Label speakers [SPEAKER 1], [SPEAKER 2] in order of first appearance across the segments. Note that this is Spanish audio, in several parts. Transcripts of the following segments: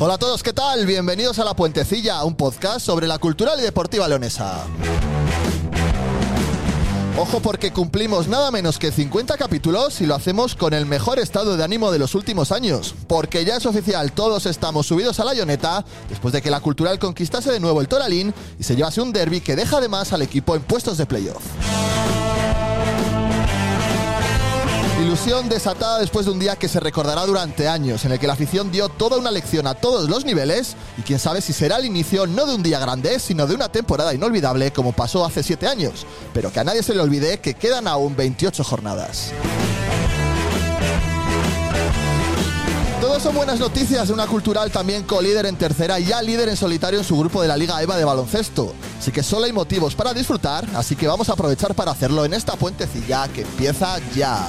[SPEAKER 1] Hola a todos, ¿qué tal? Bienvenidos a La Puentecilla, un podcast sobre la cultural y deportiva leonesa. Ojo porque cumplimos nada menos que 50 capítulos y lo hacemos con el mejor estado de ánimo de los últimos años. Porque ya es oficial, todos estamos subidos a la Ioneta después de que la cultural conquistase de nuevo el Toralín y se llevase un derby que deja además al equipo en puestos de playoff. Ilusión desatada después de un día que se recordará durante años, en el que la afición dio toda una lección a todos los niveles, y quién sabe si será el inicio no de un día grande, sino de una temporada inolvidable como pasó hace 7 años, pero que a nadie se le olvide que quedan aún 28 jornadas. Todos son buenas noticias de una cultural también colíder en tercera y ya líder en solitario en su grupo de la Liga EVA de baloncesto. Así que solo hay motivos para disfrutar, así que vamos a aprovechar para hacerlo en esta puentecilla que empieza ya.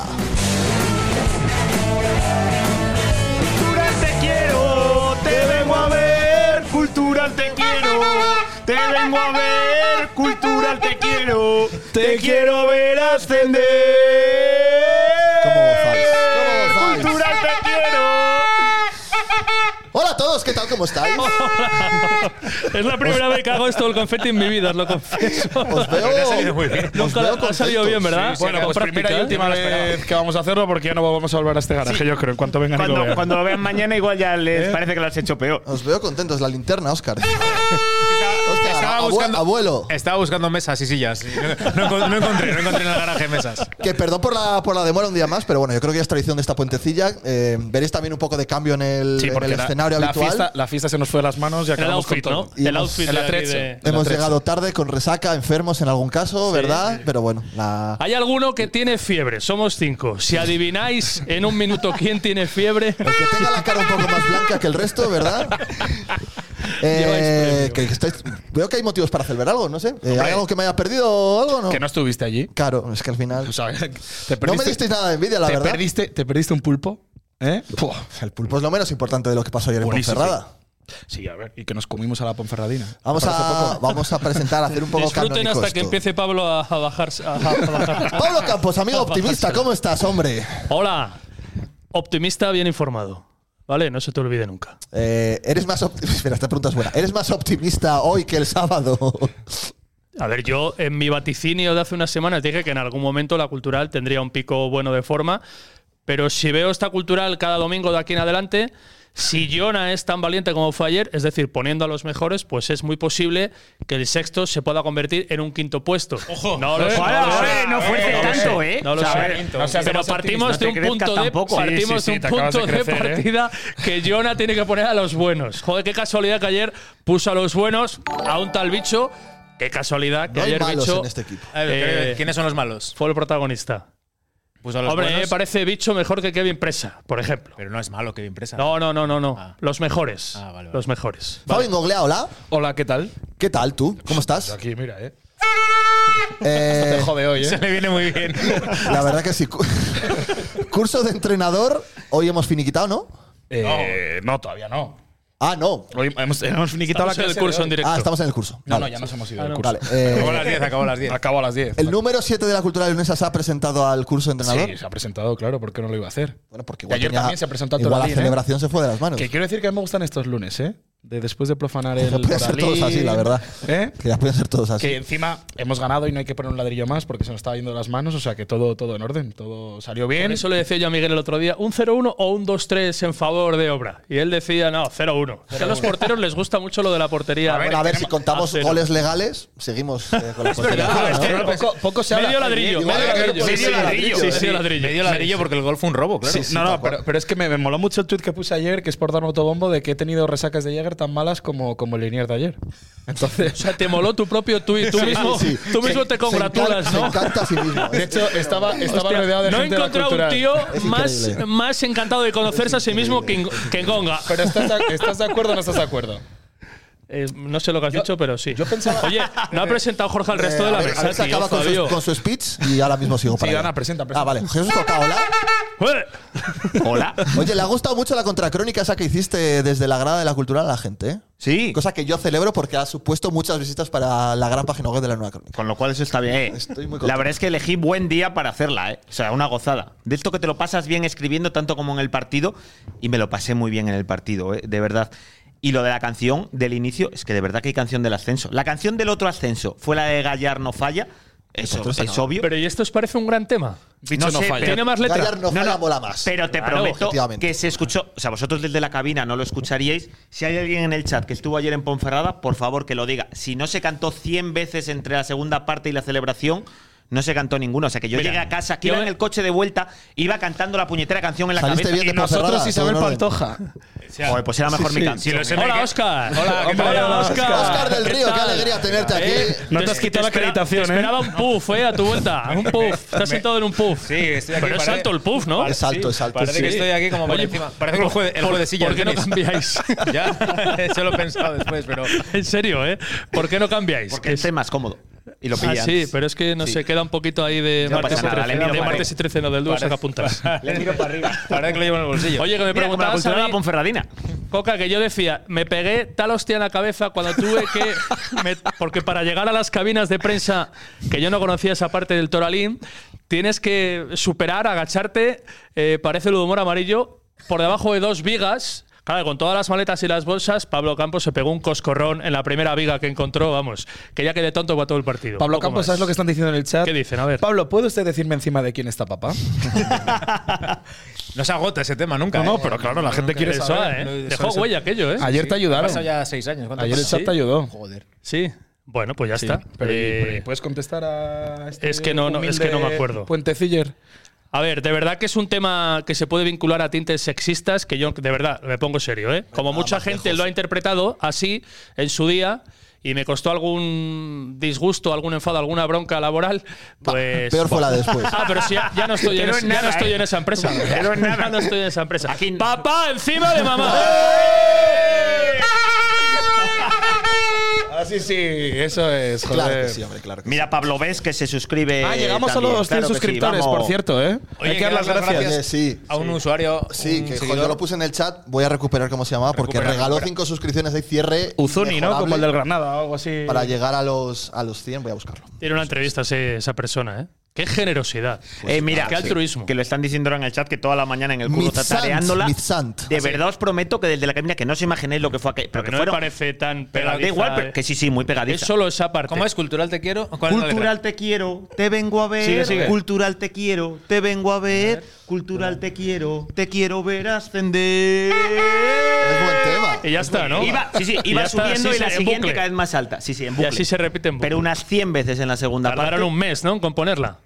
[SPEAKER 2] Cultural te quiero, te vengo a ver. Cultural te quiero, te vengo a ver. Cultural te quiero, te quiero ver ascender.
[SPEAKER 1] ¿Cómo gozáis? ¿Cómo gozáis?
[SPEAKER 2] Cultural te quiero.
[SPEAKER 1] Hola a todos, ¿qué tal? ¿Cómo estáis?
[SPEAKER 3] Es la primera vez que hago esto del confeti en mi vida, os lo confieso.
[SPEAKER 1] Os veo.
[SPEAKER 4] ha salido muy bien.
[SPEAKER 1] os
[SPEAKER 3] Nunca
[SPEAKER 1] veo
[SPEAKER 3] ha salido
[SPEAKER 1] contentos.
[SPEAKER 3] bien, ¿verdad?
[SPEAKER 4] bueno,
[SPEAKER 3] Con
[SPEAKER 4] pues primera y
[SPEAKER 3] práctica,
[SPEAKER 4] última
[SPEAKER 3] ¿eh?
[SPEAKER 4] vez que vamos a hacerlo porque ya no vamos a volver a este garaje, yo creo, en cuanto vengan y lo ¿Eh?
[SPEAKER 2] Cuando,
[SPEAKER 4] vean.
[SPEAKER 2] cuando lo vean mañana, igual ya les parece que lo has hecho peor.
[SPEAKER 1] Os veo contentos, la linterna, Oscar.
[SPEAKER 4] Estaba-
[SPEAKER 1] Oscar,
[SPEAKER 4] estaba
[SPEAKER 1] abue-
[SPEAKER 4] buscando-
[SPEAKER 1] abuelo.
[SPEAKER 4] Estaba buscando mesas y sillas. y No, no- no encontré, no encontré en el garaje mesas.
[SPEAKER 1] Que perdón por la, por la demora un día más, pero bueno, yo creo que ya es tradición de esta puentecilla. Eh, veréis también un poco de cambio en el, en el
[SPEAKER 4] la-
[SPEAKER 1] escenario
[SPEAKER 4] la,
[SPEAKER 1] habitual.
[SPEAKER 4] Fiesta, la fiesta se nos fue de las manos y
[SPEAKER 3] En el
[SPEAKER 4] acabamos
[SPEAKER 3] outfit,
[SPEAKER 4] con todo.
[SPEAKER 3] ¿no?
[SPEAKER 1] Y
[SPEAKER 3] El
[SPEAKER 1] hemos-
[SPEAKER 3] outfit
[SPEAKER 4] el
[SPEAKER 3] de aquí
[SPEAKER 4] atrezo.
[SPEAKER 3] de-
[SPEAKER 1] Hemos
[SPEAKER 4] La
[SPEAKER 1] llegado tarde con resaca, enfermos en algún caso, ¿verdad? Pero bueno, la-
[SPEAKER 3] Hay alguno que tiene fiebre, somos cinco. Si adivináis en un minuto quién tiene fiebre,
[SPEAKER 1] el que tenga la cara un poco más blanca que el resto, ¿verdad? Eh, que estáis- veo que hay motivos para celebrar algo, no sé. Eh, ¿Hay algo que me haya perdido o algo? No.
[SPEAKER 4] Que no estuviste allí.
[SPEAKER 1] Claro, es que al final.
[SPEAKER 4] O sea, te
[SPEAKER 1] no me
[SPEAKER 4] perdiste-
[SPEAKER 1] disteis nada de envidia, la
[SPEAKER 4] te
[SPEAKER 1] verdad.
[SPEAKER 4] Perdiste, ¿Te perdiste un pulpo? ¿Eh? Puh, el pulpo.
[SPEAKER 1] Pulpo es lo menos importante de lo que pasó ayer en
[SPEAKER 4] Buenísimo.
[SPEAKER 1] Ponferrada.
[SPEAKER 4] Sí, a ver. Y que nos comimos a la Ponferradina.
[SPEAKER 1] Vamos a, vamos a presentar, a hacer un poco
[SPEAKER 3] disfruten
[SPEAKER 1] canónico
[SPEAKER 3] hasta
[SPEAKER 1] esto.
[SPEAKER 3] que empiece Pablo a, a bajarse. a- a- a bajar.
[SPEAKER 1] Pablo Campos, amigo optimista, ¿cómo estás, hombre?
[SPEAKER 3] Hola, optimista bien informado. ¿Vale? No se te olvide nunca.
[SPEAKER 1] Eh, ¿Eres más optimista? Espera, esta pregunta es buena. ¿Eres más optimista hoy que el sábado?
[SPEAKER 3] A ver, yo en mi vaticinio de hace unas semanas dije que en algún momento la cultural tendría un pico bueno de forma, pero si veo esta cultural cada domingo de aquí en adelante, si Jona es tan valiente como fue ayer, es decir, poniendo a los mejores, pues es muy posible que el sexto se pueda convertir en un quinto puesto. Ojo, no lo sé,
[SPEAKER 2] Ojalá,
[SPEAKER 3] no lo sé.
[SPEAKER 2] eh, no fuerces
[SPEAKER 3] lo sé,
[SPEAKER 2] tanto, eh.
[SPEAKER 3] No lo
[SPEAKER 2] O sea,
[SPEAKER 3] sé.
[SPEAKER 2] a ver,
[SPEAKER 4] no seas
[SPEAKER 3] pero
[SPEAKER 4] demasiado
[SPEAKER 3] partimos
[SPEAKER 2] optimista,
[SPEAKER 3] de
[SPEAKER 2] no
[SPEAKER 3] un
[SPEAKER 2] te crezcas
[SPEAKER 3] punto de,
[SPEAKER 2] tampoco. Sí,
[SPEAKER 3] partimos
[SPEAKER 4] sí,
[SPEAKER 3] de
[SPEAKER 4] sí, te
[SPEAKER 3] un
[SPEAKER 4] acabas
[SPEAKER 3] punto
[SPEAKER 4] de
[SPEAKER 3] de,
[SPEAKER 4] crecer, eh.
[SPEAKER 3] partida que Jona tiene que poner a los buenos. Joder, qué casualidad que ayer puso a los buenos a un tal bicho. Qué casualidad que
[SPEAKER 1] No hay
[SPEAKER 3] ayer
[SPEAKER 1] malos
[SPEAKER 3] bicho
[SPEAKER 1] en este equipo.
[SPEAKER 4] A ver,
[SPEAKER 3] Eh,
[SPEAKER 4] ¿Quiénes son los malos?
[SPEAKER 3] fue el protagonista.
[SPEAKER 4] Pues a los
[SPEAKER 3] Hombre,
[SPEAKER 4] buenos.
[SPEAKER 3] eh, parece bicho mejor que Kevin Presa, por ejemplo.
[SPEAKER 4] Pero no es malo que empresa.
[SPEAKER 3] No, no, no, no, no.
[SPEAKER 4] Ah.
[SPEAKER 3] Los mejores.
[SPEAKER 4] Ah, vale, vale.
[SPEAKER 3] Los mejores.
[SPEAKER 1] Fabi Ngoglea, hola.
[SPEAKER 4] Hola, ¿qué tal?
[SPEAKER 1] ¿Qué tal tú? ¿Cómo estás?
[SPEAKER 4] Aquí, mira, eh.
[SPEAKER 1] Eh,
[SPEAKER 5] Jode hoy,
[SPEAKER 4] Se
[SPEAKER 5] ¿eh?
[SPEAKER 4] le viene muy bien.
[SPEAKER 1] la verdad que sí. Cu- Curso de entrenador, hoy hemos finiquitado, ¿no?
[SPEAKER 5] Eh, no, todavía no.
[SPEAKER 1] Ah, no.
[SPEAKER 5] Hoy hemos, hemos finiquitado la
[SPEAKER 3] Estamos en el
[SPEAKER 5] clase
[SPEAKER 3] curso
[SPEAKER 5] de
[SPEAKER 3] en
[SPEAKER 5] hoy.
[SPEAKER 3] directo.
[SPEAKER 1] Ah, estamos en el curso.
[SPEAKER 5] No,
[SPEAKER 1] Vale.
[SPEAKER 5] Ah, no, ya nos hemos ido del
[SPEAKER 3] no.
[SPEAKER 5] curso.
[SPEAKER 1] Vale, eh,
[SPEAKER 4] Acabó a las 10, acabó a las 10.
[SPEAKER 5] Acabo a las 10.
[SPEAKER 1] El número 7 de la cultura de Leonesa se ha presentado al curso de entrenador.
[SPEAKER 5] Sí, se ha presentado, claro, ¿por qué no lo iba a hacer?
[SPEAKER 1] Bueno, porque
[SPEAKER 5] Y ayer
[SPEAKER 1] tenía-
[SPEAKER 5] también se presentó a
[SPEAKER 1] Igual la
[SPEAKER 5] Toralín, ¿eh?
[SPEAKER 1] celebración se fue de las manos.
[SPEAKER 5] Que quiero decir que me gustan estos lunes, ¿eh? De después de profanar el.
[SPEAKER 1] Ya pueden ser
[SPEAKER 5] Toralín,
[SPEAKER 1] todos así, la verdad.
[SPEAKER 5] ¿Eh?
[SPEAKER 1] Que ya pueden ser todos así.
[SPEAKER 5] Que encima hemos ganado y no hay que poner un ladrillo más porque se nos estaba yendo de las manos, o sea que todo, todo en orden, todo salió
[SPEAKER 3] Por
[SPEAKER 5] bien.
[SPEAKER 3] eso le decía yo a Miguel el otro día, un 0-1 o un 2-3 en favor de obra. Y él decía, no, 0-1. Es que a los porteros les gusta mucho lo de la portería.
[SPEAKER 1] Bueno, a ver si contamos
[SPEAKER 3] cero.
[SPEAKER 1] goles legales, seguimos eh, con la
[SPEAKER 3] Ah,
[SPEAKER 1] portería.
[SPEAKER 3] es que
[SPEAKER 1] ¿no?
[SPEAKER 5] poco, poco se habla.
[SPEAKER 3] Medio ladrillo.
[SPEAKER 5] Igual
[SPEAKER 3] Medio
[SPEAKER 5] que-
[SPEAKER 3] ladrillo.
[SPEAKER 5] sí,
[SPEAKER 3] Sí, sí,
[SPEAKER 5] medio ladrillo.
[SPEAKER 1] ¿eh?
[SPEAKER 3] sí, sí, ladrillo.
[SPEAKER 4] Medio ladrillo porque el gol fue un robo, claro.
[SPEAKER 5] Sí, sí, no, no, pero, pero es que me, me moló mucho el tweet que puse ayer, que es por dar autobombo, de que he tenido resacas de Jagger tan malas como, como el Linier de ayer. Entonces,
[SPEAKER 3] O sea, te moló tu propio tuit. Tú mismo, tú mismo te congratulas,
[SPEAKER 1] se
[SPEAKER 3] ¿no?
[SPEAKER 1] encanta a sí mismo.
[SPEAKER 5] de hecho, estaba, estaba
[SPEAKER 3] Hostia,
[SPEAKER 5] rodeado de
[SPEAKER 3] no he
[SPEAKER 5] gente de la
[SPEAKER 3] encontrado un
[SPEAKER 5] cultural.
[SPEAKER 3] tío
[SPEAKER 1] Es
[SPEAKER 3] más,
[SPEAKER 1] increíble.
[SPEAKER 3] más encantado de conocerse a sí mismo que, en- que en Gonga.
[SPEAKER 5] Pero estás de, estás de acuerdo o no estás de acuerdo?
[SPEAKER 3] Eh, no sé lo que has dicho, pero sí.
[SPEAKER 5] yo pensaba-
[SPEAKER 3] Oye, no ha presentado Jorge al resto de la
[SPEAKER 1] eh, a ver, a ver si
[SPEAKER 3] versátil,
[SPEAKER 1] acaba con su,
[SPEAKER 3] Fabio.
[SPEAKER 1] con su speech y ahora mismo sigo para allá.
[SPEAKER 5] Ana, presenta, presenta.
[SPEAKER 1] Ah, vale. Jesús Coca, hola.
[SPEAKER 3] ¡Eh!
[SPEAKER 4] Hola.
[SPEAKER 1] Oye, le ha gustado mucho la contracrónica esa que hiciste desde la grada de la cultura a la gente, ¿eh?
[SPEAKER 6] Sí,
[SPEAKER 1] Cosa que yo celebro porque ha supuesto muchas visitas para la gran página web de la nueva crónica.
[SPEAKER 6] con lo cual eso está bien. Eh,
[SPEAKER 1] Estoy muy
[SPEAKER 6] la
[SPEAKER 1] contento.
[SPEAKER 6] verdad es que elegí buen día para hacerla, ¿eh? O sea, una gozada. De esto que te lo pasas bien escribiendo tanto como en el partido, y me lo pasé muy bien en el partido, ¿eh? de verdad. Y lo de la canción del inicio, es que de verdad que hay canción del ascenso. La canción del otro ascenso fue la de Gallar no falla, eso es obvio.
[SPEAKER 3] Pero ¿y esto os parece un gran tema?
[SPEAKER 6] no sé, pero-
[SPEAKER 3] ¿Tiene más letra?
[SPEAKER 1] Gallar no,
[SPEAKER 6] No,
[SPEAKER 1] falla,
[SPEAKER 6] no,
[SPEAKER 1] mola más.
[SPEAKER 6] Pero te
[SPEAKER 3] Claro,
[SPEAKER 6] prometo
[SPEAKER 1] objetivamente.
[SPEAKER 6] que se escuchó. O sea, vosotros desde la cabina no lo escucharíais. Si hay alguien en el chat que estuvo ayer en Ponferrada, por favor que lo diga. Si no se cantó 100 veces entre la segunda parte y la celebración. No se cantó ninguno. O sea, que yo
[SPEAKER 3] Mira,
[SPEAKER 6] llegué a casa, que
[SPEAKER 3] yo
[SPEAKER 6] iba en
[SPEAKER 3] me-
[SPEAKER 6] el coche de vuelta, iba cantando la puñetera canción en la
[SPEAKER 1] Saliste
[SPEAKER 6] cabeza.
[SPEAKER 1] bien de
[SPEAKER 6] y no-
[SPEAKER 1] Ponferrada,
[SPEAKER 5] Nosotros Isabel
[SPEAKER 1] todo en orden.
[SPEAKER 5] Pantoja.
[SPEAKER 6] Joder, pues era mejor mi
[SPEAKER 4] Si
[SPEAKER 6] canción.
[SPEAKER 4] los MK
[SPEAKER 3] Hola, Oscar.
[SPEAKER 4] Hola, ¿qué tal?
[SPEAKER 3] Hola, Oscar.
[SPEAKER 1] Óscar del Río, qué alegría tenerte aquí.
[SPEAKER 5] No te has quitado la
[SPEAKER 3] espera-
[SPEAKER 5] acreditación,
[SPEAKER 3] Eh, te
[SPEAKER 5] ¿eh?
[SPEAKER 3] Esperaba un puff, ¿eh? A tu vuelta. Un puff. Estás sentado en un puff.
[SPEAKER 4] Sí, estoy aquí
[SPEAKER 3] Pero es
[SPEAKER 4] para-
[SPEAKER 3] alto el puff, ¿no?
[SPEAKER 1] Es alto, es alto.
[SPEAKER 4] Parece que
[SPEAKER 1] sí.
[SPEAKER 4] estoy aquí como por encima. Parece que el juez, el juez de silla.
[SPEAKER 3] ¿Por qué
[SPEAKER 4] del
[SPEAKER 3] no
[SPEAKER 4] tenis.
[SPEAKER 3] cambiáis?
[SPEAKER 4] ya, eso lo he pensado después, pero.
[SPEAKER 3] En serio, ¿eh? ¿Por qué no cambiáis?
[SPEAKER 6] Porque
[SPEAKER 3] Es-
[SPEAKER 6] es más cómodo. Y lo
[SPEAKER 3] Ah,
[SPEAKER 6] pillan.
[SPEAKER 3] sí, pero es que no sé, queda un poquito ahí de martes,
[SPEAKER 6] pasa nada,
[SPEAKER 3] y
[SPEAKER 6] le
[SPEAKER 3] trece, de
[SPEAKER 6] miro para
[SPEAKER 3] martes y
[SPEAKER 6] arriba.
[SPEAKER 3] 13, no del dúo sacapuntas.
[SPEAKER 4] Le miro para arriba. Parece que lo llevo en el bolsillo.
[SPEAKER 3] Oye, que me
[SPEAKER 6] Mira, como la
[SPEAKER 3] preguntabas
[SPEAKER 6] cultura
[SPEAKER 3] a
[SPEAKER 6] de la
[SPEAKER 3] mí,
[SPEAKER 6] Ponferradina.
[SPEAKER 3] Coca, que yo decía, me pegué tal hostia en la cabeza cuando tuve que. me- porque para llegar a las cabinas de prensa, que yo no conocía esa parte del Toralín, tienes que superar, agacharte, eh, parece el humor amarillo, por debajo de dos vigas. Claro, con todas las maletas y las bolsas, Pablo Campos se pegó un coscorrón en la primera viga que encontró, vamos, que ya quedé tonto para todo el partido.
[SPEAKER 5] Pablo
[SPEAKER 3] Poco
[SPEAKER 5] Campos,
[SPEAKER 3] más.
[SPEAKER 5] ¿sabes lo que están diciendo en el chat?
[SPEAKER 3] ¿Qué dicen? A ver.
[SPEAKER 5] Pablo, ¿puede usted decirme encima de quién está papá?
[SPEAKER 4] No se agota ese tema nunca.
[SPEAKER 5] No, no,
[SPEAKER 4] ¿eh?
[SPEAKER 5] pero claro, la gente quiere
[SPEAKER 3] Eso,
[SPEAKER 5] saber.
[SPEAKER 3] ¿eh?
[SPEAKER 5] Eso,
[SPEAKER 3] Dejó
[SPEAKER 5] eso.
[SPEAKER 3] huella aquello, ¿eh?
[SPEAKER 5] Ayer te
[SPEAKER 4] Han
[SPEAKER 5] ayudaron.
[SPEAKER 4] pasado ya seis años. ¿cuánto
[SPEAKER 5] Ayer el
[SPEAKER 4] pasa?
[SPEAKER 5] chat te ayudó.
[SPEAKER 4] Joder.
[SPEAKER 3] Sí. Bueno, pues ya está.
[SPEAKER 5] Pero, ¿y-
[SPEAKER 3] Eh,
[SPEAKER 5] pero ¿y ¿Puedes contestar a este
[SPEAKER 3] es que no, no, es que no me
[SPEAKER 5] humilde
[SPEAKER 3] acuerdo.
[SPEAKER 5] Puenteciller.
[SPEAKER 3] A ver, de verdad que es un tema que se puede vincular a tintes sexistas, que yo de verdad me pongo serio, ¿eh? Como mucha gente lo ha interpretado así en su día y me costó algún disgusto, algún enfado, alguna bronca laboral, pues
[SPEAKER 1] Peor fue la de después.
[SPEAKER 3] Ah, pero si ya, ya no estoy, en,
[SPEAKER 6] Pero
[SPEAKER 3] es-
[SPEAKER 6] en
[SPEAKER 3] ya
[SPEAKER 6] nada,
[SPEAKER 3] no estoy
[SPEAKER 6] ¿eh?
[SPEAKER 3] en esa empresa.
[SPEAKER 6] Pero en nada.
[SPEAKER 3] Ya no estoy en esa empresa.
[SPEAKER 6] Aquí-
[SPEAKER 3] Papá encima de mamá.
[SPEAKER 5] Ah, sí, sí, eso es. Joder.
[SPEAKER 1] Claro que sí, hombre, Eh, claro que sí.
[SPEAKER 6] Mira, Pablo Ves que se suscribe.
[SPEAKER 5] Ah, llegamos
[SPEAKER 6] también,
[SPEAKER 5] a los 100
[SPEAKER 6] claro que sí,
[SPEAKER 5] suscriptores,
[SPEAKER 6] vamos.
[SPEAKER 5] por cierto, ¿eh?
[SPEAKER 4] Oye,
[SPEAKER 5] Hay que dar las gracias.
[SPEAKER 1] Oye, eh, sí.
[SPEAKER 4] A un usuario.
[SPEAKER 1] Sí, que
[SPEAKER 4] un
[SPEAKER 1] joder,
[SPEAKER 4] seguidor.
[SPEAKER 1] yo lo puse en el chat, voy a recuperar cómo se llamaba, porque
[SPEAKER 4] Recupera,
[SPEAKER 1] regaló
[SPEAKER 4] recupera.
[SPEAKER 1] cinco suscripciones de cierre.
[SPEAKER 5] Uzuni, ¿no?
[SPEAKER 1] inmejorable
[SPEAKER 5] Como el del Granada o algo así.
[SPEAKER 1] Para llegar a los, a los 100, voy a buscarlo.
[SPEAKER 3] Tiene una entrevista ese- esa persona, ¿eh? Qué generosidad.
[SPEAKER 1] Pues
[SPEAKER 6] Eh, mira,
[SPEAKER 3] qué altruismo.
[SPEAKER 6] que lo están diciendo ahora en el chat que toda la mañana en el curro está
[SPEAKER 1] Mitzant,
[SPEAKER 6] tareándola.
[SPEAKER 1] Mitzant.
[SPEAKER 6] De verdad os prometo que desde la cabina que no os imaginéis lo que fue aquello. Pero que
[SPEAKER 3] Ah, no me
[SPEAKER 6] fueron.
[SPEAKER 3] parece tan
[SPEAKER 6] pero
[SPEAKER 3] pegadiza. eh.
[SPEAKER 6] da igual, pero que sí, sí, muy
[SPEAKER 3] Es
[SPEAKER 6] pegadiza.
[SPEAKER 3] solo esa parte.
[SPEAKER 4] ¿Cómo es? ¿Cultural te quiero? ¿Cuál es la letra?
[SPEAKER 6] Cultural te quiero, te vengo a ver.
[SPEAKER 4] Sigue, sigue.
[SPEAKER 6] Cultural te quiero, te vengo a ver. Cultural te quiero, te quiero ver ascender.
[SPEAKER 1] Es buen tema.
[SPEAKER 3] Y ya está, ¿no?
[SPEAKER 6] Iba, sí, sí,
[SPEAKER 3] Y
[SPEAKER 6] iba
[SPEAKER 3] ya está,
[SPEAKER 6] subiendo
[SPEAKER 3] sí,
[SPEAKER 6] y la
[SPEAKER 3] sí, en
[SPEAKER 6] siguiente
[SPEAKER 3] bucle.
[SPEAKER 6] cada vez más alta. Sí, sí, en
[SPEAKER 3] Y
[SPEAKER 6] bucle.
[SPEAKER 3] así se repite en bucle.
[SPEAKER 6] Pero unas 100 veces en la segunda
[SPEAKER 3] Tardaron
[SPEAKER 6] parte.
[SPEAKER 3] un mes, ¿no? En componerla.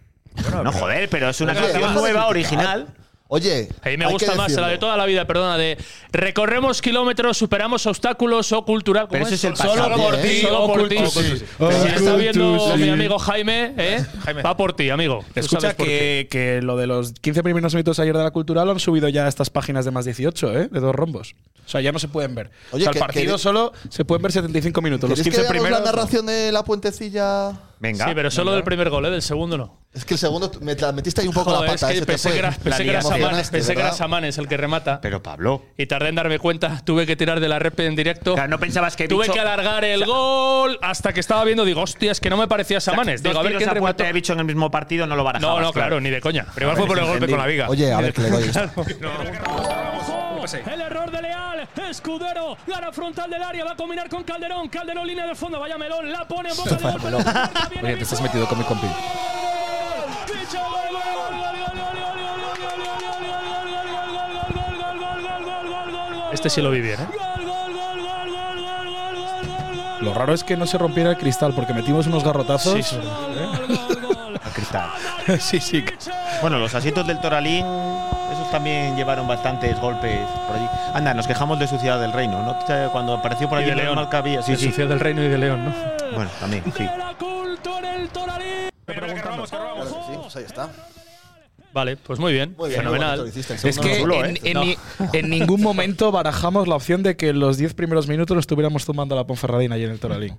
[SPEAKER 6] No, joder, pero es una
[SPEAKER 1] Oye,
[SPEAKER 6] canción
[SPEAKER 1] deja de
[SPEAKER 6] nueva,
[SPEAKER 1] criticar.
[SPEAKER 6] original.
[SPEAKER 1] Oye,
[SPEAKER 3] A mí me
[SPEAKER 1] hay que
[SPEAKER 3] gusta más
[SPEAKER 1] decirlo.
[SPEAKER 3] la de toda la vida, perdona, de recorremos kilómetros, superamos obstáculos o cultural.
[SPEAKER 6] Pero
[SPEAKER 3] ¿cómo
[SPEAKER 6] ese es el
[SPEAKER 3] Solo
[SPEAKER 6] pasado,
[SPEAKER 3] por
[SPEAKER 1] ¿eh?
[SPEAKER 3] ti,
[SPEAKER 1] Sí,
[SPEAKER 3] solo por ti.
[SPEAKER 4] ocultus, sí.
[SPEAKER 3] Si está
[SPEAKER 4] Ocultus,
[SPEAKER 3] viendo
[SPEAKER 4] sí.
[SPEAKER 3] mi amigo Jaime, ¿eh?
[SPEAKER 4] Jaime.
[SPEAKER 3] va por ti, amigo. Tú sabes
[SPEAKER 7] Escucha
[SPEAKER 3] por qué.
[SPEAKER 7] que, que lo de los 15 primeros minutos ayer de la cultural lo han subido ya a estas páginas de más 18, ¿eh? De dos rombos. O sea, ya no se pueden ver.
[SPEAKER 1] Oye,
[SPEAKER 7] o sea, el
[SPEAKER 1] que-
[SPEAKER 7] partido
[SPEAKER 1] que-
[SPEAKER 7] solo se pueden ver 75 minutos. Los
[SPEAKER 1] ¿Queréis
[SPEAKER 7] 15
[SPEAKER 1] que veamos
[SPEAKER 7] primeros.
[SPEAKER 1] la narración de la puentecilla?
[SPEAKER 6] Venga.
[SPEAKER 3] Sí, pero solo del primer gol, ¿eh? del segundo no.
[SPEAKER 1] Es que el segundo t- me la metiste ahí un poco
[SPEAKER 3] Joder,
[SPEAKER 1] la
[SPEAKER 3] es
[SPEAKER 1] pata.
[SPEAKER 3] que
[SPEAKER 1] ese te
[SPEAKER 3] pensé
[SPEAKER 1] fue.
[SPEAKER 3] que era,
[SPEAKER 1] La
[SPEAKER 3] pensé que era
[SPEAKER 1] liamos.
[SPEAKER 3] Samanes,
[SPEAKER 1] Emocionaste,
[SPEAKER 3] pensé que era
[SPEAKER 1] ¿verdad?
[SPEAKER 3] Samanes el que remata.
[SPEAKER 6] Pero Pablo.
[SPEAKER 3] y tardé en darme cuenta, tuve que tirar de la rep en directo.
[SPEAKER 6] Claro, no pensabas que he
[SPEAKER 3] Tuve
[SPEAKER 6] dicho-
[SPEAKER 3] que alargar el
[SPEAKER 6] O sea,
[SPEAKER 3] gol hasta que estaba viendo, digo, hostia, es que no me parecía Samanes.
[SPEAKER 6] dos
[SPEAKER 3] Digo, a ver
[SPEAKER 6] tiros
[SPEAKER 3] quién
[SPEAKER 6] a puerta
[SPEAKER 3] remató.
[SPEAKER 6] de bicho en el mismo partido no lo barajabas.
[SPEAKER 3] No, no, claro, ni de coña.
[SPEAKER 4] Primero fue por el golpe con la viga.
[SPEAKER 1] Oye, a ver qué le doy.
[SPEAKER 3] El error de Leal, Escudero, gana frontal del área, va a combinar con Calderón, Calderón línea de fondo, vaya melón, la pone en boca de gol, pelota corta, viene
[SPEAKER 7] Oye, te estás
[SPEAKER 3] Bichon.
[SPEAKER 7] metido con mi compi.
[SPEAKER 3] Este sí lo vi bien, ¿eh?
[SPEAKER 7] Lo raro es que no se rompiera el cristal porque metimos unos garrotazos.
[SPEAKER 3] Sí, sí.
[SPEAKER 7] sí, sí.
[SPEAKER 6] Bueno, los asientos del Toralí, esos también llevaron bastantes golpes por allí. Anda, nos quejamos de Suciedad del Reino, ¿no? Cuando apareció por
[SPEAKER 3] Y
[SPEAKER 6] allí
[SPEAKER 3] de
[SPEAKER 6] el
[SPEAKER 3] León.
[SPEAKER 6] Marca había. Sí, sí.
[SPEAKER 3] Sociedad del Reino y de León, ¿no?
[SPEAKER 6] Bueno, también, sí.
[SPEAKER 1] Claro que sí, pues ahí está.
[SPEAKER 3] Vale, pues muy bien,
[SPEAKER 1] Muy bien, muy
[SPEAKER 3] fenomenal.
[SPEAKER 1] bonito lo hiciste, el
[SPEAKER 7] Es
[SPEAKER 1] segundo
[SPEAKER 7] que
[SPEAKER 1] no lo
[SPEAKER 7] en,
[SPEAKER 1] hice.
[SPEAKER 7] en ni- en ningún momento barajamos la opción de que los 10 primeros minutos lo estuviéramos zumbando a la Ponferradina y en el Toralín.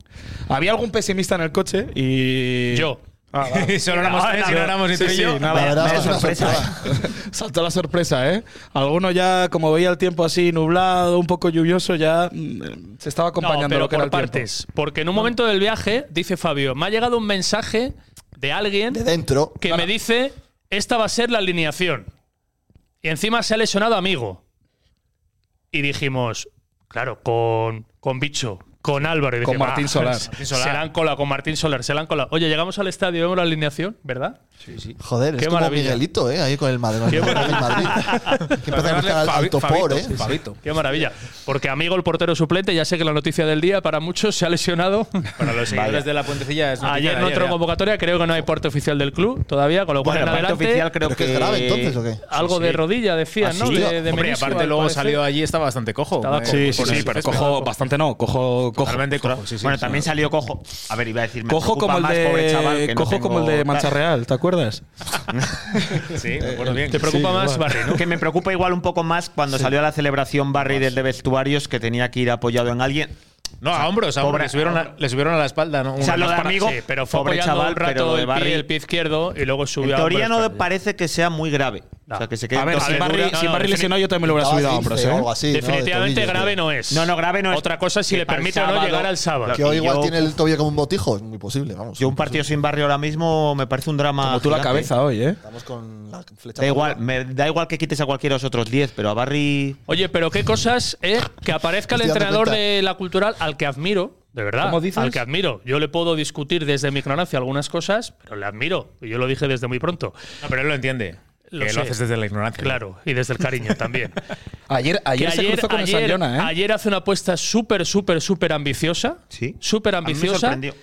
[SPEAKER 7] Había algún pesimista en el coche y.
[SPEAKER 3] Yo.
[SPEAKER 7] Ah, vale.
[SPEAKER 4] Solo éramos tres, solo éramos
[SPEAKER 7] Sí,
[SPEAKER 4] entre
[SPEAKER 7] sí,
[SPEAKER 4] yo.
[SPEAKER 7] nada.
[SPEAKER 1] La verdad es
[SPEAKER 6] vaya
[SPEAKER 1] que es una
[SPEAKER 6] sorpresa,
[SPEAKER 1] sorpresa.
[SPEAKER 7] ¿eh? Saltó la sorpresa, ¿eh? Alguno ya, como veía el tiempo así nublado, un poco lluvioso, ya mm, se estaba acompañando
[SPEAKER 3] No, pero
[SPEAKER 7] lo que era
[SPEAKER 3] por
[SPEAKER 7] el tiempo.
[SPEAKER 3] partes. Porque en un momento del viaje, dice Fabio, me ha llegado un mensaje de alguien
[SPEAKER 1] De dentro.
[SPEAKER 3] que me dice, esta va a ser la alineación. Y encima se ha lesionado amigo. Y dijimos, claro, con, con Bicho, con Álvaro. Y dije,
[SPEAKER 7] Con Martín
[SPEAKER 3] "Ah,
[SPEAKER 7] Solar".
[SPEAKER 3] Se la han colado, con Martín Solar, se la han colado. Oye, llegamos al estadio, vemos la alineación, ¿verdad?
[SPEAKER 1] Joder,
[SPEAKER 3] Qué
[SPEAKER 1] es como
[SPEAKER 3] maravilla.
[SPEAKER 1] Miguelito, ¿eh? Ahí con el Madrid.
[SPEAKER 3] Qué
[SPEAKER 1] con el Madrid. que empieza a buscar al, al topor, ¿eh?
[SPEAKER 3] Qué maravilla. Porque amigo el portero suplente, ya sé que la noticia del día para muchos se ha lesionado.
[SPEAKER 4] Para los seguidores de la puentecilla es noticia
[SPEAKER 3] Ayer
[SPEAKER 4] de
[SPEAKER 3] no entró en
[SPEAKER 4] ya.
[SPEAKER 3] convocatoria, creo que no hay parte oficial del club todavía, con lo cual
[SPEAKER 6] Bueno,
[SPEAKER 3] en
[SPEAKER 6] parte
[SPEAKER 3] adelante,
[SPEAKER 6] oficial creo
[SPEAKER 1] ¿Pero
[SPEAKER 6] que.
[SPEAKER 1] que es grave entonces o qué?
[SPEAKER 3] algo de rodilla, decían,
[SPEAKER 1] ¿Ah,
[SPEAKER 3] ¿no?
[SPEAKER 1] sí?
[SPEAKER 3] De, de
[SPEAKER 4] Hombre,
[SPEAKER 3] menisco,
[SPEAKER 4] aparte
[SPEAKER 3] al
[SPEAKER 4] luego
[SPEAKER 3] parecer.
[SPEAKER 4] salió allí, estaba bastante cojo.
[SPEAKER 3] Estaba
[SPEAKER 4] Eh,
[SPEAKER 3] cojo,
[SPEAKER 7] Sí, sí,
[SPEAKER 4] por
[SPEAKER 7] sí,
[SPEAKER 4] el
[SPEAKER 7] pero
[SPEAKER 4] césped.
[SPEAKER 7] cojo bastante no, cojo, cojo.
[SPEAKER 4] Totalmente cojo, sí, sí.
[SPEAKER 6] bueno, también salió cojo. A ver, iba a decir. me
[SPEAKER 7] Cojo
[SPEAKER 6] preocupa
[SPEAKER 7] como el
[SPEAKER 6] más, pobre
[SPEAKER 7] de,
[SPEAKER 6] chaval, que no
[SPEAKER 7] cojo como el
[SPEAKER 6] tengo-
[SPEAKER 7] de Mancha Real, ¿te acuerdas?
[SPEAKER 4] Sí, me acuerdo bien.
[SPEAKER 3] Te preocupa
[SPEAKER 7] Sí,
[SPEAKER 3] más
[SPEAKER 7] igual.
[SPEAKER 3] Barry, ¿no?
[SPEAKER 6] Que me preocupa igual un poco más cuando salió la celebración Barry del de vestuarios que tenía que ir apoyado en alguien.
[SPEAKER 4] No, a hombros, a hombros.
[SPEAKER 6] Pobre-
[SPEAKER 4] Le subieron, a, le subieron a la espalda, ¿no?
[SPEAKER 6] sea, lo
[SPEAKER 4] Unas
[SPEAKER 6] de
[SPEAKER 4] para-
[SPEAKER 6] amigo-
[SPEAKER 4] sí, pero-
[SPEAKER 3] pero fue
[SPEAKER 6] Pobre
[SPEAKER 3] apoyando
[SPEAKER 6] chaval,
[SPEAKER 3] un rato
[SPEAKER 6] pero lo de
[SPEAKER 3] el,
[SPEAKER 6] Barry-
[SPEAKER 3] pie, el pie izquierdo y luego
[SPEAKER 6] En
[SPEAKER 3] subió a
[SPEAKER 6] teoría
[SPEAKER 3] hombros
[SPEAKER 6] no
[SPEAKER 3] para allá.
[SPEAKER 6] parece que sea muy grave.
[SPEAKER 3] No.
[SPEAKER 6] O sea, que se quede
[SPEAKER 7] A ver,
[SPEAKER 6] en
[SPEAKER 7] si
[SPEAKER 6] torcedura.
[SPEAKER 7] Barry,
[SPEAKER 3] no,
[SPEAKER 7] si
[SPEAKER 3] no,
[SPEAKER 7] Barry
[SPEAKER 3] defini-
[SPEAKER 7] lesionado, yo también me lo hubiera
[SPEAKER 1] Estaba
[SPEAKER 7] subido a
[SPEAKER 1] 15
[SPEAKER 7] hombros,
[SPEAKER 1] o
[SPEAKER 7] ¿eh?
[SPEAKER 1] algo así, ¿no? De
[SPEAKER 3] Definitivamente
[SPEAKER 1] tobillo,
[SPEAKER 3] grave
[SPEAKER 1] creo.
[SPEAKER 3] no es.
[SPEAKER 6] No, no, grave no es.
[SPEAKER 3] Otra cosa es si
[SPEAKER 6] Que
[SPEAKER 3] le
[SPEAKER 6] para
[SPEAKER 3] permite
[SPEAKER 6] el
[SPEAKER 3] o no
[SPEAKER 6] sábado-
[SPEAKER 3] llegar al sábado.
[SPEAKER 1] Que hoy
[SPEAKER 6] Y
[SPEAKER 1] igual
[SPEAKER 6] yo-
[SPEAKER 1] tiene el tobillo como un botijo. Es muy posible, vamos.
[SPEAKER 6] Yo un partido sin barrio ahora mismo me parece un drama.
[SPEAKER 3] Ah,
[SPEAKER 7] Como tú la
[SPEAKER 6] gigante.
[SPEAKER 7] cabeza hoy, ¿eh?
[SPEAKER 1] Estamos con la flecha.
[SPEAKER 6] Da igual, me da igual que quites a cualquiera de los otros 10, pero a Barry.
[SPEAKER 3] Oye, pero qué cosas, ¿eh? Que aparezca el
[SPEAKER 1] Estoy dando
[SPEAKER 3] entrenador
[SPEAKER 1] cuenta.
[SPEAKER 3] de la cultural al que admiro, de verdad.
[SPEAKER 7] ¿Cómo dices?
[SPEAKER 3] Al que admiro. Yo le puedo discutir desde mi ignorancia algunas cosas, pero le admiro. Y yo lo dije desde muy pronto.
[SPEAKER 4] No, pero él lo entiende.
[SPEAKER 3] Lo
[SPEAKER 4] que
[SPEAKER 3] sé.
[SPEAKER 4] lo haces desde la ignorancia.
[SPEAKER 3] Claro, y desde el cariño también.
[SPEAKER 7] Ayer,
[SPEAKER 3] Que
[SPEAKER 7] ayer se cruzó con
[SPEAKER 3] ayer-
[SPEAKER 7] el Sanyona, ¿eh?
[SPEAKER 3] ayer hace una apuesta súper, súper, súper ambiciosa.
[SPEAKER 6] Sí.
[SPEAKER 3] Súper
[SPEAKER 6] A mí me
[SPEAKER 3] ambiciosa.
[SPEAKER 6] sorprendió.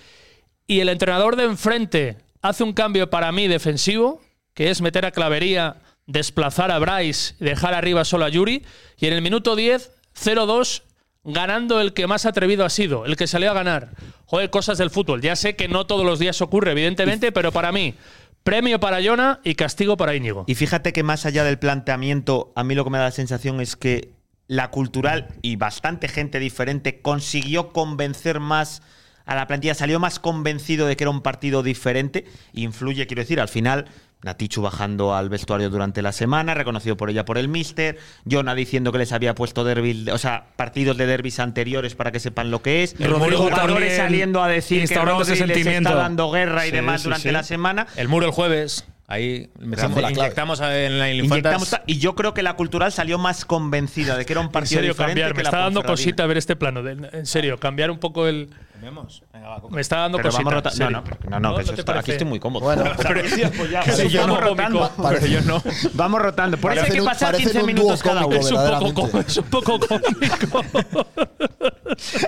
[SPEAKER 3] Y el entrenador de enfrente hace un cambio para mí defensivo, que es meter a Clavería, desplazar a Bryce, dejar arriba solo a Yuri. Y en el minuto 10, 0-2, ganando el que más atrevido ha sido, el que salió a ganar. Joder, cosas del fútbol. Ya sé que no todos los días ocurre, evidentemente, pero para mí, premio para Jona y castigo para Íñigo.
[SPEAKER 6] Y fíjate que más allá del planteamiento, a mí lo que me da la sensación es que la cultural y bastante gente diferente consiguió convencer más a la plantilla, salió más convencido de que era un partido diferente. Influye, quiero decir, al final, Natichu bajando al vestuario durante la semana, reconocido por ella por el míster, Jonah diciendo que les había puesto derbi, o sea, partidos de derbis anteriores para que sepan lo que es,
[SPEAKER 4] El Rodrigo
[SPEAKER 6] jugadores
[SPEAKER 4] también
[SPEAKER 6] saliendo a decir que
[SPEAKER 4] instaurando ese
[SPEAKER 6] Rodri les está
[SPEAKER 4] sentimiento.
[SPEAKER 6] dando guerra y
[SPEAKER 4] Sí,
[SPEAKER 6] demás
[SPEAKER 4] sí,
[SPEAKER 6] durante
[SPEAKER 4] sí.
[SPEAKER 6] la semana.
[SPEAKER 4] El muro el jueves. Ahí metemos,
[SPEAKER 1] fue la clave.
[SPEAKER 4] inyectamos a- en la
[SPEAKER 6] Inyectamos
[SPEAKER 4] infantas.
[SPEAKER 6] ta- y yo creo que la cultural salió más convencida de que era un
[SPEAKER 3] En
[SPEAKER 6] partido
[SPEAKER 3] serio,
[SPEAKER 6] diferente
[SPEAKER 3] cambiar.
[SPEAKER 6] que
[SPEAKER 3] Me
[SPEAKER 6] la
[SPEAKER 3] está dando
[SPEAKER 6] Ponferradina.
[SPEAKER 3] cosita ver este plano. de- En serio, cambiar un poco el,
[SPEAKER 8] Cambiamos. Venga, va, Coca.
[SPEAKER 3] Me está dando
[SPEAKER 6] Pero
[SPEAKER 3] cositas.
[SPEAKER 6] vamos rota- No,
[SPEAKER 3] Seri.
[SPEAKER 6] no, no, no, que
[SPEAKER 3] ¿No
[SPEAKER 6] eso
[SPEAKER 3] te
[SPEAKER 6] está- aquí
[SPEAKER 3] parece?
[SPEAKER 6] estoy muy cómodo.
[SPEAKER 1] Bueno,
[SPEAKER 6] O sea,
[SPEAKER 3] pero-
[SPEAKER 6] que sí, apoyado.
[SPEAKER 3] que sí,
[SPEAKER 6] Vamos
[SPEAKER 3] yo no.
[SPEAKER 6] rotando.
[SPEAKER 3] Cómico.
[SPEAKER 6] Pero yo no. Vamos rotando. Por eso hay que
[SPEAKER 1] Parecen un-
[SPEAKER 6] pasar
[SPEAKER 1] parecen
[SPEAKER 6] 15
[SPEAKER 1] un
[SPEAKER 6] minutos
[SPEAKER 1] dúo
[SPEAKER 6] cada uno.
[SPEAKER 1] cómico.
[SPEAKER 3] Es un poco,
[SPEAKER 1] verdaderamente.
[SPEAKER 3] co- es un poco cómico.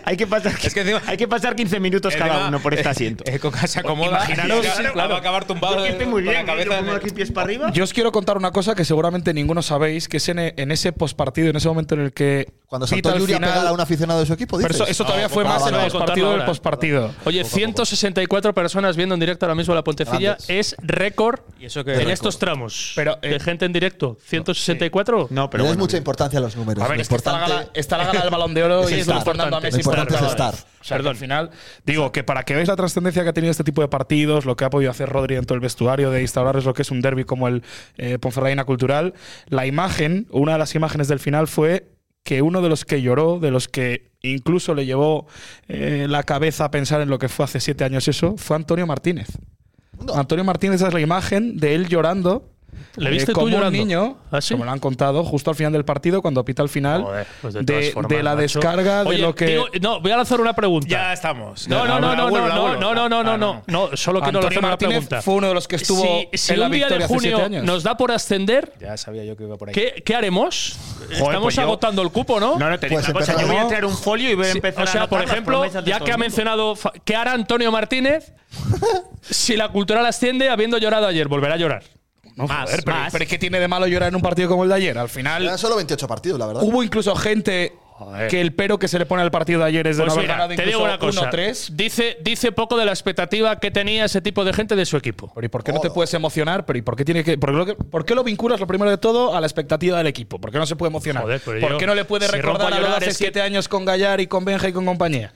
[SPEAKER 6] Hay que pasar,
[SPEAKER 4] Es que encima-
[SPEAKER 6] hay que pasar 15 minutos cada
[SPEAKER 4] Encima,
[SPEAKER 6] uno por
[SPEAKER 4] eh,
[SPEAKER 6] este asiento.
[SPEAKER 4] eh, Coca se acomoda.
[SPEAKER 3] Imaginaros,
[SPEAKER 4] y
[SPEAKER 3] sí, claro.
[SPEAKER 4] va a acabar tumbado.
[SPEAKER 6] Yo que estoy muy
[SPEAKER 4] con la
[SPEAKER 6] bien, ¿eh?
[SPEAKER 4] cabeza
[SPEAKER 6] Yo
[SPEAKER 4] en
[SPEAKER 6] pongo
[SPEAKER 4] el-
[SPEAKER 6] aquí pies para arriba.
[SPEAKER 5] Yo os quiero contar una cosa que seguramente ninguno sabéis, que es en, e- en ese postpartido, en ese momento en el que.
[SPEAKER 1] Cuando
[SPEAKER 5] pita
[SPEAKER 1] saltó
[SPEAKER 5] al
[SPEAKER 1] Yuri a
[SPEAKER 5] final-
[SPEAKER 1] pegar a un aficionado de su equipo,
[SPEAKER 5] Pero
[SPEAKER 1] dices.
[SPEAKER 5] eso, eso todavía
[SPEAKER 1] No,
[SPEAKER 5] fue
[SPEAKER 1] ah,
[SPEAKER 5] más
[SPEAKER 1] vale,
[SPEAKER 5] en el
[SPEAKER 1] vale.
[SPEAKER 3] poco, contarlo
[SPEAKER 5] postpartido del
[SPEAKER 3] ahora.
[SPEAKER 5] postpartido.
[SPEAKER 3] Oye, 164 personas viendo en directo ahora mismo la Pontecilla.
[SPEAKER 1] Grandes.
[SPEAKER 3] Es récord
[SPEAKER 4] ¿Y eso
[SPEAKER 3] en estos tramos.
[SPEAKER 5] Pero, eh,
[SPEAKER 3] de gente en directo. 164.
[SPEAKER 6] No,
[SPEAKER 1] Le
[SPEAKER 6] pero
[SPEAKER 1] das
[SPEAKER 6] bueno,
[SPEAKER 1] mucha importancia a los números.
[SPEAKER 5] A ver,
[SPEAKER 1] lo
[SPEAKER 5] es que está la
[SPEAKER 1] importante-
[SPEAKER 5] gala- está la gala del balón de oro
[SPEAKER 3] Sí,
[SPEAKER 5] y
[SPEAKER 3] es lo
[SPEAKER 5] está Fernando a Messi.
[SPEAKER 3] importante.
[SPEAKER 1] Lo importante
[SPEAKER 5] está
[SPEAKER 1] es
[SPEAKER 5] la gala.
[SPEAKER 1] estar.
[SPEAKER 5] O sea, que al final, digo que para que veáis la trascendencia que ha tenido este tipo de partidos, lo que ha podido hacer Rodri dentro del vestuario, de instaurarles lo que es un derby como el eh, Ponferradina Cultural, la imagen, una de las imágenes del final fue que uno de los que lloró, de los que incluso le llevó eh, la cabeza a pensar en lo que fue hace siete años eso, fue Antonio Martínez.
[SPEAKER 1] No.
[SPEAKER 5] Antonio Martínez, esa es la imagen de él llorando.
[SPEAKER 3] ¿Le
[SPEAKER 5] eh,
[SPEAKER 3] viste tú
[SPEAKER 5] como un
[SPEAKER 3] llorando?
[SPEAKER 5] niño,
[SPEAKER 3] ¿Ah, sí?
[SPEAKER 5] como lo han contado, justo al final del partido, cuando pita al final,
[SPEAKER 3] Joder, pues
[SPEAKER 5] de,
[SPEAKER 3] todas formas,
[SPEAKER 5] de la
[SPEAKER 3] macho.
[SPEAKER 5] descarga, de
[SPEAKER 3] Oye,
[SPEAKER 5] lo que…
[SPEAKER 3] digo- no, voy a lanzar una pregunta.
[SPEAKER 4] Ya estamos.
[SPEAKER 3] No, no, no, no,
[SPEAKER 4] Ahora vuelvo,
[SPEAKER 3] no,
[SPEAKER 4] ahora
[SPEAKER 3] no,
[SPEAKER 4] vuelvo.
[SPEAKER 3] no, no, no,
[SPEAKER 4] Ah,
[SPEAKER 3] no, no, solo quiero
[SPEAKER 5] Antonio
[SPEAKER 3] lanzar una
[SPEAKER 5] Martínez
[SPEAKER 3] pregunta.
[SPEAKER 5] fue uno de los que estuvo
[SPEAKER 3] Si,
[SPEAKER 5] en
[SPEAKER 3] si
[SPEAKER 5] la
[SPEAKER 3] un día de
[SPEAKER 5] victoria hace
[SPEAKER 3] junio
[SPEAKER 5] siete años.
[SPEAKER 3] nos da por ascender,
[SPEAKER 4] Ya sabía yo que iba por ahí.
[SPEAKER 3] ¿qué, qué haremos? Estamos
[SPEAKER 6] pues yo-
[SPEAKER 3] agotando el cupo, ¿no?
[SPEAKER 6] No, no, te digo
[SPEAKER 1] Pues
[SPEAKER 6] una cosa, Yo
[SPEAKER 1] empezamos.
[SPEAKER 6] voy a traer un folio y voy a
[SPEAKER 3] Sí,
[SPEAKER 6] empezar
[SPEAKER 3] o sea,
[SPEAKER 6] a
[SPEAKER 3] por
[SPEAKER 6] anotar las
[SPEAKER 3] ejemplo,
[SPEAKER 6] promesas de
[SPEAKER 3] ya
[SPEAKER 6] todo
[SPEAKER 3] que ha
[SPEAKER 6] el mundo.
[SPEAKER 3] mencionado fa- qué hará Antonio Martínez si la cultural asciende habiendo llorado ayer, volverá a llorar.
[SPEAKER 5] No,
[SPEAKER 6] Más,
[SPEAKER 5] joder, pero,
[SPEAKER 6] más.
[SPEAKER 5] pero es que tiene de malo llorar en un partido como el de ayer. Al final
[SPEAKER 1] Eran solo 28 partidos, la verdad.
[SPEAKER 5] hubo incluso gente que el pero que se le pone al partido de ayer es de
[SPEAKER 3] Pues
[SPEAKER 5] no haber
[SPEAKER 3] mira,
[SPEAKER 5] ganado
[SPEAKER 3] te digo
[SPEAKER 5] incluso
[SPEAKER 3] una cosa.
[SPEAKER 5] 1-3.
[SPEAKER 3] Dice, dice poco de la expectativa que tenía ese tipo de gente de su equipo.
[SPEAKER 5] Pero ¿y por qué no te
[SPEAKER 1] Joder.
[SPEAKER 5] puedes emocionar? Pero ¿y por qué tiene que por, qué lo que- por qué lo vinculas lo primero de todo a la expectativa del equipo? ¿Por qué no se puede emocionar?
[SPEAKER 3] Joder, pero
[SPEAKER 5] ¿Por
[SPEAKER 3] yo-
[SPEAKER 5] qué no le puede
[SPEAKER 3] si rompo a
[SPEAKER 5] recordar a lo de
[SPEAKER 3] llorar
[SPEAKER 5] hace
[SPEAKER 3] es que-
[SPEAKER 5] siete años con Gallar y con Benja y con compañía?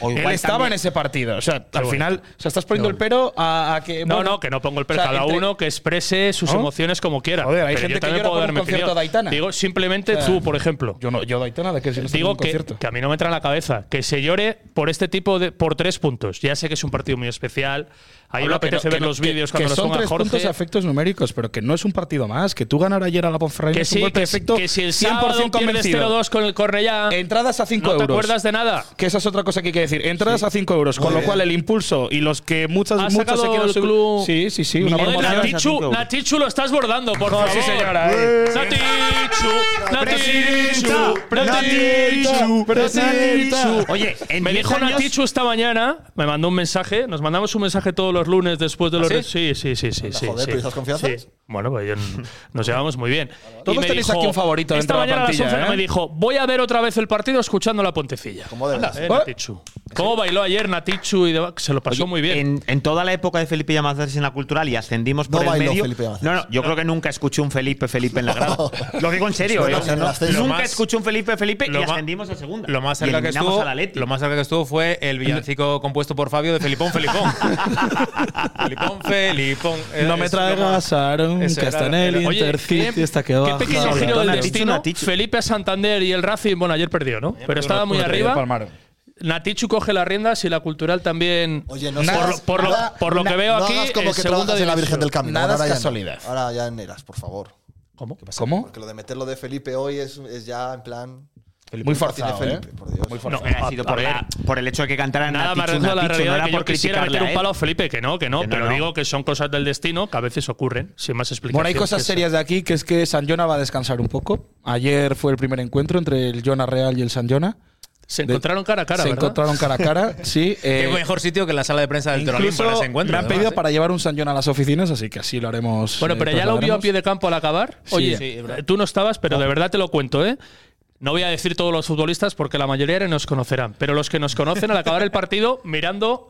[SPEAKER 6] O
[SPEAKER 5] Él
[SPEAKER 6] igual
[SPEAKER 5] estaba
[SPEAKER 6] también-
[SPEAKER 5] en ese partido. O sea, al
[SPEAKER 3] bueno.
[SPEAKER 5] final, o sea, estás poniendo el pero a, a que.
[SPEAKER 3] No,
[SPEAKER 5] bueno,
[SPEAKER 3] no, que no pongo el per.
[SPEAKER 5] o sea,
[SPEAKER 3] cada
[SPEAKER 5] entre-
[SPEAKER 3] uno que exprese sus
[SPEAKER 5] ¿No?
[SPEAKER 3] emociones como quiera.
[SPEAKER 5] Joder, hay
[SPEAKER 3] Pero
[SPEAKER 5] gente
[SPEAKER 3] yo
[SPEAKER 5] que
[SPEAKER 3] también
[SPEAKER 5] llora
[SPEAKER 3] puedo
[SPEAKER 5] por un
[SPEAKER 3] darme
[SPEAKER 5] concierto
[SPEAKER 3] opinión.
[SPEAKER 5] de Aitana.
[SPEAKER 3] Digo, simplemente
[SPEAKER 5] O sea,
[SPEAKER 3] tú, por ejemplo.
[SPEAKER 5] Yo no, yo doy nada de que si no estoy en
[SPEAKER 3] Digo
[SPEAKER 5] un
[SPEAKER 3] que,
[SPEAKER 5] concierto.
[SPEAKER 3] que a mí no me entra en la cabeza que se llore por este tipo de por tres puntos. Ya sé que es un partido muy especial. A mí me
[SPEAKER 5] Hablo que
[SPEAKER 3] apetece
[SPEAKER 5] no-
[SPEAKER 3] ver
[SPEAKER 5] que no-
[SPEAKER 3] los
[SPEAKER 5] que-
[SPEAKER 3] vídeos
[SPEAKER 5] que
[SPEAKER 3] cuando los
[SPEAKER 5] son
[SPEAKER 3] ponga
[SPEAKER 5] tres
[SPEAKER 3] Jorge.
[SPEAKER 5] puntos a efectos numéricos, pero que no es un partido más. Que tú ganar ayer a la Ponferradina
[SPEAKER 3] que
[SPEAKER 5] es un
[SPEAKER 3] sí,
[SPEAKER 5] golpe de
[SPEAKER 3] que, si-
[SPEAKER 5] efecto
[SPEAKER 3] que si el
[SPEAKER 5] 100%
[SPEAKER 3] sábado pierdes
[SPEAKER 5] convencido.
[SPEAKER 3] 0-2 con el Cornellá,
[SPEAKER 5] Entradas a 5
[SPEAKER 3] no
[SPEAKER 5] euros.
[SPEAKER 3] te acuerdas de nada.
[SPEAKER 5] Que esa es otra cosa que hay que decir. Entradas a 5 euros, con
[SPEAKER 1] Muy
[SPEAKER 5] lo
[SPEAKER 1] bien.
[SPEAKER 5] cual el impulso y los que muchas,
[SPEAKER 3] Ha
[SPEAKER 5] muchos se
[SPEAKER 3] sacado
[SPEAKER 5] quieren
[SPEAKER 3] el
[SPEAKER 5] subir-
[SPEAKER 3] club-
[SPEAKER 5] Sí, sí, sí. Una
[SPEAKER 6] Miguel
[SPEAKER 5] promoción. Ah,
[SPEAKER 6] Navarro.
[SPEAKER 3] Natichu,
[SPEAKER 6] euros.
[SPEAKER 3] Natichu lo estás bordando, por favor.
[SPEAKER 5] Sí, señora. eh.
[SPEAKER 3] Natichu, Natichu, Natichu, Natichu.
[SPEAKER 6] Oye, en
[SPEAKER 3] Me
[SPEAKER 6] 10
[SPEAKER 3] dijo
[SPEAKER 6] años-
[SPEAKER 3] Natichu esta mañana, me mandó un mensaje, nos mandamos un mensaje todos los lunes después de los...
[SPEAKER 5] ¿Ah,
[SPEAKER 3] re- sí, sí, sí, sí. sí,
[SPEAKER 1] joder,
[SPEAKER 3] sí.
[SPEAKER 1] ¿pero esas confianzas?
[SPEAKER 3] Sí. Bueno, pues yo- nos llevamos muy bien.
[SPEAKER 5] Todos
[SPEAKER 3] Y me
[SPEAKER 5] tenéis aquí un favorito
[SPEAKER 3] Esta
[SPEAKER 5] dentro de la
[SPEAKER 3] mañana a las
[SPEAKER 5] plantilla,
[SPEAKER 3] 11
[SPEAKER 5] ¿eh?
[SPEAKER 3] me dijo, voy a ver otra vez el partido escuchando la pontecilla.
[SPEAKER 1] Como debe de
[SPEAKER 3] Eh,
[SPEAKER 1] ser.
[SPEAKER 3] Natichu. ¿Cómo bailó ayer Natichu? Y de- se lo pasó
[SPEAKER 6] Oye,
[SPEAKER 3] muy bien.
[SPEAKER 6] En, en toda la época de Felipe Llamazares en la cultural y ascendimos
[SPEAKER 1] No
[SPEAKER 6] por el
[SPEAKER 1] bailó
[SPEAKER 6] medio.
[SPEAKER 1] Felipe Llamazares.
[SPEAKER 6] no, no, yo creo que nunca escuché un Felipe Felipe en la grada. Lo digo en serio,
[SPEAKER 1] No,
[SPEAKER 6] ¿eh?
[SPEAKER 1] no,
[SPEAKER 6] O sea,
[SPEAKER 1] en
[SPEAKER 6] no-
[SPEAKER 1] el ascenso.
[SPEAKER 4] Lo
[SPEAKER 6] nunca
[SPEAKER 4] más-
[SPEAKER 6] escuché un Felipe Felipe
[SPEAKER 4] lo
[SPEAKER 6] y
[SPEAKER 4] ma-
[SPEAKER 6] ascendimos a segunda.
[SPEAKER 4] Lo más,
[SPEAKER 6] Y
[SPEAKER 4] cerca que
[SPEAKER 6] eliminamos
[SPEAKER 4] estuvo,
[SPEAKER 6] al Atleti.
[SPEAKER 4] lo más cerca que estuvo fue el villancico compuesto por Fabio de Felipón Felipón. Felipón Felipón. Era-
[SPEAKER 5] No me
[SPEAKER 4] es lo más-
[SPEAKER 5] traigas a Aaron,
[SPEAKER 4] Ese
[SPEAKER 5] que
[SPEAKER 4] era-
[SPEAKER 5] está en
[SPEAKER 4] era-
[SPEAKER 5] el
[SPEAKER 3] Oye,
[SPEAKER 5] Intercity,
[SPEAKER 3] qué,
[SPEAKER 5] está que
[SPEAKER 3] qué
[SPEAKER 5] baja.
[SPEAKER 3] pequeño
[SPEAKER 6] No,
[SPEAKER 3] giro
[SPEAKER 6] perdona,
[SPEAKER 3] del
[SPEAKER 6] Natichu,
[SPEAKER 3] destino.
[SPEAKER 6] Natichu.
[SPEAKER 3] Felipe a Santander y el Racing, bueno, ayer perdió, ¿no? Pero estaba muy
[SPEAKER 5] Una estrella de
[SPEAKER 3] arriba.
[SPEAKER 5] Palmaro.
[SPEAKER 3] Natichu coge las riendas y la cultural también.
[SPEAKER 1] Oye, no
[SPEAKER 3] por,
[SPEAKER 1] seas-
[SPEAKER 3] lo- por lo,
[SPEAKER 1] nada-
[SPEAKER 3] por lo que
[SPEAKER 1] na-
[SPEAKER 3] veo
[SPEAKER 1] no
[SPEAKER 3] aquí, eh,
[SPEAKER 1] hagas como
[SPEAKER 3] en
[SPEAKER 1] que
[SPEAKER 3] segunda
[SPEAKER 1] trabajas en la Virgen
[SPEAKER 3] división.
[SPEAKER 1] del Camino.
[SPEAKER 5] Nada
[SPEAKER 1] ahora
[SPEAKER 5] es
[SPEAKER 1] ya no.
[SPEAKER 5] casualidad.
[SPEAKER 1] Ahora ya en eras, por favor.
[SPEAKER 5] ¿Cómo? ¿Cómo?
[SPEAKER 1] Porque lo de meterlo de Felipe hoy es, es ya en plan.
[SPEAKER 5] Muy
[SPEAKER 1] Martín de
[SPEAKER 5] forzado,
[SPEAKER 1] Felipe,
[SPEAKER 5] ¿eh?
[SPEAKER 1] por Dios.
[SPEAKER 5] Muy
[SPEAKER 3] No,
[SPEAKER 5] forzado.
[SPEAKER 6] Hubiera
[SPEAKER 3] a-
[SPEAKER 6] sido
[SPEAKER 3] a
[SPEAKER 6] por,
[SPEAKER 3] ver,
[SPEAKER 6] la- por el hecho de que cantaran
[SPEAKER 3] Nada más
[SPEAKER 6] Natichu,
[SPEAKER 3] recuerdo la
[SPEAKER 6] Natichu, no
[SPEAKER 3] realidad
[SPEAKER 6] era
[SPEAKER 3] que yo
[SPEAKER 6] por
[SPEAKER 3] quisiera
[SPEAKER 6] criticarla,
[SPEAKER 3] meter un
[SPEAKER 6] ¿eh?
[SPEAKER 3] palo a Felipe, que no, que no,
[SPEAKER 6] Que no,
[SPEAKER 3] pero
[SPEAKER 6] no.
[SPEAKER 3] digo que son cosas del destino que a veces ocurren, sin más explicación.
[SPEAKER 5] Bueno, hay cosas
[SPEAKER 3] que-
[SPEAKER 5] serias de aquí, que es que San Jona va a descansar un poco. Ayer fue el primer encuentro entre el Jona Real y el San Jona.
[SPEAKER 3] Se encontraron cara a cara,
[SPEAKER 5] Se
[SPEAKER 3] ¿verdad?
[SPEAKER 5] encontraron cara a cara, sí. eh,
[SPEAKER 4] Qué mejor sitio que la sala de prensa del Toralín
[SPEAKER 5] incluso
[SPEAKER 4] para ese encuentro.
[SPEAKER 5] me han
[SPEAKER 4] además,
[SPEAKER 5] pedido
[SPEAKER 4] ¿eh?
[SPEAKER 5] para llevar un San Jona a las oficinas, así que así lo haremos.
[SPEAKER 3] Bueno,
[SPEAKER 5] eh,
[SPEAKER 3] pero ya lo vio a pie
[SPEAKER 5] trasladaremos.
[SPEAKER 3] de campo al acabar. Oye,
[SPEAKER 4] sí, es verdad.
[SPEAKER 3] eh, tú no estabas, pero de verdad te lo cuento, ¿eh? No voy a decir todos los futbolistas porque la mayoría nos conocerán, pero los que nos conocen al acabar el partido mirando,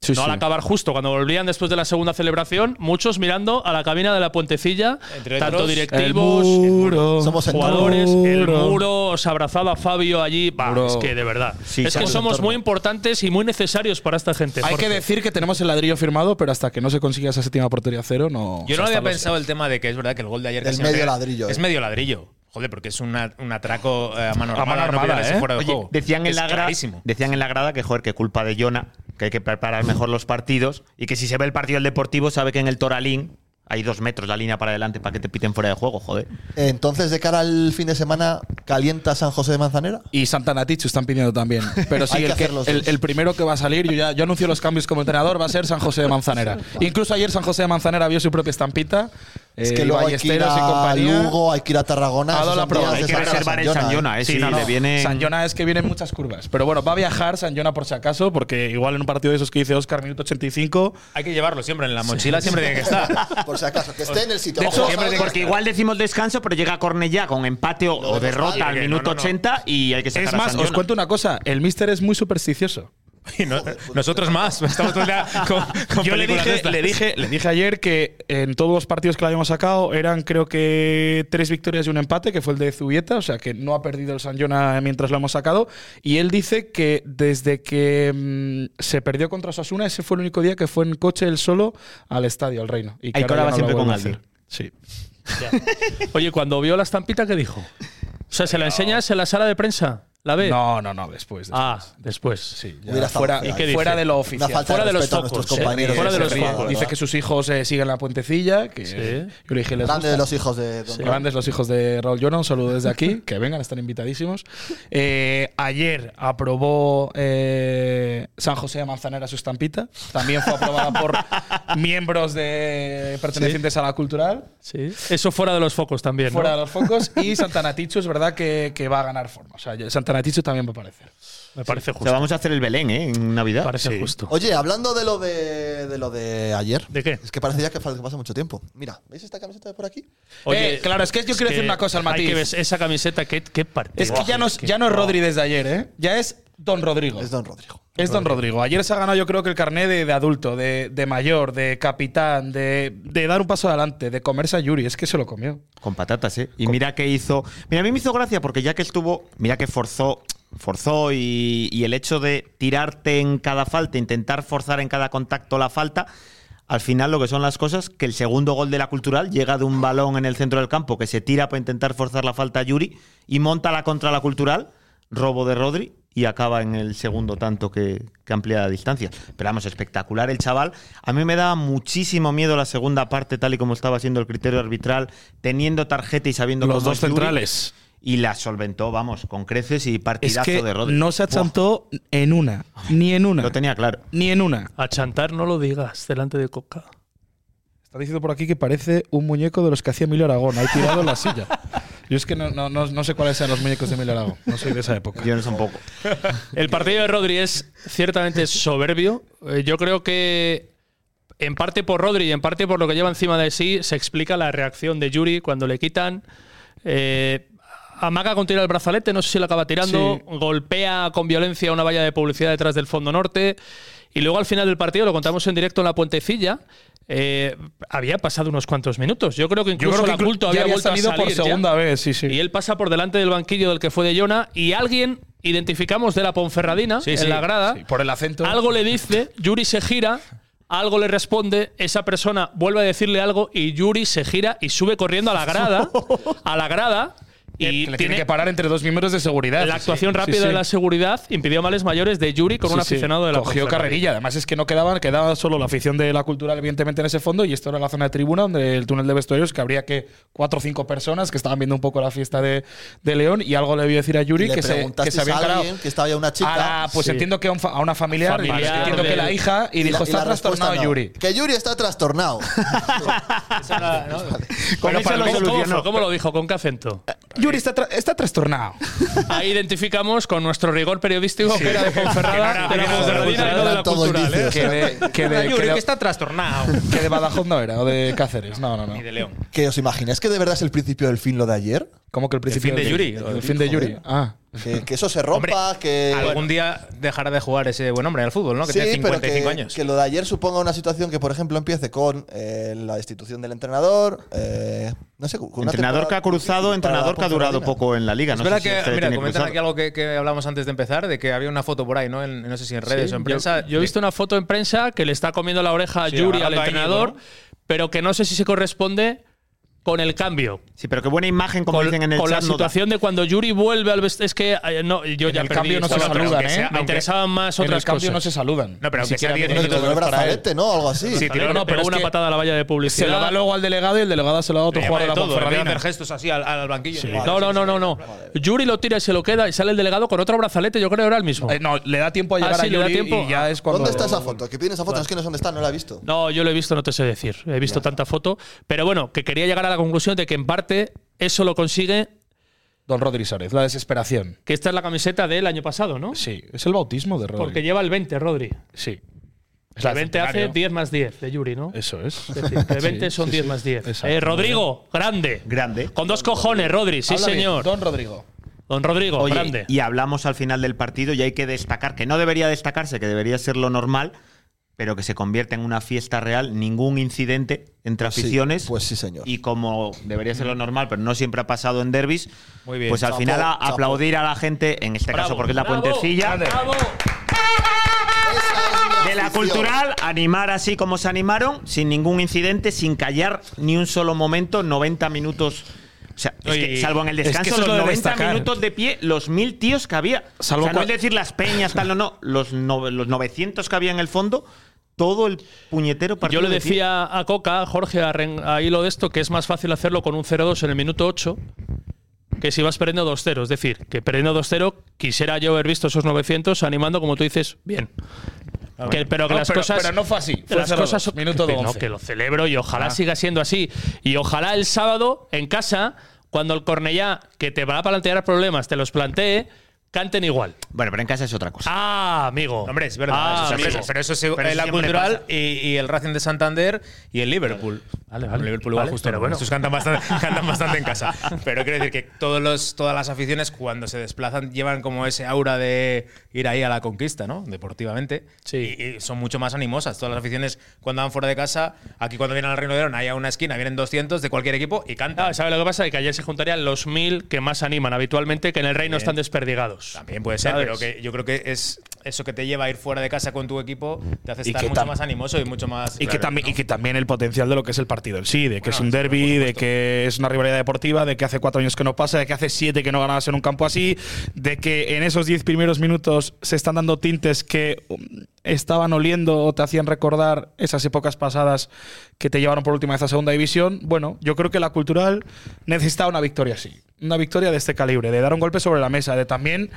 [SPEAKER 5] Sí,
[SPEAKER 3] no
[SPEAKER 5] sí.
[SPEAKER 3] al acabar justo, cuando volvían después de la segunda celebración, muchos mirando a la cabina de la puentecilla,
[SPEAKER 4] Entre
[SPEAKER 3] tanto
[SPEAKER 4] otros,
[SPEAKER 5] El
[SPEAKER 3] directivos,
[SPEAKER 5] muro.
[SPEAKER 1] Somos en torno.
[SPEAKER 3] jugadores, el
[SPEAKER 5] Muro.
[SPEAKER 3] muro, os abrazaba Fabio allí, Bah,
[SPEAKER 5] Muro.
[SPEAKER 3] es que de verdad,
[SPEAKER 6] Sí,
[SPEAKER 3] es que
[SPEAKER 6] somos
[SPEAKER 3] somos
[SPEAKER 6] entorno.
[SPEAKER 3] muy importantes y muy necesarios para esta gente.
[SPEAKER 5] Hay que
[SPEAKER 3] Jorge.
[SPEAKER 5] decir que tenemos el ladrillo firmado, pero hasta que no se consiga esa séptima portería cero, no.
[SPEAKER 4] Yo no
[SPEAKER 5] o sea,
[SPEAKER 4] había
[SPEAKER 5] hasta los-
[SPEAKER 4] pensado el tema de que es verdad que el gol de ayer
[SPEAKER 1] El
[SPEAKER 4] casi
[SPEAKER 1] medio
[SPEAKER 4] no pega.
[SPEAKER 1] ladrillo,
[SPEAKER 4] Es
[SPEAKER 1] eh.
[SPEAKER 4] medio ladrillo. Joder, porque es una- un atraco eh, a mano
[SPEAKER 5] A
[SPEAKER 4] armada.
[SPEAKER 5] mano
[SPEAKER 4] no
[SPEAKER 5] armada,
[SPEAKER 4] pidas
[SPEAKER 5] ¿eh?
[SPEAKER 4] fuera de
[SPEAKER 6] Oye,
[SPEAKER 4] juego.
[SPEAKER 6] decían, en
[SPEAKER 4] Es
[SPEAKER 6] la gra-
[SPEAKER 4] clarísimo.
[SPEAKER 6] decían en la grada que, joder, que culpa de Jona, que hay que preparar mejor los partidos y que si se ve el partido del Deportivo sabe que en el Toralín Hay dos metros la línea para adelante para que te piten fuera de juego, joder.
[SPEAKER 1] Entonces, de cara al fin de semana, ¿calienta San José de Manzanera?
[SPEAKER 5] Y Santana Tichu están pidiendo también. Pero sí,
[SPEAKER 1] Hay que
[SPEAKER 5] el, que-
[SPEAKER 1] hacerlos
[SPEAKER 5] el-
[SPEAKER 1] dos.
[SPEAKER 5] el primero que va a salir, yo ya yo anuncio los cambios como entrenador, va a ser San José de Manzanera. Incluso ayer San José de Manzanera vio su propia estampita.
[SPEAKER 1] Es
[SPEAKER 5] eh,
[SPEAKER 1] que luego hay que ir
[SPEAKER 5] Ballesteros y
[SPEAKER 1] a
[SPEAKER 5] compañía.
[SPEAKER 1] Lugo, hay que ir a Tarragona.
[SPEAKER 5] Ha dado
[SPEAKER 1] esos
[SPEAKER 5] la
[SPEAKER 1] son
[SPEAKER 5] prueba,
[SPEAKER 1] días
[SPEAKER 5] hay
[SPEAKER 1] de
[SPEAKER 5] que
[SPEAKER 1] sacar a
[SPEAKER 6] reservar en San Jona, eh,
[SPEAKER 5] Sí,
[SPEAKER 6] si
[SPEAKER 5] no, no.
[SPEAKER 6] le viene.
[SPEAKER 5] San Jona es que vienen muchas curvas. Pero bueno, va a viajar San Jona por si acaso, porque igual en un partido de esos que dice Oscar, minuto 85.
[SPEAKER 4] Hay que llevarlo siempre en la mochila, siempre tiene que estar.
[SPEAKER 5] ¿eh?
[SPEAKER 1] Por si acaso, que esté en el sitio.
[SPEAKER 4] De
[SPEAKER 1] Ojo,
[SPEAKER 4] hecho,
[SPEAKER 1] ¿sabes?
[SPEAKER 4] siempre
[SPEAKER 6] Porque igual decimos descanso, pero llega Cornellá con empate o, o derrota al
[SPEAKER 4] no,
[SPEAKER 6] minuto
[SPEAKER 4] no, no.
[SPEAKER 6] 80 y hay que sacar
[SPEAKER 5] Es
[SPEAKER 6] a
[SPEAKER 5] más,
[SPEAKER 6] San
[SPEAKER 5] os
[SPEAKER 6] Jona.
[SPEAKER 5] cuento una cosa: el míster es muy supersticioso.
[SPEAKER 4] Y no- nosotros más. Estamos todo el día con, con
[SPEAKER 7] Yo le
[SPEAKER 4] películas de
[SPEAKER 7] dije,
[SPEAKER 4] estas.
[SPEAKER 7] le, dije, le dije ayer que en todos los partidos que le habíamos sacado eran creo que tres victorias y un empate, que fue el de Zubieta, o sea que no ha perdido el San Jona mientras lo hemos sacado. Y él dice que desde que mm, se perdió contra Osasuna, ese fue el único día que fue en coche él solo al estadio, al reino. Y que
[SPEAKER 6] Ahí
[SPEAKER 7] ahora
[SPEAKER 6] colaba
[SPEAKER 7] ya no lo
[SPEAKER 6] siempre
[SPEAKER 7] vuelve
[SPEAKER 6] con
[SPEAKER 7] a hacer.
[SPEAKER 6] alguien.
[SPEAKER 7] Sí.
[SPEAKER 3] Oye, cuando vio la estampita, ¿qué dijo? O sea, ¿se la enseñas en la sala de prensa? ¿La ve?
[SPEAKER 5] No, no, no, después. después.
[SPEAKER 3] Ah, después.
[SPEAKER 5] Sí, ya
[SPEAKER 1] Hubiera estado
[SPEAKER 5] fuera,
[SPEAKER 1] feo.
[SPEAKER 3] ¿Y qué
[SPEAKER 5] fuera
[SPEAKER 3] dice?
[SPEAKER 5] de lo
[SPEAKER 1] Una
[SPEAKER 5] oficial.
[SPEAKER 1] falta
[SPEAKER 3] Fuera
[SPEAKER 1] de
[SPEAKER 3] de los
[SPEAKER 1] respeto a
[SPEAKER 3] focos,
[SPEAKER 1] nuestros
[SPEAKER 3] eh.
[SPEAKER 1] compañeros.
[SPEAKER 3] Fuera de
[SPEAKER 1] se
[SPEAKER 3] los
[SPEAKER 1] ríe,
[SPEAKER 3] focos.
[SPEAKER 1] ¿verdad?
[SPEAKER 5] Dice que sus hijos eh, siguen la puentecilla. Que
[SPEAKER 3] Sí.
[SPEAKER 5] Yo le dije, les
[SPEAKER 1] Grande
[SPEAKER 5] gusta.
[SPEAKER 1] de los hijos de Don Ramón.
[SPEAKER 5] Grandes los hijos de Raúl Llona, un saludo desde aquí, que vengan, están invitadísimos. Eh, ayer aprobó eh, San José de Manzanera su estampita, también fue aprobada por miembros de pertenecientes a la cultural,
[SPEAKER 3] Sí. Eso fuera de los focos también. ¿no?
[SPEAKER 5] fuera de los focos, y Santanatichu es verdad que, que va a ganar forma, o sea, Santanatichu también va a aparecer.
[SPEAKER 3] Me parece
[SPEAKER 6] O sea,
[SPEAKER 3] justo.
[SPEAKER 6] vamos a hacer el Belén, ¿eh? En Navidad.
[SPEAKER 3] parece justo.
[SPEAKER 1] Oye, hablando de lo de, de lo de ayer.
[SPEAKER 3] ¿De qué?
[SPEAKER 1] Es que parece ya que fa- que pasa mucho tiempo. Mira, ¿veis esta camiseta de por aquí?
[SPEAKER 5] Eh, claro, es que yo quiero decir una cosa al
[SPEAKER 3] hay
[SPEAKER 5] matiz.
[SPEAKER 3] que ver esa camiseta, qué, qué partido.
[SPEAKER 5] Es que ya no es, ya no es Rodri desde ayer, ¿eh? ya es Don Rodrigo.
[SPEAKER 1] Es Don Rodrigo.
[SPEAKER 5] Es Don Rodrigo. Ayer se ha ganado, yo creo que el carné de, de adulto, de, de mayor, de capitán, de, de dar un paso adelante, de comerse a Yuri. Es que se lo comió.
[SPEAKER 6] Con patatas, ¿eh? Y mira que hizo. Mira, a mí me hizo gracia porque ya que estuvo. Mira que forzó. Forzó y, y el hecho de tirarte en cada falta, intentar forzar en cada contacto la falta. Al final, lo que son las cosas, que el segundo gol de la cultural llega de un balón en el centro del campo que se tira para intentar forzar la falta a Yuri y monta la contra la cultural, robo de Rodri y acaba en el segundo tanto que, que amplía la distancia. Pero vamos, espectacular el chaval. A mí me daba muchísimo miedo la segunda parte, tal y como estaba siendo el criterio arbitral, teniendo tarjeta y sabiendo cómo es Yuri. Y la solventó, vamos, con creces y
[SPEAKER 5] Es
[SPEAKER 6] partidazo
[SPEAKER 5] que
[SPEAKER 6] de Rodri.
[SPEAKER 5] no se achantó en una, ni en
[SPEAKER 6] Buah,
[SPEAKER 5] una,
[SPEAKER 6] lo tenía claro.
[SPEAKER 5] ni en una.
[SPEAKER 3] A chantar no lo digas delante de Coca.
[SPEAKER 5] Está diciendo por aquí que parece un muñeco de los que hacía Emilio Aragón. Ahí tirado en la silla. Yo es que no, no, no, no sé cuáles sean los muñecos de Emilio Aragón. No soy de esa época.
[SPEAKER 6] Yo no sé un poco.
[SPEAKER 3] El partido de Rodri es ciertamente soberbio. Eh, Yo creo que en parte por Rodri y en parte por lo que lleva encima de sí se explica la reacción de Yuri cuando le quitan. Eh, amaga con tirar el brazalete, no sé si lo acaba tirando. Golpea con violencia una valla de publicidad detrás del fondo norte. Y luego al final del partido, lo contamos en directo en la puentecilla. eh, había pasado unos cuantos minutos. Yo creo que incluso la
[SPEAKER 5] inclu-
[SPEAKER 3] culto
[SPEAKER 5] ya
[SPEAKER 3] había, vuelto
[SPEAKER 5] salido
[SPEAKER 3] a
[SPEAKER 5] por
[SPEAKER 3] salir ya.
[SPEAKER 5] segunda vez, sí, sí.
[SPEAKER 3] Y él pasa por delante del banquillo del que fue de Jona y alguien identificamos de la Ponferradina
[SPEAKER 5] Sí,
[SPEAKER 3] en
[SPEAKER 5] sí,
[SPEAKER 3] la grada.
[SPEAKER 5] sí, por el acento.
[SPEAKER 3] Algo le dice, Yuri se gira, algo le responde, esa persona vuelve a decirle algo y Yuri se gira y sube corriendo a la grada, a la grada
[SPEAKER 5] Que-
[SPEAKER 3] y
[SPEAKER 5] que le tiene
[SPEAKER 3] tiene
[SPEAKER 5] que parar entre dos miembros de seguridad.
[SPEAKER 3] la
[SPEAKER 5] Sí,
[SPEAKER 3] actuación
[SPEAKER 5] sí,
[SPEAKER 3] rápida
[SPEAKER 5] sí.
[SPEAKER 3] de la seguridad impidió males mayores de Yuri con un
[SPEAKER 5] Sí, sí.
[SPEAKER 3] aficionado de la
[SPEAKER 5] Cogió
[SPEAKER 3] Ponferradina.
[SPEAKER 5] carrerilla. Además, es que no quedaban, quedaba solo la afición de la cultural, evidentemente, en ese fondo. Y esto era la zona de tribuna, donde el túnel de vestuarios, que habría que cuatro o cinco personas que estaban viendo un poco la fiesta de, de León. Y algo le vio decir a Yuri
[SPEAKER 1] Le
[SPEAKER 5] que se, que
[SPEAKER 1] preguntasteis
[SPEAKER 5] se había
[SPEAKER 1] a
[SPEAKER 5] encarado.
[SPEAKER 1] alguien que estaba ya una chica.
[SPEAKER 5] A la- pues
[SPEAKER 3] Sí.
[SPEAKER 5] entiendo que a, un fa- a una familiar,
[SPEAKER 3] Familiar
[SPEAKER 5] entiendo que
[SPEAKER 3] del-
[SPEAKER 5] la hija, y,
[SPEAKER 1] la-
[SPEAKER 5] dijo:
[SPEAKER 1] la
[SPEAKER 5] Está
[SPEAKER 1] respuesta
[SPEAKER 5] trastornado
[SPEAKER 1] no.
[SPEAKER 5] Yuri.
[SPEAKER 1] Que Yuri está trastornado.
[SPEAKER 3] Pero
[SPEAKER 6] eso
[SPEAKER 3] para-
[SPEAKER 6] lo
[SPEAKER 3] ¿cómo- cómo
[SPEAKER 6] solucionó.
[SPEAKER 3] fue? ¿Cómo lo dijo? ¿Con qué acento?
[SPEAKER 5] Yuri está, tra- está trastornado.
[SPEAKER 3] Ahí identificamos con nuestro rigor periodístico que era de Ponferrada, de la Ponferradina y no de la
[SPEAKER 1] Todo
[SPEAKER 3] Cultural. ¿eh?
[SPEAKER 1] indicio.
[SPEAKER 5] que, de, que, de, que,
[SPEAKER 4] Yuri, que
[SPEAKER 5] de,
[SPEAKER 4] está trastornado.
[SPEAKER 5] que de Badajoz no era, o de Cáceres. No, no, no.
[SPEAKER 4] Y de León.
[SPEAKER 1] ¿Que os imagináis que de verdad es el principio del fin lo de ayer?
[SPEAKER 5] ¿Cómo que el principio?
[SPEAKER 4] fin de Yuri.
[SPEAKER 5] El fin de Yuri. Ah.
[SPEAKER 1] Que, que eso se rompa,
[SPEAKER 5] Eh,
[SPEAKER 1] que.
[SPEAKER 4] Algún día dejará de jugar ese buen hombre al fútbol, ¿no? Que
[SPEAKER 1] Sí,
[SPEAKER 4] tiene
[SPEAKER 1] pero
[SPEAKER 4] 55
[SPEAKER 1] que,
[SPEAKER 4] años.
[SPEAKER 1] que lo de ayer suponga una situación que, por ejemplo, empiece con eh, la destitución del entrenador. eh, no sé, con una
[SPEAKER 6] Entrenador que ha
[SPEAKER 1] temporada
[SPEAKER 6] cruzado,
[SPEAKER 1] difícil para
[SPEAKER 6] entrenador que ha durado
[SPEAKER 1] Ponferradina.
[SPEAKER 6] poco en la liga.
[SPEAKER 4] Es
[SPEAKER 6] no sé
[SPEAKER 4] verdad
[SPEAKER 6] si
[SPEAKER 5] este
[SPEAKER 4] que,
[SPEAKER 6] usted
[SPEAKER 4] mira,
[SPEAKER 6] tiene
[SPEAKER 4] comentan
[SPEAKER 6] cruzado.
[SPEAKER 4] aquí algo que, que hablábamos antes de empezar, de que había una foto por ahí, ¿no? En- no sé si en redes o en
[SPEAKER 3] yo-
[SPEAKER 4] prensa.
[SPEAKER 3] Yo, he visto una foto en prensa que le está comiendo la oreja a
[SPEAKER 4] Sí,
[SPEAKER 3] Yuri al
[SPEAKER 4] agarrando a Íñigo,
[SPEAKER 3] entrenador,
[SPEAKER 4] ¿no?
[SPEAKER 3] pero que no sé si se corresponde con el cambio.
[SPEAKER 6] Sí, pero qué buena imagen, como
[SPEAKER 3] Con,
[SPEAKER 6] dicen en el
[SPEAKER 3] con la
[SPEAKER 6] chat. no da.
[SPEAKER 3] situación de cuando Yuri vuelve al vest- Es que eh, no, yo
[SPEAKER 5] En
[SPEAKER 3] ya
[SPEAKER 5] el
[SPEAKER 3] perdí
[SPEAKER 5] cambio no
[SPEAKER 3] esta
[SPEAKER 5] se
[SPEAKER 3] otra.
[SPEAKER 5] saludan, ¿eh?
[SPEAKER 3] Me
[SPEAKER 5] Aunque-
[SPEAKER 3] interesaban más
[SPEAKER 5] en el
[SPEAKER 3] otras
[SPEAKER 5] cambio
[SPEAKER 3] cosas.
[SPEAKER 5] no se saludan.
[SPEAKER 4] No,
[SPEAKER 5] Ni
[SPEAKER 4] pero aunque sea
[SPEAKER 5] siquiera
[SPEAKER 4] 10
[SPEAKER 5] minutos.
[SPEAKER 1] Bueno,
[SPEAKER 4] minutos
[SPEAKER 1] te lo
[SPEAKER 4] no es para
[SPEAKER 1] brazalete, ¿no? Algo así.
[SPEAKER 5] Sí,
[SPEAKER 3] Pero
[SPEAKER 5] tiró, no, pero es
[SPEAKER 3] una
[SPEAKER 5] que
[SPEAKER 3] patada a la valla de publicidad.
[SPEAKER 5] Se lo da luego al de Legado y el delegado se lo da a otro
[SPEAKER 4] Llama
[SPEAKER 5] jugador
[SPEAKER 4] de
[SPEAKER 5] de la
[SPEAKER 4] todo, empieza a
[SPEAKER 5] Ponferradina.
[SPEAKER 4] hacer gestos así al, al banquillo.
[SPEAKER 3] No, no, no, no, no. Yuri lo tira y se lo queda y sale el delegado con otro brazalete, yo creo era el mismo.
[SPEAKER 5] Eh, no, le da tiempo a
[SPEAKER 3] Ah,
[SPEAKER 5] llegar
[SPEAKER 3] sí,
[SPEAKER 5] a
[SPEAKER 3] le da
[SPEAKER 5] Yuri
[SPEAKER 3] tiempo.
[SPEAKER 5] y ya es cuando…
[SPEAKER 1] ¿Dónde está esa foto? Que piden esa foto, es que no sé dónde está, no la he visto.
[SPEAKER 3] No, yo lo he visto, no te sé decir. He visto tanta foto. Pero bueno, que quería llegar a la conclusión de que en parte eso lo consigue,
[SPEAKER 5] Don Rodri Sárez, la desesperación.
[SPEAKER 3] que esta es la camiseta del año pasado, ¿no?
[SPEAKER 5] Sí, es el bautismo de Rodri.
[SPEAKER 3] Porque lleva el 20, Rodri.
[SPEAKER 5] sí. Es la
[SPEAKER 3] El 20 hace
[SPEAKER 5] centenario.
[SPEAKER 3] 10 más 10 de Yuri, ¿no?
[SPEAKER 5] Eso es.
[SPEAKER 3] Es decir, que el 20
[SPEAKER 5] Sí,
[SPEAKER 3] son
[SPEAKER 5] sí,
[SPEAKER 3] 10
[SPEAKER 5] sí.
[SPEAKER 3] más 10.
[SPEAKER 5] Exacto.
[SPEAKER 3] Eh, Rodrigo, grande.
[SPEAKER 6] Grande.
[SPEAKER 3] Con dos cojones, Rodri, sí
[SPEAKER 5] Habla bien,
[SPEAKER 3] señor.
[SPEAKER 5] Don Rodrigo.
[SPEAKER 3] Don Rodrigo,
[SPEAKER 6] Oye,
[SPEAKER 3] grande.
[SPEAKER 6] y hablamos al final del partido y hay que destacar, que no debería destacarse, que debería ser lo normal, pero que se convierte en una fiesta real, ningún incidente entre
[SPEAKER 1] Sí,
[SPEAKER 6] aficiones.
[SPEAKER 1] Pues sí, señor.
[SPEAKER 6] y como debería ser lo normal, pero no siempre ha pasado en derbis,
[SPEAKER 4] Muy bien.
[SPEAKER 6] pues al
[SPEAKER 1] Chapo,
[SPEAKER 6] final a-
[SPEAKER 1] chapo.
[SPEAKER 6] aplaudir a la gente, en este caso porque es la
[SPEAKER 3] bravo,
[SPEAKER 6] puentecilla,
[SPEAKER 3] bravo.
[SPEAKER 1] Esa es mi
[SPEAKER 6] de la
[SPEAKER 1] afición.
[SPEAKER 6] cultural, animar así como se animaron, sin ningún incidente, sin callar ni un solo momento, 90 minutos. O sea, es que,
[SPEAKER 4] Oye,
[SPEAKER 6] salvo en el
[SPEAKER 5] es que
[SPEAKER 6] descanso,
[SPEAKER 5] eso es
[SPEAKER 6] los
[SPEAKER 5] lo de
[SPEAKER 6] 90
[SPEAKER 5] destacar.
[SPEAKER 6] minutos de pie, los mil tíos que había.
[SPEAKER 5] Salvo
[SPEAKER 6] o sea, no
[SPEAKER 5] cua-
[SPEAKER 6] es decir las peñas, tal, no, no. Los, no- los 900 que había en el fondo, todo el puñetero partido.
[SPEAKER 3] Yo le
[SPEAKER 6] de pie.
[SPEAKER 3] decía a Coca, Jorge, a, Ren- a hilo de esto, que es más fácil hacerlo con un 0-2 en el minuto 8 que si vas perdiendo 2-0. Es decir, que perdiendo 2-0 quisiera yo haber visto esos 900 animando, como tú dices, bien. Que- pero que
[SPEAKER 5] No,
[SPEAKER 3] las
[SPEAKER 5] pero-
[SPEAKER 3] cosas.
[SPEAKER 5] pero no fue así, fue
[SPEAKER 3] las
[SPEAKER 5] 0-2,
[SPEAKER 3] cosas son-
[SPEAKER 5] minuto Ah.
[SPEAKER 3] que no,
[SPEAKER 5] 11.
[SPEAKER 3] que lo celebro y ojalá siga siendo así. Y ojalá el sábado, en casa, cuando el Cornellá, que te va a plantear problemas, te los plantee, canten igual.
[SPEAKER 6] Bueno, pero en casa es otra cosa.
[SPEAKER 3] ¡Ah, amigo!
[SPEAKER 4] Hombre, es verdad.
[SPEAKER 3] Ah,
[SPEAKER 4] eso se
[SPEAKER 3] amigo.
[SPEAKER 4] aprecia. pero eso es
[SPEAKER 6] Pero
[SPEAKER 4] la
[SPEAKER 6] siempre
[SPEAKER 4] cultural
[SPEAKER 6] pasa.
[SPEAKER 4] y, y el Racing de Santander y el Liverpool.
[SPEAKER 3] Vale, vale.
[SPEAKER 4] El Liverpool igual
[SPEAKER 3] Vale,
[SPEAKER 4] justo.
[SPEAKER 3] pero
[SPEAKER 4] no,
[SPEAKER 3] bueno.
[SPEAKER 4] Estos cantan bastante, cantan bastante en casa. Pero quiero decir que todos los, todas las aficiones cuando se desplazan llevan como ese aura de ir ahí a la conquista, ¿no? Deportivamente.
[SPEAKER 3] Sí.
[SPEAKER 4] Y, y son mucho más animosas. Todas las aficiones cuando van fuera de casa, aquí cuando vienen al Reino de León, hay a una esquina, vienen 200 de cualquier equipo y cantan.
[SPEAKER 3] Ah, ¿Sabes lo que pasa? Que ayer se juntarían los mil que más animan habitualmente, que en el reino están desperdigados.
[SPEAKER 4] También puede ser,
[SPEAKER 3] ¿Sabes?
[SPEAKER 4] pero que yo creo que es eso que te lleva a ir fuera de casa con tu equipo, te hace
[SPEAKER 5] Y
[SPEAKER 4] estar
[SPEAKER 5] que
[SPEAKER 4] mucho
[SPEAKER 5] tam-
[SPEAKER 4] más animoso y mucho más.
[SPEAKER 5] Y, que
[SPEAKER 4] Claro,
[SPEAKER 5] también,
[SPEAKER 4] ¿no?
[SPEAKER 5] y que también el potencial de lo que es el partido en sí, de que es un derby, de que es una rivalidad deportiva, de que hace cuatro años que no pasa, de que hace siete que no ganabas en un campo así, de que en esos diez primeros minutos se están dando tintes que um, estaban oliendo o te hacían recordar esas épocas pasadas que te llevaron por última vez a segunda división. Bueno, yo creo que la cultural necesitaba una victoria así. Una victoria de este calibre, de dar un golpe sobre la mesa, de también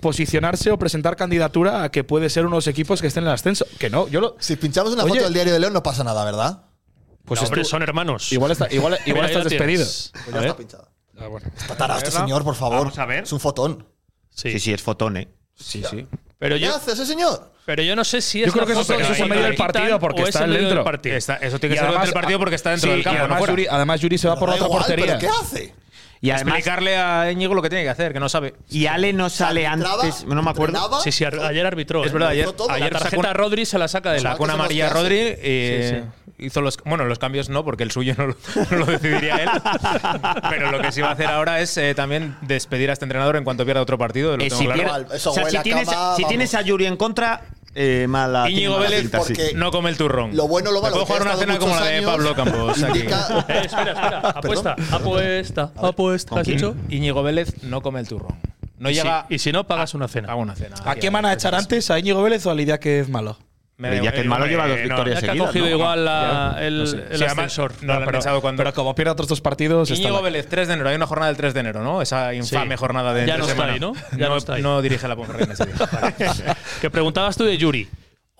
[SPEAKER 5] posicionarse o presentar candidatura a que puede ser unos equipos que estén en el ascenso. Que no, yo lo,
[SPEAKER 1] Si pinchamos una
[SPEAKER 5] Oye.
[SPEAKER 1] foto del diario de León no pasa nada, ¿verdad?
[SPEAKER 5] pues
[SPEAKER 3] No, hombre,
[SPEAKER 5] estu-
[SPEAKER 3] son hermanos.
[SPEAKER 5] Igual, está- igual,
[SPEAKER 3] Mira,
[SPEAKER 5] igual
[SPEAKER 3] ahí
[SPEAKER 5] estás
[SPEAKER 3] lo
[SPEAKER 5] despedido.
[SPEAKER 3] tienes.
[SPEAKER 1] Pues ya está pinchada.
[SPEAKER 5] Ah, bueno.
[SPEAKER 1] Está tarado este señor, por favor.
[SPEAKER 6] Vamos a ver.
[SPEAKER 1] Es un fotón.
[SPEAKER 3] Sí.
[SPEAKER 6] Sí, sí, es fotón, ¿eh?
[SPEAKER 4] Sí, sí.
[SPEAKER 3] Pero,
[SPEAKER 1] ¿Qué
[SPEAKER 3] yo,
[SPEAKER 1] hace ese señor?
[SPEAKER 3] pero yo no sé si
[SPEAKER 5] Yo
[SPEAKER 3] es.
[SPEAKER 5] creo
[SPEAKER 3] la
[SPEAKER 5] que eso
[SPEAKER 3] foto
[SPEAKER 4] es- eso es
[SPEAKER 3] la
[SPEAKER 4] en medio del
[SPEAKER 3] quitan
[SPEAKER 5] partido, porque
[SPEAKER 3] o es
[SPEAKER 5] está
[SPEAKER 3] en medio del
[SPEAKER 5] dentro.
[SPEAKER 3] partido.
[SPEAKER 4] Está- eso tiene
[SPEAKER 5] Y
[SPEAKER 4] que ser
[SPEAKER 5] además-
[SPEAKER 4] dentro del partido porque está dentro
[SPEAKER 5] Sí,
[SPEAKER 4] del
[SPEAKER 5] y
[SPEAKER 4] campo, no
[SPEAKER 5] además,
[SPEAKER 4] fuera.
[SPEAKER 5] Yuri, además Yuri se va por la
[SPEAKER 1] Da
[SPEAKER 5] otra
[SPEAKER 1] igual,
[SPEAKER 5] portería.
[SPEAKER 1] ¿Pero qué hace?
[SPEAKER 6] Y además,
[SPEAKER 4] Explicarle a Íñigo lo que tiene que hacer, que no sabe.
[SPEAKER 6] y Ale no sale
[SPEAKER 1] ¿Entraba?
[SPEAKER 6] antes, no me acuerdo.
[SPEAKER 1] ¿Entrenaba?
[SPEAKER 3] Sí, sí, ar- ayer arbitró.
[SPEAKER 4] Es
[SPEAKER 3] ¿eh?
[SPEAKER 4] verdad,
[SPEAKER 1] lo
[SPEAKER 4] ayer,
[SPEAKER 1] hizo todo.
[SPEAKER 4] ayer
[SPEAKER 3] La
[SPEAKER 4] sacó,
[SPEAKER 3] tarjeta a Rodri se la saca de la.
[SPEAKER 4] sacó una
[SPEAKER 1] Son los que
[SPEAKER 4] amarilla a
[SPEAKER 1] hacen.
[SPEAKER 4] Rodri. eh, Hizo los. Bueno, los cambios no, porque el suyo no lo, no lo decidiría él. Pero lo que sí va a hacer ahora es eh, también despedir a este entrenador en cuanto pierda otro partido. Lo
[SPEAKER 6] Eh,
[SPEAKER 4] tengo
[SPEAKER 6] si
[SPEAKER 4] claro.
[SPEAKER 6] pierde-
[SPEAKER 1] Eso
[SPEAKER 6] o sea,
[SPEAKER 1] huele
[SPEAKER 6] si
[SPEAKER 1] a
[SPEAKER 6] tienes,
[SPEAKER 1] cama,
[SPEAKER 6] si
[SPEAKER 1] vamos.
[SPEAKER 6] tienes a Yuri en contra, eh, mala. tiene
[SPEAKER 4] Íñigo
[SPEAKER 6] mala
[SPEAKER 4] Vélez,
[SPEAKER 6] pinta, sí.
[SPEAKER 1] porque-
[SPEAKER 4] no come el turrón.
[SPEAKER 1] Lo bueno, lo
[SPEAKER 4] Me
[SPEAKER 1] malo.
[SPEAKER 4] Puedo
[SPEAKER 1] que
[SPEAKER 4] jugar
[SPEAKER 1] ha
[SPEAKER 4] una
[SPEAKER 1] estado
[SPEAKER 4] cena como la
[SPEAKER 1] muchos
[SPEAKER 4] de
[SPEAKER 1] años,
[SPEAKER 4] Pablo Campos. aquí.
[SPEAKER 1] indica-
[SPEAKER 3] Eh, espera, espera. Apuesta, apuesta, apuesta. ¿Has dicho?
[SPEAKER 4] Íñigo Vélez no come el turrón. No
[SPEAKER 3] Y si-
[SPEAKER 4] llega.
[SPEAKER 3] y si no, pagas una cena.
[SPEAKER 4] Paga una cena.
[SPEAKER 5] ¿A quién van a echar antes? ¿A Íñigo Vélez o a Lidia que es malo?
[SPEAKER 6] Pero ya que el malo lleva dos
[SPEAKER 3] Ya
[SPEAKER 6] victorias
[SPEAKER 3] que ha
[SPEAKER 6] seguidas,
[SPEAKER 3] cogido
[SPEAKER 6] ¿no?
[SPEAKER 3] igual la- el,
[SPEAKER 4] sé.
[SPEAKER 3] el
[SPEAKER 4] Eh, Sí, además,
[SPEAKER 3] ascensor.
[SPEAKER 4] no lo han pensado cuando.
[SPEAKER 5] Pero como pierda otros dos partidos, está
[SPEAKER 4] Íñigo
[SPEAKER 5] la-
[SPEAKER 4] Vélez, 3 de enero. Hay una jornada del 3 de enero, ¿no? Esa infame
[SPEAKER 3] Sí.
[SPEAKER 4] jornada de
[SPEAKER 3] Ya
[SPEAKER 4] entre
[SPEAKER 3] no está
[SPEAKER 4] semana.
[SPEAKER 3] ahí, ¿no? Ya no está ahí.
[SPEAKER 4] dirige la Ponferradina ese día.
[SPEAKER 3] Que preguntabas tú de Yuri.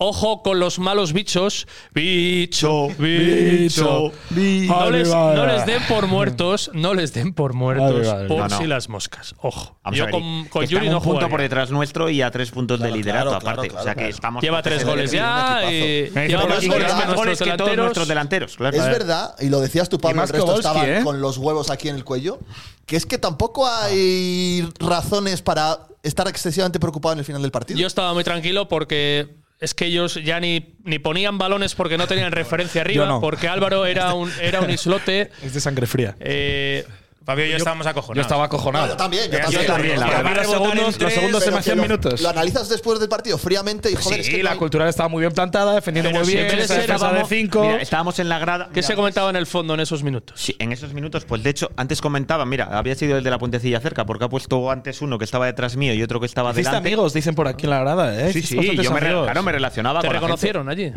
[SPEAKER 3] Ojo con los malos bichos. Bicho, bicho. No les, no les den por muertos, no les den por muertos, por
[SPEAKER 6] No, no.
[SPEAKER 3] si las moscas. Ojo.
[SPEAKER 6] Vamos a
[SPEAKER 3] Yo
[SPEAKER 6] ver,
[SPEAKER 3] con,
[SPEAKER 6] que
[SPEAKER 3] con
[SPEAKER 6] está
[SPEAKER 3] Yuri
[SPEAKER 6] un
[SPEAKER 3] no
[SPEAKER 6] punto por
[SPEAKER 3] jugaría.
[SPEAKER 6] detrás nuestro y a tres puntos de liderato
[SPEAKER 1] claro,
[SPEAKER 6] aparte.
[SPEAKER 1] claro,
[SPEAKER 6] o sea que
[SPEAKER 1] claro.
[SPEAKER 6] estamos
[SPEAKER 3] Lleva tres
[SPEAKER 1] Ese
[SPEAKER 3] goles
[SPEAKER 1] es el
[SPEAKER 3] ya.
[SPEAKER 1] equipazo.
[SPEAKER 3] y
[SPEAKER 5] Me dice
[SPEAKER 3] lleva
[SPEAKER 5] por
[SPEAKER 3] más
[SPEAKER 5] aquí
[SPEAKER 3] goles
[SPEAKER 6] Íñigo
[SPEAKER 3] que
[SPEAKER 6] Vélez más goles
[SPEAKER 3] nuestros
[SPEAKER 6] que todos nuestros
[SPEAKER 3] delanteros.
[SPEAKER 6] delanteros, claro.
[SPEAKER 1] Es verdad, y lo decías tú, Pablo,
[SPEAKER 5] más
[SPEAKER 1] el resto
[SPEAKER 5] Kowalski,
[SPEAKER 1] estaba
[SPEAKER 5] ¿eh?
[SPEAKER 1] con los huevos aquí en el cuello, que es que tampoco hay razones para estar excesivamente preocupado en el final del partido.
[SPEAKER 3] Yo estaba muy tranquilo porque es que ellos ya ni, ni ponían balones porque no tenían referencia arriba,
[SPEAKER 5] no.
[SPEAKER 3] porque Álvaro era un, era un islote.
[SPEAKER 5] Es de sangre fría.
[SPEAKER 3] Eh,
[SPEAKER 4] Fabio y yo, estábamos acojonados.
[SPEAKER 5] Yo estaba acojonado.
[SPEAKER 1] Yo también, yo
[SPEAKER 4] Yo
[SPEAKER 1] también.
[SPEAKER 4] también, la
[SPEAKER 1] Pero
[SPEAKER 4] verdad.
[SPEAKER 1] va a
[SPEAKER 5] Los
[SPEAKER 1] rebotar
[SPEAKER 5] segundos-
[SPEAKER 1] en
[SPEAKER 5] los
[SPEAKER 1] tres,
[SPEAKER 5] segundos se
[SPEAKER 1] pero
[SPEAKER 5] me hacían
[SPEAKER 1] que lo-
[SPEAKER 5] minutos.
[SPEAKER 1] Lo analizas después del partido fríamente y joder, es
[SPEAKER 5] Sí,
[SPEAKER 1] que
[SPEAKER 5] la
[SPEAKER 1] no-
[SPEAKER 5] cultural estaba muy bien plantada, defendiendo
[SPEAKER 3] Pero
[SPEAKER 5] muy
[SPEAKER 3] si
[SPEAKER 5] bien,
[SPEAKER 3] en vez de
[SPEAKER 5] esa
[SPEAKER 3] ser
[SPEAKER 5] defensa de
[SPEAKER 3] vamos-
[SPEAKER 5] 5.
[SPEAKER 6] Mira, pues- estábamos en la grada.
[SPEAKER 3] ¿Qué se comentaba en el fondo en esos minutos?
[SPEAKER 6] Sí, en esos minutos, pues de hecho, antes comentaba, mira, había sido el de la puentecilla cerca, porque ha puesto antes uno que estaba detrás mío y otro que estaba
[SPEAKER 5] Hiciste
[SPEAKER 6] delante.
[SPEAKER 5] amigos, dicen por aquí en la grada, ¿eh?
[SPEAKER 6] Sí,
[SPEAKER 5] Hiciste
[SPEAKER 6] sí,
[SPEAKER 5] bastantes
[SPEAKER 6] yo me, re-
[SPEAKER 5] amigos.
[SPEAKER 6] claro, me relacionaba
[SPEAKER 3] ¿Te
[SPEAKER 6] con la gente.
[SPEAKER 3] reconocieron allí?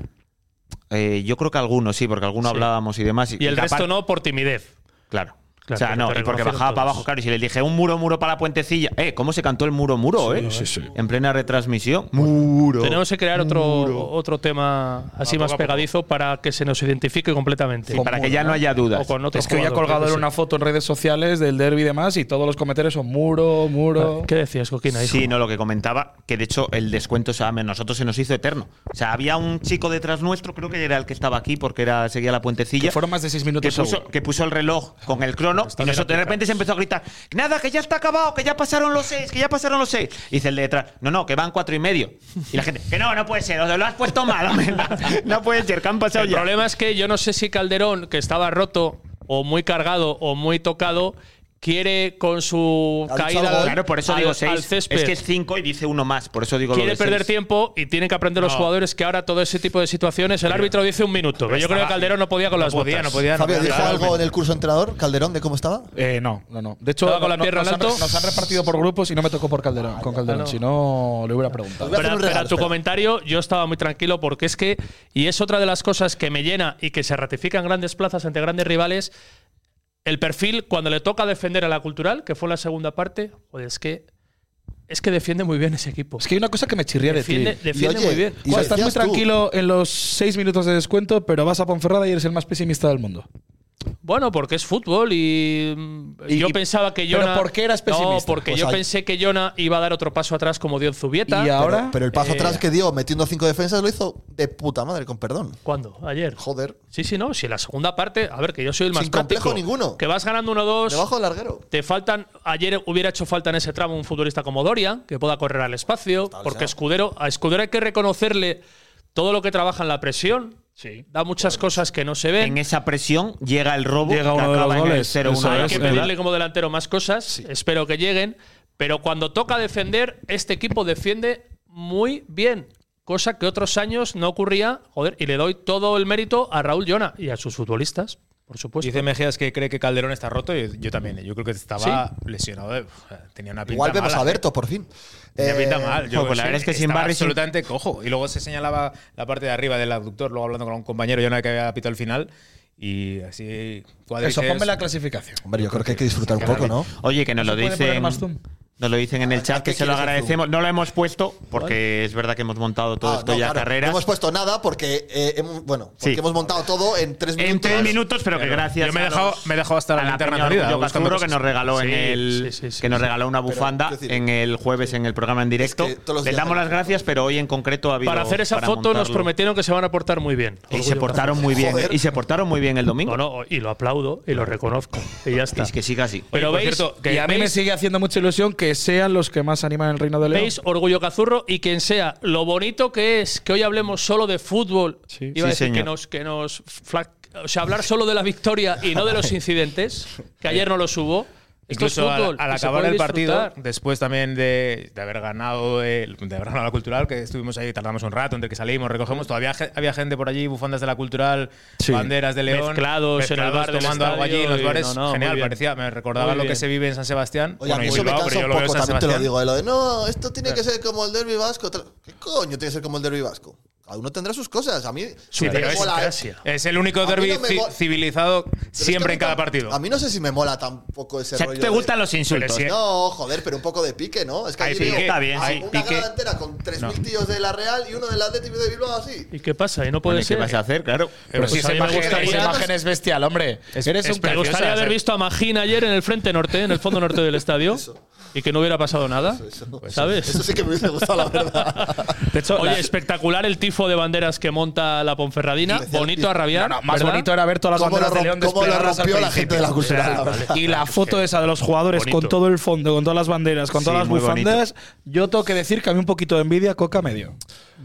[SPEAKER 6] Eh, yo creo que algunos sí, porque algunos hablábamos y demás.
[SPEAKER 3] Y el
[SPEAKER 6] capaz-
[SPEAKER 3] resto no por timidez.
[SPEAKER 6] Claro.
[SPEAKER 3] Claro,
[SPEAKER 6] o sea,
[SPEAKER 3] porque
[SPEAKER 6] no,
[SPEAKER 3] te
[SPEAKER 6] y porque
[SPEAKER 3] reconocieron
[SPEAKER 6] bajaba para
[SPEAKER 3] todos.
[SPEAKER 6] abajo, claro, y si le dije un muro, muro para la puentecilla, eh, ¿cómo se cantó el muro, muro, eh? En plena retransmisión. Muro.
[SPEAKER 3] Tenemos que crear otro, otro tema así más pegadizo para que se nos identifique completamente.
[SPEAKER 6] Sí, para que ya no haya
[SPEAKER 3] O
[SPEAKER 6] dudas.
[SPEAKER 3] con otro
[SPEAKER 5] Es que hoy ha
[SPEAKER 3] jugador,
[SPEAKER 5] colgado
[SPEAKER 3] yo
[SPEAKER 5] él
[SPEAKER 3] qué
[SPEAKER 5] una foto en redes sociales del derby y demás, y todos los comentarios son muro,
[SPEAKER 3] sé.
[SPEAKER 5] muro.
[SPEAKER 3] ¿Qué decías, Coquina? hijo?
[SPEAKER 6] Sí, no, lo que comentaba, que de hecho el descuento o sea, a nosotros se nos hizo eterno. O sea, había un chico detrás nuestro, creo que era el que estaba aquí porque era seguía la puentecilla.
[SPEAKER 5] Que fueron más de seis
[SPEAKER 6] que
[SPEAKER 5] minutos.
[SPEAKER 6] puso,
[SPEAKER 5] seguro.
[SPEAKER 6] que puso el reloj con el crono y nosotros de repente se empezó a gritar nada que ya está acabado que ya pasaron los seis que ya pasaron los seis y dice el de detrás no no que van cuatro y medio y la gente que no no puede ser o sea, lo has puesto mal hombre. no puede ser que han pasado
[SPEAKER 3] El
[SPEAKER 6] ya
[SPEAKER 3] problema es que yo no sé si Calderón, que estaba roto o muy cargado o muy tocado, quiere con su
[SPEAKER 1] Ha dicho
[SPEAKER 3] caída
[SPEAKER 1] algo,
[SPEAKER 3] al-
[SPEAKER 6] claro por eso
[SPEAKER 3] al-
[SPEAKER 6] digo
[SPEAKER 3] al
[SPEAKER 6] seis es
[SPEAKER 3] césped.
[SPEAKER 6] que es cinco y dice uno más por eso digo lo
[SPEAKER 3] Quiere
[SPEAKER 6] de
[SPEAKER 3] perder
[SPEAKER 6] seis.
[SPEAKER 3] tiempo y tienen que aprender los jugadores que ahora todo ese tipo de situaciones. El árbitro dice un minuto. Pero yo creo que Calderón no podía con las
[SPEAKER 4] podía,
[SPEAKER 3] botas.
[SPEAKER 4] no podía, no
[SPEAKER 1] Fabio,
[SPEAKER 4] podía.
[SPEAKER 1] ¿dijo algo en el curso entrenador, Calderón, de cómo estaba?
[SPEAKER 5] Eh, no, no, no. De hecho,
[SPEAKER 3] Estaba con la
[SPEAKER 5] no-
[SPEAKER 3] pierna
[SPEAKER 5] nos,
[SPEAKER 3] en
[SPEAKER 5] han,
[SPEAKER 3] alto.
[SPEAKER 5] nos han repartido por grupos y no me tocó por Calderón, con Calderón. Si no, le hubiera preguntado.
[SPEAKER 1] Os voy a hacer
[SPEAKER 3] Pero,
[SPEAKER 1] un
[SPEAKER 3] pero
[SPEAKER 1] regalo,
[SPEAKER 3] a tu
[SPEAKER 1] espera.
[SPEAKER 3] comentario yo estaba muy tranquilo porque es que, y es otra de las cosas que me llena y que se ratifican grandes plazas ante grandes rivales, el perfil cuando le toca defender a la cultural, que fue la segunda parte, joder, es que, es que defiende muy bien ese equipo.
[SPEAKER 5] Es que hay una cosa que me chirría de ti.
[SPEAKER 3] defiende defiende
[SPEAKER 1] Y oye,
[SPEAKER 3] muy bien.
[SPEAKER 1] y
[SPEAKER 5] Cuando
[SPEAKER 1] lo
[SPEAKER 5] estás muy
[SPEAKER 1] decías tú.
[SPEAKER 5] tranquilo en los seis minutos de descuento, pero vas a Ponferrada y eres el más pesimista del mundo.
[SPEAKER 3] Bueno, porque es fútbol y, mm,
[SPEAKER 5] Y-
[SPEAKER 3] yo
[SPEAKER 5] y-
[SPEAKER 3] pensaba que
[SPEAKER 5] ¿pero
[SPEAKER 3] Jona…
[SPEAKER 5] por qué eras
[SPEAKER 3] No,
[SPEAKER 5] pesimista?
[SPEAKER 3] porque
[SPEAKER 1] Pues
[SPEAKER 3] yo
[SPEAKER 1] ahí-
[SPEAKER 3] pensé que Jona iba a dar otro paso atrás como dio en Zubieta.
[SPEAKER 5] Y ahora.
[SPEAKER 1] Pero, pero el paso
[SPEAKER 3] Eh,
[SPEAKER 1] atrás que dio metiendo cinco defensas lo hizo de puta madre, con perdón.
[SPEAKER 3] ¿Cuándo? Ayer.
[SPEAKER 1] Joder.
[SPEAKER 3] Sí, sí, no. Si en la segunda parte, a ver, que yo soy el más
[SPEAKER 1] Sin complejo
[SPEAKER 3] práctico.
[SPEAKER 1] ninguno.
[SPEAKER 3] Que vas ganando 1-2.
[SPEAKER 4] Pues
[SPEAKER 1] Debajo del larguero.
[SPEAKER 3] Te faltan. Ayer hubiera hecho falta en ese tramo un futbolista como Dorian, que pueda correr al espacio. Porque Escudero, a Escudero hay que reconocerle todo lo que trabaja en la presión. Da muchas cosas que no se
[SPEAKER 6] en
[SPEAKER 3] ven.
[SPEAKER 6] esa presión llega el robo
[SPEAKER 5] Llega
[SPEAKER 6] que
[SPEAKER 5] uno de los
[SPEAKER 6] acaba en el
[SPEAKER 5] goles.
[SPEAKER 6] 0-1
[SPEAKER 5] Eso
[SPEAKER 6] de la
[SPEAKER 5] es,
[SPEAKER 3] Hay que
[SPEAKER 5] ¿verdad?
[SPEAKER 3] pedirle como delantero más cosas. Espero que lleguen. Pero cuando toca defender, este equipo defiende muy bien. Cosa que otros años no ocurría. Joder, y le doy todo el mérito a Raúl Llona y a sus futbolistas, por supuesto.
[SPEAKER 4] Dice Mejías que cree que Calderón está roto y yo también. Yo creo que estaba lesionado. de- tenía una pinta
[SPEAKER 1] Igual vemos
[SPEAKER 4] mala,
[SPEAKER 1] a Berto, por fin.
[SPEAKER 4] Tenía
[SPEAKER 1] Eh,
[SPEAKER 4] pinta mal. Yo
[SPEAKER 6] jo, pues la
[SPEAKER 4] sí,
[SPEAKER 6] verdad es que sin
[SPEAKER 4] estaba
[SPEAKER 6] Barry-
[SPEAKER 4] absolutamente cojo. Y luego se señalaba la parte de arriba del abductor, luego hablando con un compañero, yo no que había pitado el final. Y así
[SPEAKER 5] Eso,
[SPEAKER 4] cuadriceps.
[SPEAKER 5] ponme la clasificación.
[SPEAKER 1] Hombre, yo creo que hay que disfrutar un poco, ¿no?
[SPEAKER 6] Oye, que nos lo
[SPEAKER 5] se puede poner
[SPEAKER 6] dicen.
[SPEAKER 5] más zoom?
[SPEAKER 6] Nos lo dicen en el chat, que se lo agradecemos. No lo hemos puesto, porque es verdad que hemos montado todo
[SPEAKER 1] Ah,
[SPEAKER 6] esto
[SPEAKER 1] no,
[SPEAKER 6] ya
[SPEAKER 1] claro,
[SPEAKER 6] carreras.
[SPEAKER 1] No hemos puesto nada porque, eh, hemos, bueno, porque
[SPEAKER 6] Sí.
[SPEAKER 1] hemos montado todo en tres minutos.
[SPEAKER 6] en tres minutos, pero que gracias.
[SPEAKER 4] Yo me he
[SPEAKER 6] a
[SPEAKER 4] dejado,
[SPEAKER 6] los-
[SPEAKER 4] me he dejado hasta
[SPEAKER 6] a
[SPEAKER 4] la
[SPEAKER 6] la
[SPEAKER 4] linterna
[SPEAKER 6] Peña
[SPEAKER 4] perdida.
[SPEAKER 6] Orgullo
[SPEAKER 4] buscando
[SPEAKER 6] Casturo, que nos
[SPEAKER 4] cosas.
[SPEAKER 6] regaló en
[SPEAKER 3] Sí,
[SPEAKER 6] el
[SPEAKER 3] sí, sí, sí,
[SPEAKER 6] que nos regaló una bufanda
[SPEAKER 1] quiero decir,
[SPEAKER 6] en el jueves en el programa en directo.
[SPEAKER 1] que todos los
[SPEAKER 6] Les
[SPEAKER 1] días
[SPEAKER 6] damos
[SPEAKER 1] hay-
[SPEAKER 6] las gracias, pero hoy en concreto ha habido
[SPEAKER 3] Para hacer esa
[SPEAKER 6] para
[SPEAKER 3] foto nos
[SPEAKER 6] montarlo.
[SPEAKER 3] prometieron que se van a portar muy bien.
[SPEAKER 6] y se portaron muy bien
[SPEAKER 1] Joder.
[SPEAKER 6] y se portaron muy bien el domingo.
[SPEAKER 3] No, no, y lo aplaudo y lo reconozco. Y ya está.
[SPEAKER 6] Es que siga así.
[SPEAKER 3] Pero
[SPEAKER 4] Oye, por
[SPEAKER 3] veis,
[SPEAKER 4] cierto,
[SPEAKER 5] Y a mí me
[SPEAKER 3] veis-
[SPEAKER 5] sigue haciendo mucha ilusión que sean los que más animan el Reino de León.
[SPEAKER 3] veis orgullo cazurro y quien sea. Lo bonito que es que hoy hablemos solo de fútbol. Iba a
[SPEAKER 6] Sí,
[SPEAKER 3] decir que
[SPEAKER 6] señor.
[SPEAKER 3] nos, que nos flac- o sea, hablar solo de la victoria y no de los incidentes, que ayer no los hubo. Esto
[SPEAKER 4] Incluso
[SPEAKER 3] es
[SPEAKER 4] al-
[SPEAKER 3] fútbol.
[SPEAKER 4] al,
[SPEAKER 3] y se
[SPEAKER 4] acabar
[SPEAKER 3] puede
[SPEAKER 4] el partido,
[SPEAKER 3] disfrutar.
[SPEAKER 4] después también de, de haber ganado el- de haber ganado la cultural, que estuvimos ahí, tardamos un rato entre que salimos, recogemos, todavía ge- había gente por allí, bufandas de la cultural, banderas de León,
[SPEAKER 3] Mezclados en el bar del
[SPEAKER 4] tomando algo allí en los
[SPEAKER 3] estadio y-
[SPEAKER 4] bares,
[SPEAKER 3] no, no, muy
[SPEAKER 4] genial,
[SPEAKER 3] bien.
[SPEAKER 4] parecía, me recordaba
[SPEAKER 3] Muy
[SPEAKER 4] lo que
[SPEAKER 3] bien.
[SPEAKER 4] se vive en San Sebastián,
[SPEAKER 1] Oye, a mí
[SPEAKER 4] y
[SPEAKER 1] eso me
[SPEAKER 4] Bilbao,
[SPEAKER 1] cansa
[SPEAKER 4] pero
[SPEAKER 1] un
[SPEAKER 4] yo lo veo en
[SPEAKER 1] poco,
[SPEAKER 4] San
[SPEAKER 1] también te lo
[SPEAKER 4] Sebastián.
[SPEAKER 1] digo. eh, Lo de, no, esto tiene que ser como el derby vasco. tal. ¿Qué coño tiene que ser como el derby vasco? Cada uno tendrá sus cosas. A mí
[SPEAKER 4] Sí,
[SPEAKER 1] me
[SPEAKER 4] tío, es,
[SPEAKER 1] mola-
[SPEAKER 4] es el único
[SPEAKER 1] A mí no
[SPEAKER 4] derbi
[SPEAKER 1] me
[SPEAKER 4] ci-
[SPEAKER 1] mola-
[SPEAKER 4] civilizado
[SPEAKER 1] Pero
[SPEAKER 4] siempre
[SPEAKER 1] es
[SPEAKER 4] en
[SPEAKER 1] que a mí
[SPEAKER 4] cada
[SPEAKER 1] tam-
[SPEAKER 4] partido.
[SPEAKER 1] A mí no sé si me mola tampoco ese
[SPEAKER 6] O sea,
[SPEAKER 1] rollo.
[SPEAKER 6] te
[SPEAKER 1] de-
[SPEAKER 6] gustan los insultos.
[SPEAKER 4] Pero si-
[SPEAKER 1] No, joder, pero un poco de pique, ¿no? Es que
[SPEAKER 4] Hay
[SPEAKER 1] allí veo
[SPEAKER 4] pique, está bien,
[SPEAKER 1] a
[SPEAKER 4] sí,
[SPEAKER 1] una
[SPEAKER 4] pique.
[SPEAKER 1] grada entera con 3.000 tíos de la Real y uno del Atlético de Bilbao así.
[SPEAKER 3] ¿Y qué pasa? ¿Y no
[SPEAKER 6] Bueno,
[SPEAKER 3] puede
[SPEAKER 6] ¿y ¿Qué
[SPEAKER 3] ser?
[SPEAKER 6] vas a hacer? Claro.
[SPEAKER 4] Pero si
[SPEAKER 3] Pues a
[SPEAKER 4] esa
[SPEAKER 3] mí me
[SPEAKER 4] imagen-
[SPEAKER 3] gustaría-
[SPEAKER 4] esa imagen-
[SPEAKER 5] es bestial, hombre. Eres
[SPEAKER 4] es
[SPEAKER 5] un
[SPEAKER 3] Me
[SPEAKER 4] preciosa, ¿eh?
[SPEAKER 3] gustaría haber
[SPEAKER 4] esa-
[SPEAKER 3] visto a Magín ayer en el frente norte, en el fondo norte del estadio, y que no hubiera pasado nada. ¿Sabes?
[SPEAKER 1] Eso sí que me hubiese gustado, la verdad.
[SPEAKER 5] De hecho,
[SPEAKER 3] Oye,
[SPEAKER 5] la-
[SPEAKER 3] espectacular el tifo de banderas que monta la Ponferradina.
[SPEAKER 1] Sí.
[SPEAKER 3] Bonito a rabiar.
[SPEAKER 5] No, no, más
[SPEAKER 3] ¿verdad?
[SPEAKER 5] bonito era ver todas las
[SPEAKER 1] ¿Cómo lo,
[SPEAKER 5] banderas de León
[SPEAKER 1] romp- cómo lo
[SPEAKER 5] desplegadas al
[SPEAKER 1] rompió la
[SPEAKER 5] principio.
[SPEAKER 1] gente de la cultural, la verdad.
[SPEAKER 5] Y la foto esa de los jugadores con todo el fondo, con todas las banderas, con
[SPEAKER 6] Sí,
[SPEAKER 5] todas las
[SPEAKER 6] muy bonito.
[SPEAKER 5] bufandas, yo tengo que decir que a mí un poquito de envidia Coca medio.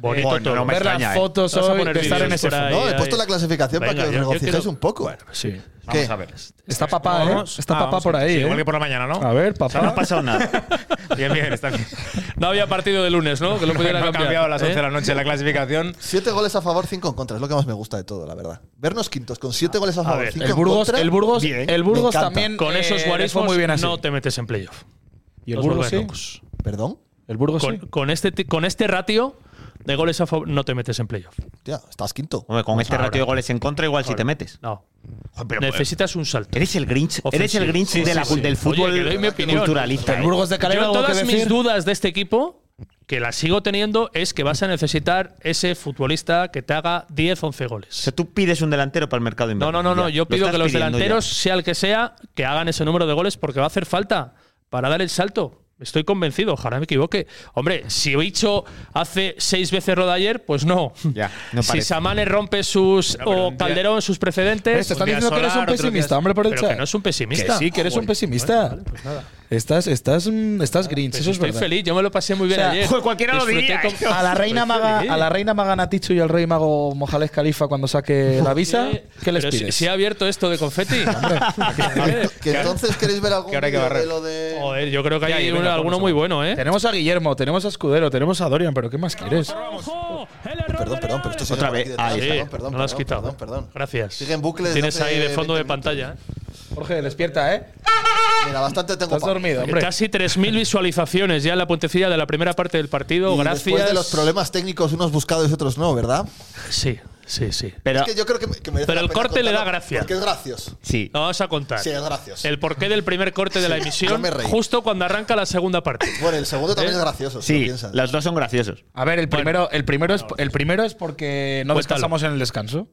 [SPEAKER 3] Bonito
[SPEAKER 6] Bueno,
[SPEAKER 3] todo.
[SPEAKER 6] no me
[SPEAKER 5] Ver
[SPEAKER 6] extraña,
[SPEAKER 5] las
[SPEAKER 6] ¿eh?
[SPEAKER 5] fotos
[SPEAKER 3] Vas a
[SPEAKER 5] hoy,
[SPEAKER 3] poner
[SPEAKER 5] de estar
[SPEAKER 3] vídeos
[SPEAKER 5] en ese
[SPEAKER 3] por ahí.
[SPEAKER 5] fondo.
[SPEAKER 1] No, he puesto la clasificación
[SPEAKER 3] Venga,
[SPEAKER 1] para que
[SPEAKER 3] yo-
[SPEAKER 1] os
[SPEAKER 3] yo
[SPEAKER 1] regocijéis
[SPEAKER 5] pues,
[SPEAKER 3] quiero-
[SPEAKER 1] un poco.
[SPEAKER 5] Sí.
[SPEAKER 4] Vamos
[SPEAKER 1] ¿Qué?
[SPEAKER 4] a ver.
[SPEAKER 5] Está papá, ¿eh?
[SPEAKER 4] Vamos
[SPEAKER 5] Está
[SPEAKER 4] a-
[SPEAKER 5] papá por ahí.
[SPEAKER 4] Sí, Igual
[SPEAKER 5] ¿eh?
[SPEAKER 4] que por la mañana, ¿no?
[SPEAKER 5] A ver,
[SPEAKER 4] O sea,
[SPEAKER 5] papá.
[SPEAKER 4] no ha pasado nada. bien, bien, está bien.
[SPEAKER 3] No había partido de lunes, ¿no? Que lo
[SPEAKER 4] No,
[SPEAKER 3] pudiera
[SPEAKER 4] no ha
[SPEAKER 3] cambiar.
[SPEAKER 4] cambiado a las
[SPEAKER 3] ¿eh?
[SPEAKER 4] 11 de la noche la clasificación.
[SPEAKER 1] Siete goles a favor, cinco en contra. Es lo que más me gusta de todo, la verdad. Vernos quintos con siete goles a favor,
[SPEAKER 3] ver,
[SPEAKER 1] cinco
[SPEAKER 5] El
[SPEAKER 1] en
[SPEAKER 5] Burgos,
[SPEAKER 1] contra.
[SPEAKER 5] el Burgos,
[SPEAKER 1] bien.
[SPEAKER 5] el Burgos
[SPEAKER 1] Me encanta.
[SPEAKER 5] también.
[SPEAKER 3] Con
[SPEAKER 5] eh,
[SPEAKER 3] esos
[SPEAKER 5] le fue
[SPEAKER 3] guarismos
[SPEAKER 5] muy bien así.
[SPEAKER 3] no te metes en playoff.
[SPEAKER 5] y el
[SPEAKER 3] Los
[SPEAKER 5] Burgos
[SPEAKER 3] vuelves
[SPEAKER 5] sí.
[SPEAKER 3] locos.
[SPEAKER 1] Perdón.
[SPEAKER 5] El Burgos
[SPEAKER 3] Con,
[SPEAKER 5] sí.
[SPEAKER 3] con este, ti- con este ratio de goles a favor no te metes en playoff.
[SPEAKER 1] Tía, estás quinto.
[SPEAKER 6] Hombre, con este
[SPEAKER 3] Ahora.
[SPEAKER 6] ratio de goles en contra, igual si te metes.
[SPEAKER 3] No.
[SPEAKER 6] Joder, pero-
[SPEAKER 3] Necesitas un salto.
[SPEAKER 6] eres el Grinch. Eres
[SPEAKER 3] Ofensivo.
[SPEAKER 6] el Grinch
[SPEAKER 3] Sí,
[SPEAKER 6] de la-
[SPEAKER 3] sí, sí.
[SPEAKER 6] del fútbol
[SPEAKER 3] Oye, que doy mi opinión.
[SPEAKER 6] culturalista.
[SPEAKER 5] El
[SPEAKER 6] ¿eh?
[SPEAKER 5] Burgos de Calera,
[SPEAKER 3] Yo
[SPEAKER 5] algo que
[SPEAKER 3] todas mis
[SPEAKER 5] decir.
[SPEAKER 3] dudas de este equipo, que las sigo teniendo, es que vas a necesitar ese futbolista que te haga 10, 11
[SPEAKER 6] O
[SPEAKER 3] goles.
[SPEAKER 6] sea, tú pides un delantero para el mercado de
[SPEAKER 3] No,
[SPEAKER 6] invierno.
[SPEAKER 3] no, no, no.
[SPEAKER 6] Ya,
[SPEAKER 3] Yo
[SPEAKER 6] lo
[SPEAKER 3] pido
[SPEAKER 6] estás
[SPEAKER 3] que los
[SPEAKER 6] pidiendo
[SPEAKER 3] delanteros,
[SPEAKER 6] ya.
[SPEAKER 3] sea el que sea, que hagan ese número de goles porque va a hacer falta para dar el salto. Estoy convencido, ojalá me equivoque. Hombre, si he hecho hace seis veces roda ayer, pues no.
[SPEAKER 6] Ya, no
[SPEAKER 3] si
[SPEAKER 6] parece.
[SPEAKER 3] Samane rompe sus
[SPEAKER 4] pero
[SPEAKER 3] o
[SPEAKER 4] un día-
[SPEAKER 3] Calderón sus
[SPEAKER 5] Te
[SPEAKER 3] precedentes,
[SPEAKER 5] están
[SPEAKER 4] día
[SPEAKER 5] diciendo que eres un
[SPEAKER 4] Solar, otro día-
[SPEAKER 5] pesimista, hombre, por el
[SPEAKER 3] pero que
[SPEAKER 5] chat.
[SPEAKER 3] no es un
[SPEAKER 5] Que
[SPEAKER 3] pesimista.
[SPEAKER 5] sí, que eres un
[SPEAKER 3] Joder.
[SPEAKER 5] pesimista.
[SPEAKER 3] Vale, pues nada.
[SPEAKER 5] Estás, estás, mm, estás Grinch,
[SPEAKER 3] Pues
[SPEAKER 5] eso es
[SPEAKER 3] estoy
[SPEAKER 5] verdad.
[SPEAKER 3] feliz, yo me lo pasé muy bien
[SPEAKER 5] O sea,
[SPEAKER 3] ayer.
[SPEAKER 5] joder,
[SPEAKER 3] cualquiera lo diría.
[SPEAKER 5] A la reina
[SPEAKER 3] Pues
[SPEAKER 5] maga, a la reina maga Natichu y al rey mago Mojales Califa cuando saque la visa, ¿qué les
[SPEAKER 3] eh, Pero si,
[SPEAKER 5] pides?
[SPEAKER 3] si he abierto esto de confeti. Joder.
[SPEAKER 1] Que entonces queréis ver algún
[SPEAKER 4] que ahora hay que
[SPEAKER 1] vídeo
[SPEAKER 4] barrer.
[SPEAKER 1] de lo de.
[SPEAKER 3] Joder, yo creo que
[SPEAKER 4] Ya,
[SPEAKER 3] hay
[SPEAKER 4] ya, venga,
[SPEAKER 3] uno-
[SPEAKER 4] vamos
[SPEAKER 3] alguno
[SPEAKER 4] a
[SPEAKER 3] muy
[SPEAKER 4] ver.
[SPEAKER 3] bueno, ¿eh?
[SPEAKER 5] Tenemos a Guillermo, tenemos a Escudero, tenemos a Dorian, pero ¿qué más quieres?
[SPEAKER 1] Perdón, perdón, pero esto sigue
[SPEAKER 6] Otra
[SPEAKER 1] por
[SPEAKER 6] vez.
[SPEAKER 1] aquí detrás.
[SPEAKER 3] Ah,
[SPEAKER 6] Ahí
[SPEAKER 3] Sí,
[SPEAKER 6] está.
[SPEAKER 1] Perdón, perdón,
[SPEAKER 3] no lo has
[SPEAKER 1] perdón,
[SPEAKER 3] quitado.
[SPEAKER 1] Perdón, perdón.
[SPEAKER 3] Gracias.
[SPEAKER 1] Sigue en bucle. desde
[SPEAKER 3] Tienes
[SPEAKER 1] hace
[SPEAKER 3] ahí de fondo
[SPEAKER 1] 20
[SPEAKER 3] de pantalla. ¿eh?
[SPEAKER 5] Jorge, despierta, ¿eh?
[SPEAKER 1] Mira, bastante tengo.
[SPEAKER 5] Estás
[SPEAKER 1] pa-
[SPEAKER 5] dormido, hombre.
[SPEAKER 3] Casi 3.000 visualizaciones ya en la puentecilla de la primera parte del partido.
[SPEAKER 1] Y
[SPEAKER 3] Gracias.
[SPEAKER 1] Después de los problemas técnicos, unos buscados y otros no, ¿verdad?
[SPEAKER 3] Sí, sí, sí.
[SPEAKER 6] Pero,
[SPEAKER 1] Es que yo creo que, me- que merece
[SPEAKER 3] Pero
[SPEAKER 1] la
[SPEAKER 3] el
[SPEAKER 1] pena
[SPEAKER 3] corte le da
[SPEAKER 1] contarlo,
[SPEAKER 3] gracia.
[SPEAKER 1] Porque es gracioso.
[SPEAKER 6] sí.
[SPEAKER 3] Lo vamos a contar.
[SPEAKER 1] Sí, es gracioso.
[SPEAKER 3] El porqué del primer corte de la
[SPEAKER 1] yo
[SPEAKER 3] emisión,
[SPEAKER 1] me reí.
[SPEAKER 3] justo cuando arranca la segunda parte.
[SPEAKER 1] Bueno, el segundo también
[SPEAKER 3] ¿Eh?
[SPEAKER 1] es gracioso, si lo
[SPEAKER 6] Sí,
[SPEAKER 1] piensas.
[SPEAKER 6] los dos son graciosos.
[SPEAKER 5] A ver, el primero, el primero es el primero es porque no
[SPEAKER 3] Cuéntalo.
[SPEAKER 5] descansamos en el descanso.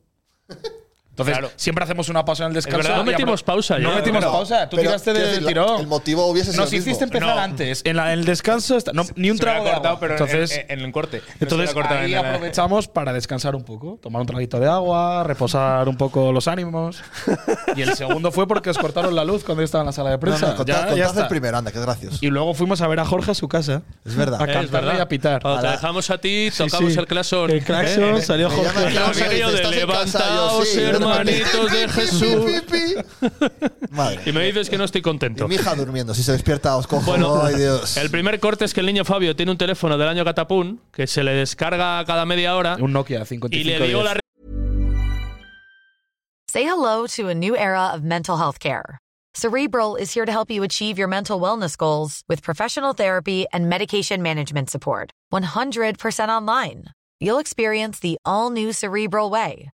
[SPEAKER 5] Entonces,
[SPEAKER 3] Claro.
[SPEAKER 5] siempre hacemos una pausa en el descanso.
[SPEAKER 3] verdad, no
[SPEAKER 5] y apro-
[SPEAKER 3] metimos pausa
[SPEAKER 5] No
[SPEAKER 3] ya.
[SPEAKER 5] metimos
[SPEAKER 1] Pero-
[SPEAKER 5] pausa. Tú
[SPEAKER 1] pero,
[SPEAKER 5] tiraste
[SPEAKER 1] quiero
[SPEAKER 5] de- del
[SPEAKER 1] decir, la-
[SPEAKER 5] tirón.
[SPEAKER 1] el motivo hubiese sido
[SPEAKER 5] Nos
[SPEAKER 1] el mismo.
[SPEAKER 5] hiciste empezar
[SPEAKER 4] No.
[SPEAKER 5] antes. En, la- en el descanso, está- no, ni un
[SPEAKER 4] Se hubiera
[SPEAKER 5] trago de
[SPEAKER 4] cortado,
[SPEAKER 5] agua.
[SPEAKER 4] pero
[SPEAKER 5] Entonces,
[SPEAKER 4] en, en- en el corte. No se
[SPEAKER 5] Entonces
[SPEAKER 4] hubiera cortado
[SPEAKER 5] ahí
[SPEAKER 4] en la-
[SPEAKER 5] aprovechamos para descansar un poco, tomar un traguito de agua, reposar un poco los ánimos. Y el segundo fue porque os cortaron la luz cuando yo estaba en la sala de
[SPEAKER 1] No, no,
[SPEAKER 5] prensa.
[SPEAKER 1] contad-
[SPEAKER 5] Ya- ya
[SPEAKER 1] contad
[SPEAKER 5] está.
[SPEAKER 1] el primero, anda, que es gracioso.
[SPEAKER 5] Y luego fuimos a ver a Jorge a su casa.
[SPEAKER 1] Es verdad.
[SPEAKER 5] A
[SPEAKER 1] Eh,
[SPEAKER 3] Es
[SPEAKER 5] cantarle
[SPEAKER 3] verdad.
[SPEAKER 5] y a pitar.
[SPEAKER 3] Cuando te
[SPEAKER 1] A la-
[SPEAKER 3] dejamos a ti,
[SPEAKER 5] Sí,
[SPEAKER 3] tocamos
[SPEAKER 5] sí.
[SPEAKER 3] el claxon.
[SPEAKER 5] El claxon,
[SPEAKER 3] ¿eh?
[SPEAKER 5] salió
[SPEAKER 1] Me llama
[SPEAKER 5] Jorge.
[SPEAKER 1] el Klaus y me
[SPEAKER 3] Aquello
[SPEAKER 1] dice,
[SPEAKER 3] de
[SPEAKER 1] "Estás en casa". Yo,
[SPEAKER 3] "Levantaos,
[SPEAKER 1] sí, yo no me acuerdo.
[SPEAKER 3] hermanitos de Jesús.
[SPEAKER 1] Pi, pi, pi. Madre.
[SPEAKER 3] Y me dices que no estoy
[SPEAKER 1] Y
[SPEAKER 3] contento.
[SPEAKER 1] mi hija durmiendo, si se despierta os cojo.
[SPEAKER 3] Bueno,
[SPEAKER 1] Ay, Dios.
[SPEAKER 3] El primer corte es que el niño Fabio tiene un teléfono del año Catapún que se le descarga cada media hora
[SPEAKER 5] Un Nokia
[SPEAKER 3] y
[SPEAKER 5] 5510.
[SPEAKER 3] le dio la
[SPEAKER 9] Say hello to a new era of mental health care. Cerebral is here to help you achieve your mental wellness goals with professional therapy and medication management support. 100% online. You'll experience the all new Cerebral Way,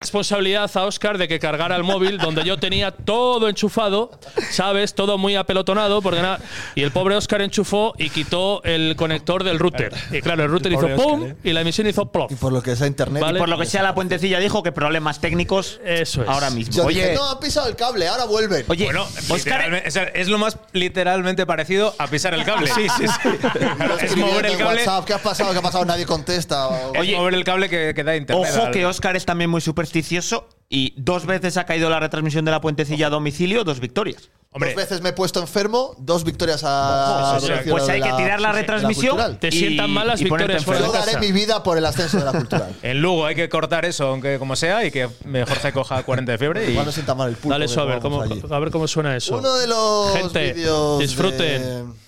[SPEAKER 3] responsabilidad a Oscar de que cargara el móvil donde yo tenía todo enchufado, ¿sabes? Todo muy apelotonado. Porque nada- y el pobre Oscar enchufó y quitó el conector del router. Y claro, el router
[SPEAKER 5] El
[SPEAKER 3] hizo
[SPEAKER 5] pobre
[SPEAKER 3] pum
[SPEAKER 5] Óscar, ¿eh?
[SPEAKER 3] y la emisión hizo plop.
[SPEAKER 1] Y por lo que es a internet.
[SPEAKER 3] Vale.
[SPEAKER 6] Por lo que sea, la puentecilla dijo que problemas técnicos
[SPEAKER 3] Eso es.
[SPEAKER 6] ahora mismo.
[SPEAKER 1] Yo
[SPEAKER 6] Oye,
[SPEAKER 1] dije, no, han pisado el cable, ahora vuelven.
[SPEAKER 6] oye
[SPEAKER 4] Bueno,
[SPEAKER 6] Oscar,
[SPEAKER 4] literalmente- o sea, es lo más literalmente parecido a pisar el cable. Sí, sí, sí. es
[SPEAKER 1] Escribiendo
[SPEAKER 4] mover el
[SPEAKER 1] en
[SPEAKER 4] cable.
[SPEAKER 1] WhatsApp, ¿Qué ha pasado? ¿Qué ha pasado? Nadie contesta. O-
[SPEAKER 4] es mover el cable que, que da internet.
[SPEAKER 6] ojo
[SPEAKER 4] al-
[SPEAKER 6] que Oscar es también muy supersticioso y dos veces ha caído la retransmisión de la puentecilla a domicilio, dos victorias.
[SPEAKER 4] Hombre,
[SPEAKER 1] dos veces me he puesto enfermo, dos victorias a.
[SPEAKER 3] Ojo, eso sí.
[SPEAKER 1] Rocío
[SPEAKER 6] Pues hay
[SPEAKER 1] de
[SPEAKER 6] que tirar la
[SPEAKER 1] de
[SPEAKER 6] retransmisión.
[SPEAKER 1] cultural. Pues
[SPEAKER 3] Te sientan mal las
[SPEAKER 6] ponerte
[SPEAKER 3] victorias fuera
[SPEAKER 6] enfermo.
[SPEAKER 1] Yo
[SPEAKER 3] de
[SPEAKER 1] daré mi
[SPEAKER 3] casa.
[SPEAKER 1] vida por el ascenso de la cultural.
[SPEAKER 4] en Lugo hay que cortar eso, aunque como sea, y que mejor se coja 40 de fiebre. Y
[SPEAKER 1] Igual no sienta mal el pulpo.
[SPEAKER 3] Dale
[SPEAKER 1] que
[SPEAKER 3] eso a ver, cómo,
[SPEAKER 1] comamos allí.
[SPEAKER 3] a ver cómo suena eso.
[SPEAKER 1] Uno de los
[SPEAKER 3] Gente,
[SPEAKER 1] vídeos de-
[SPEAKER 3] disfruten.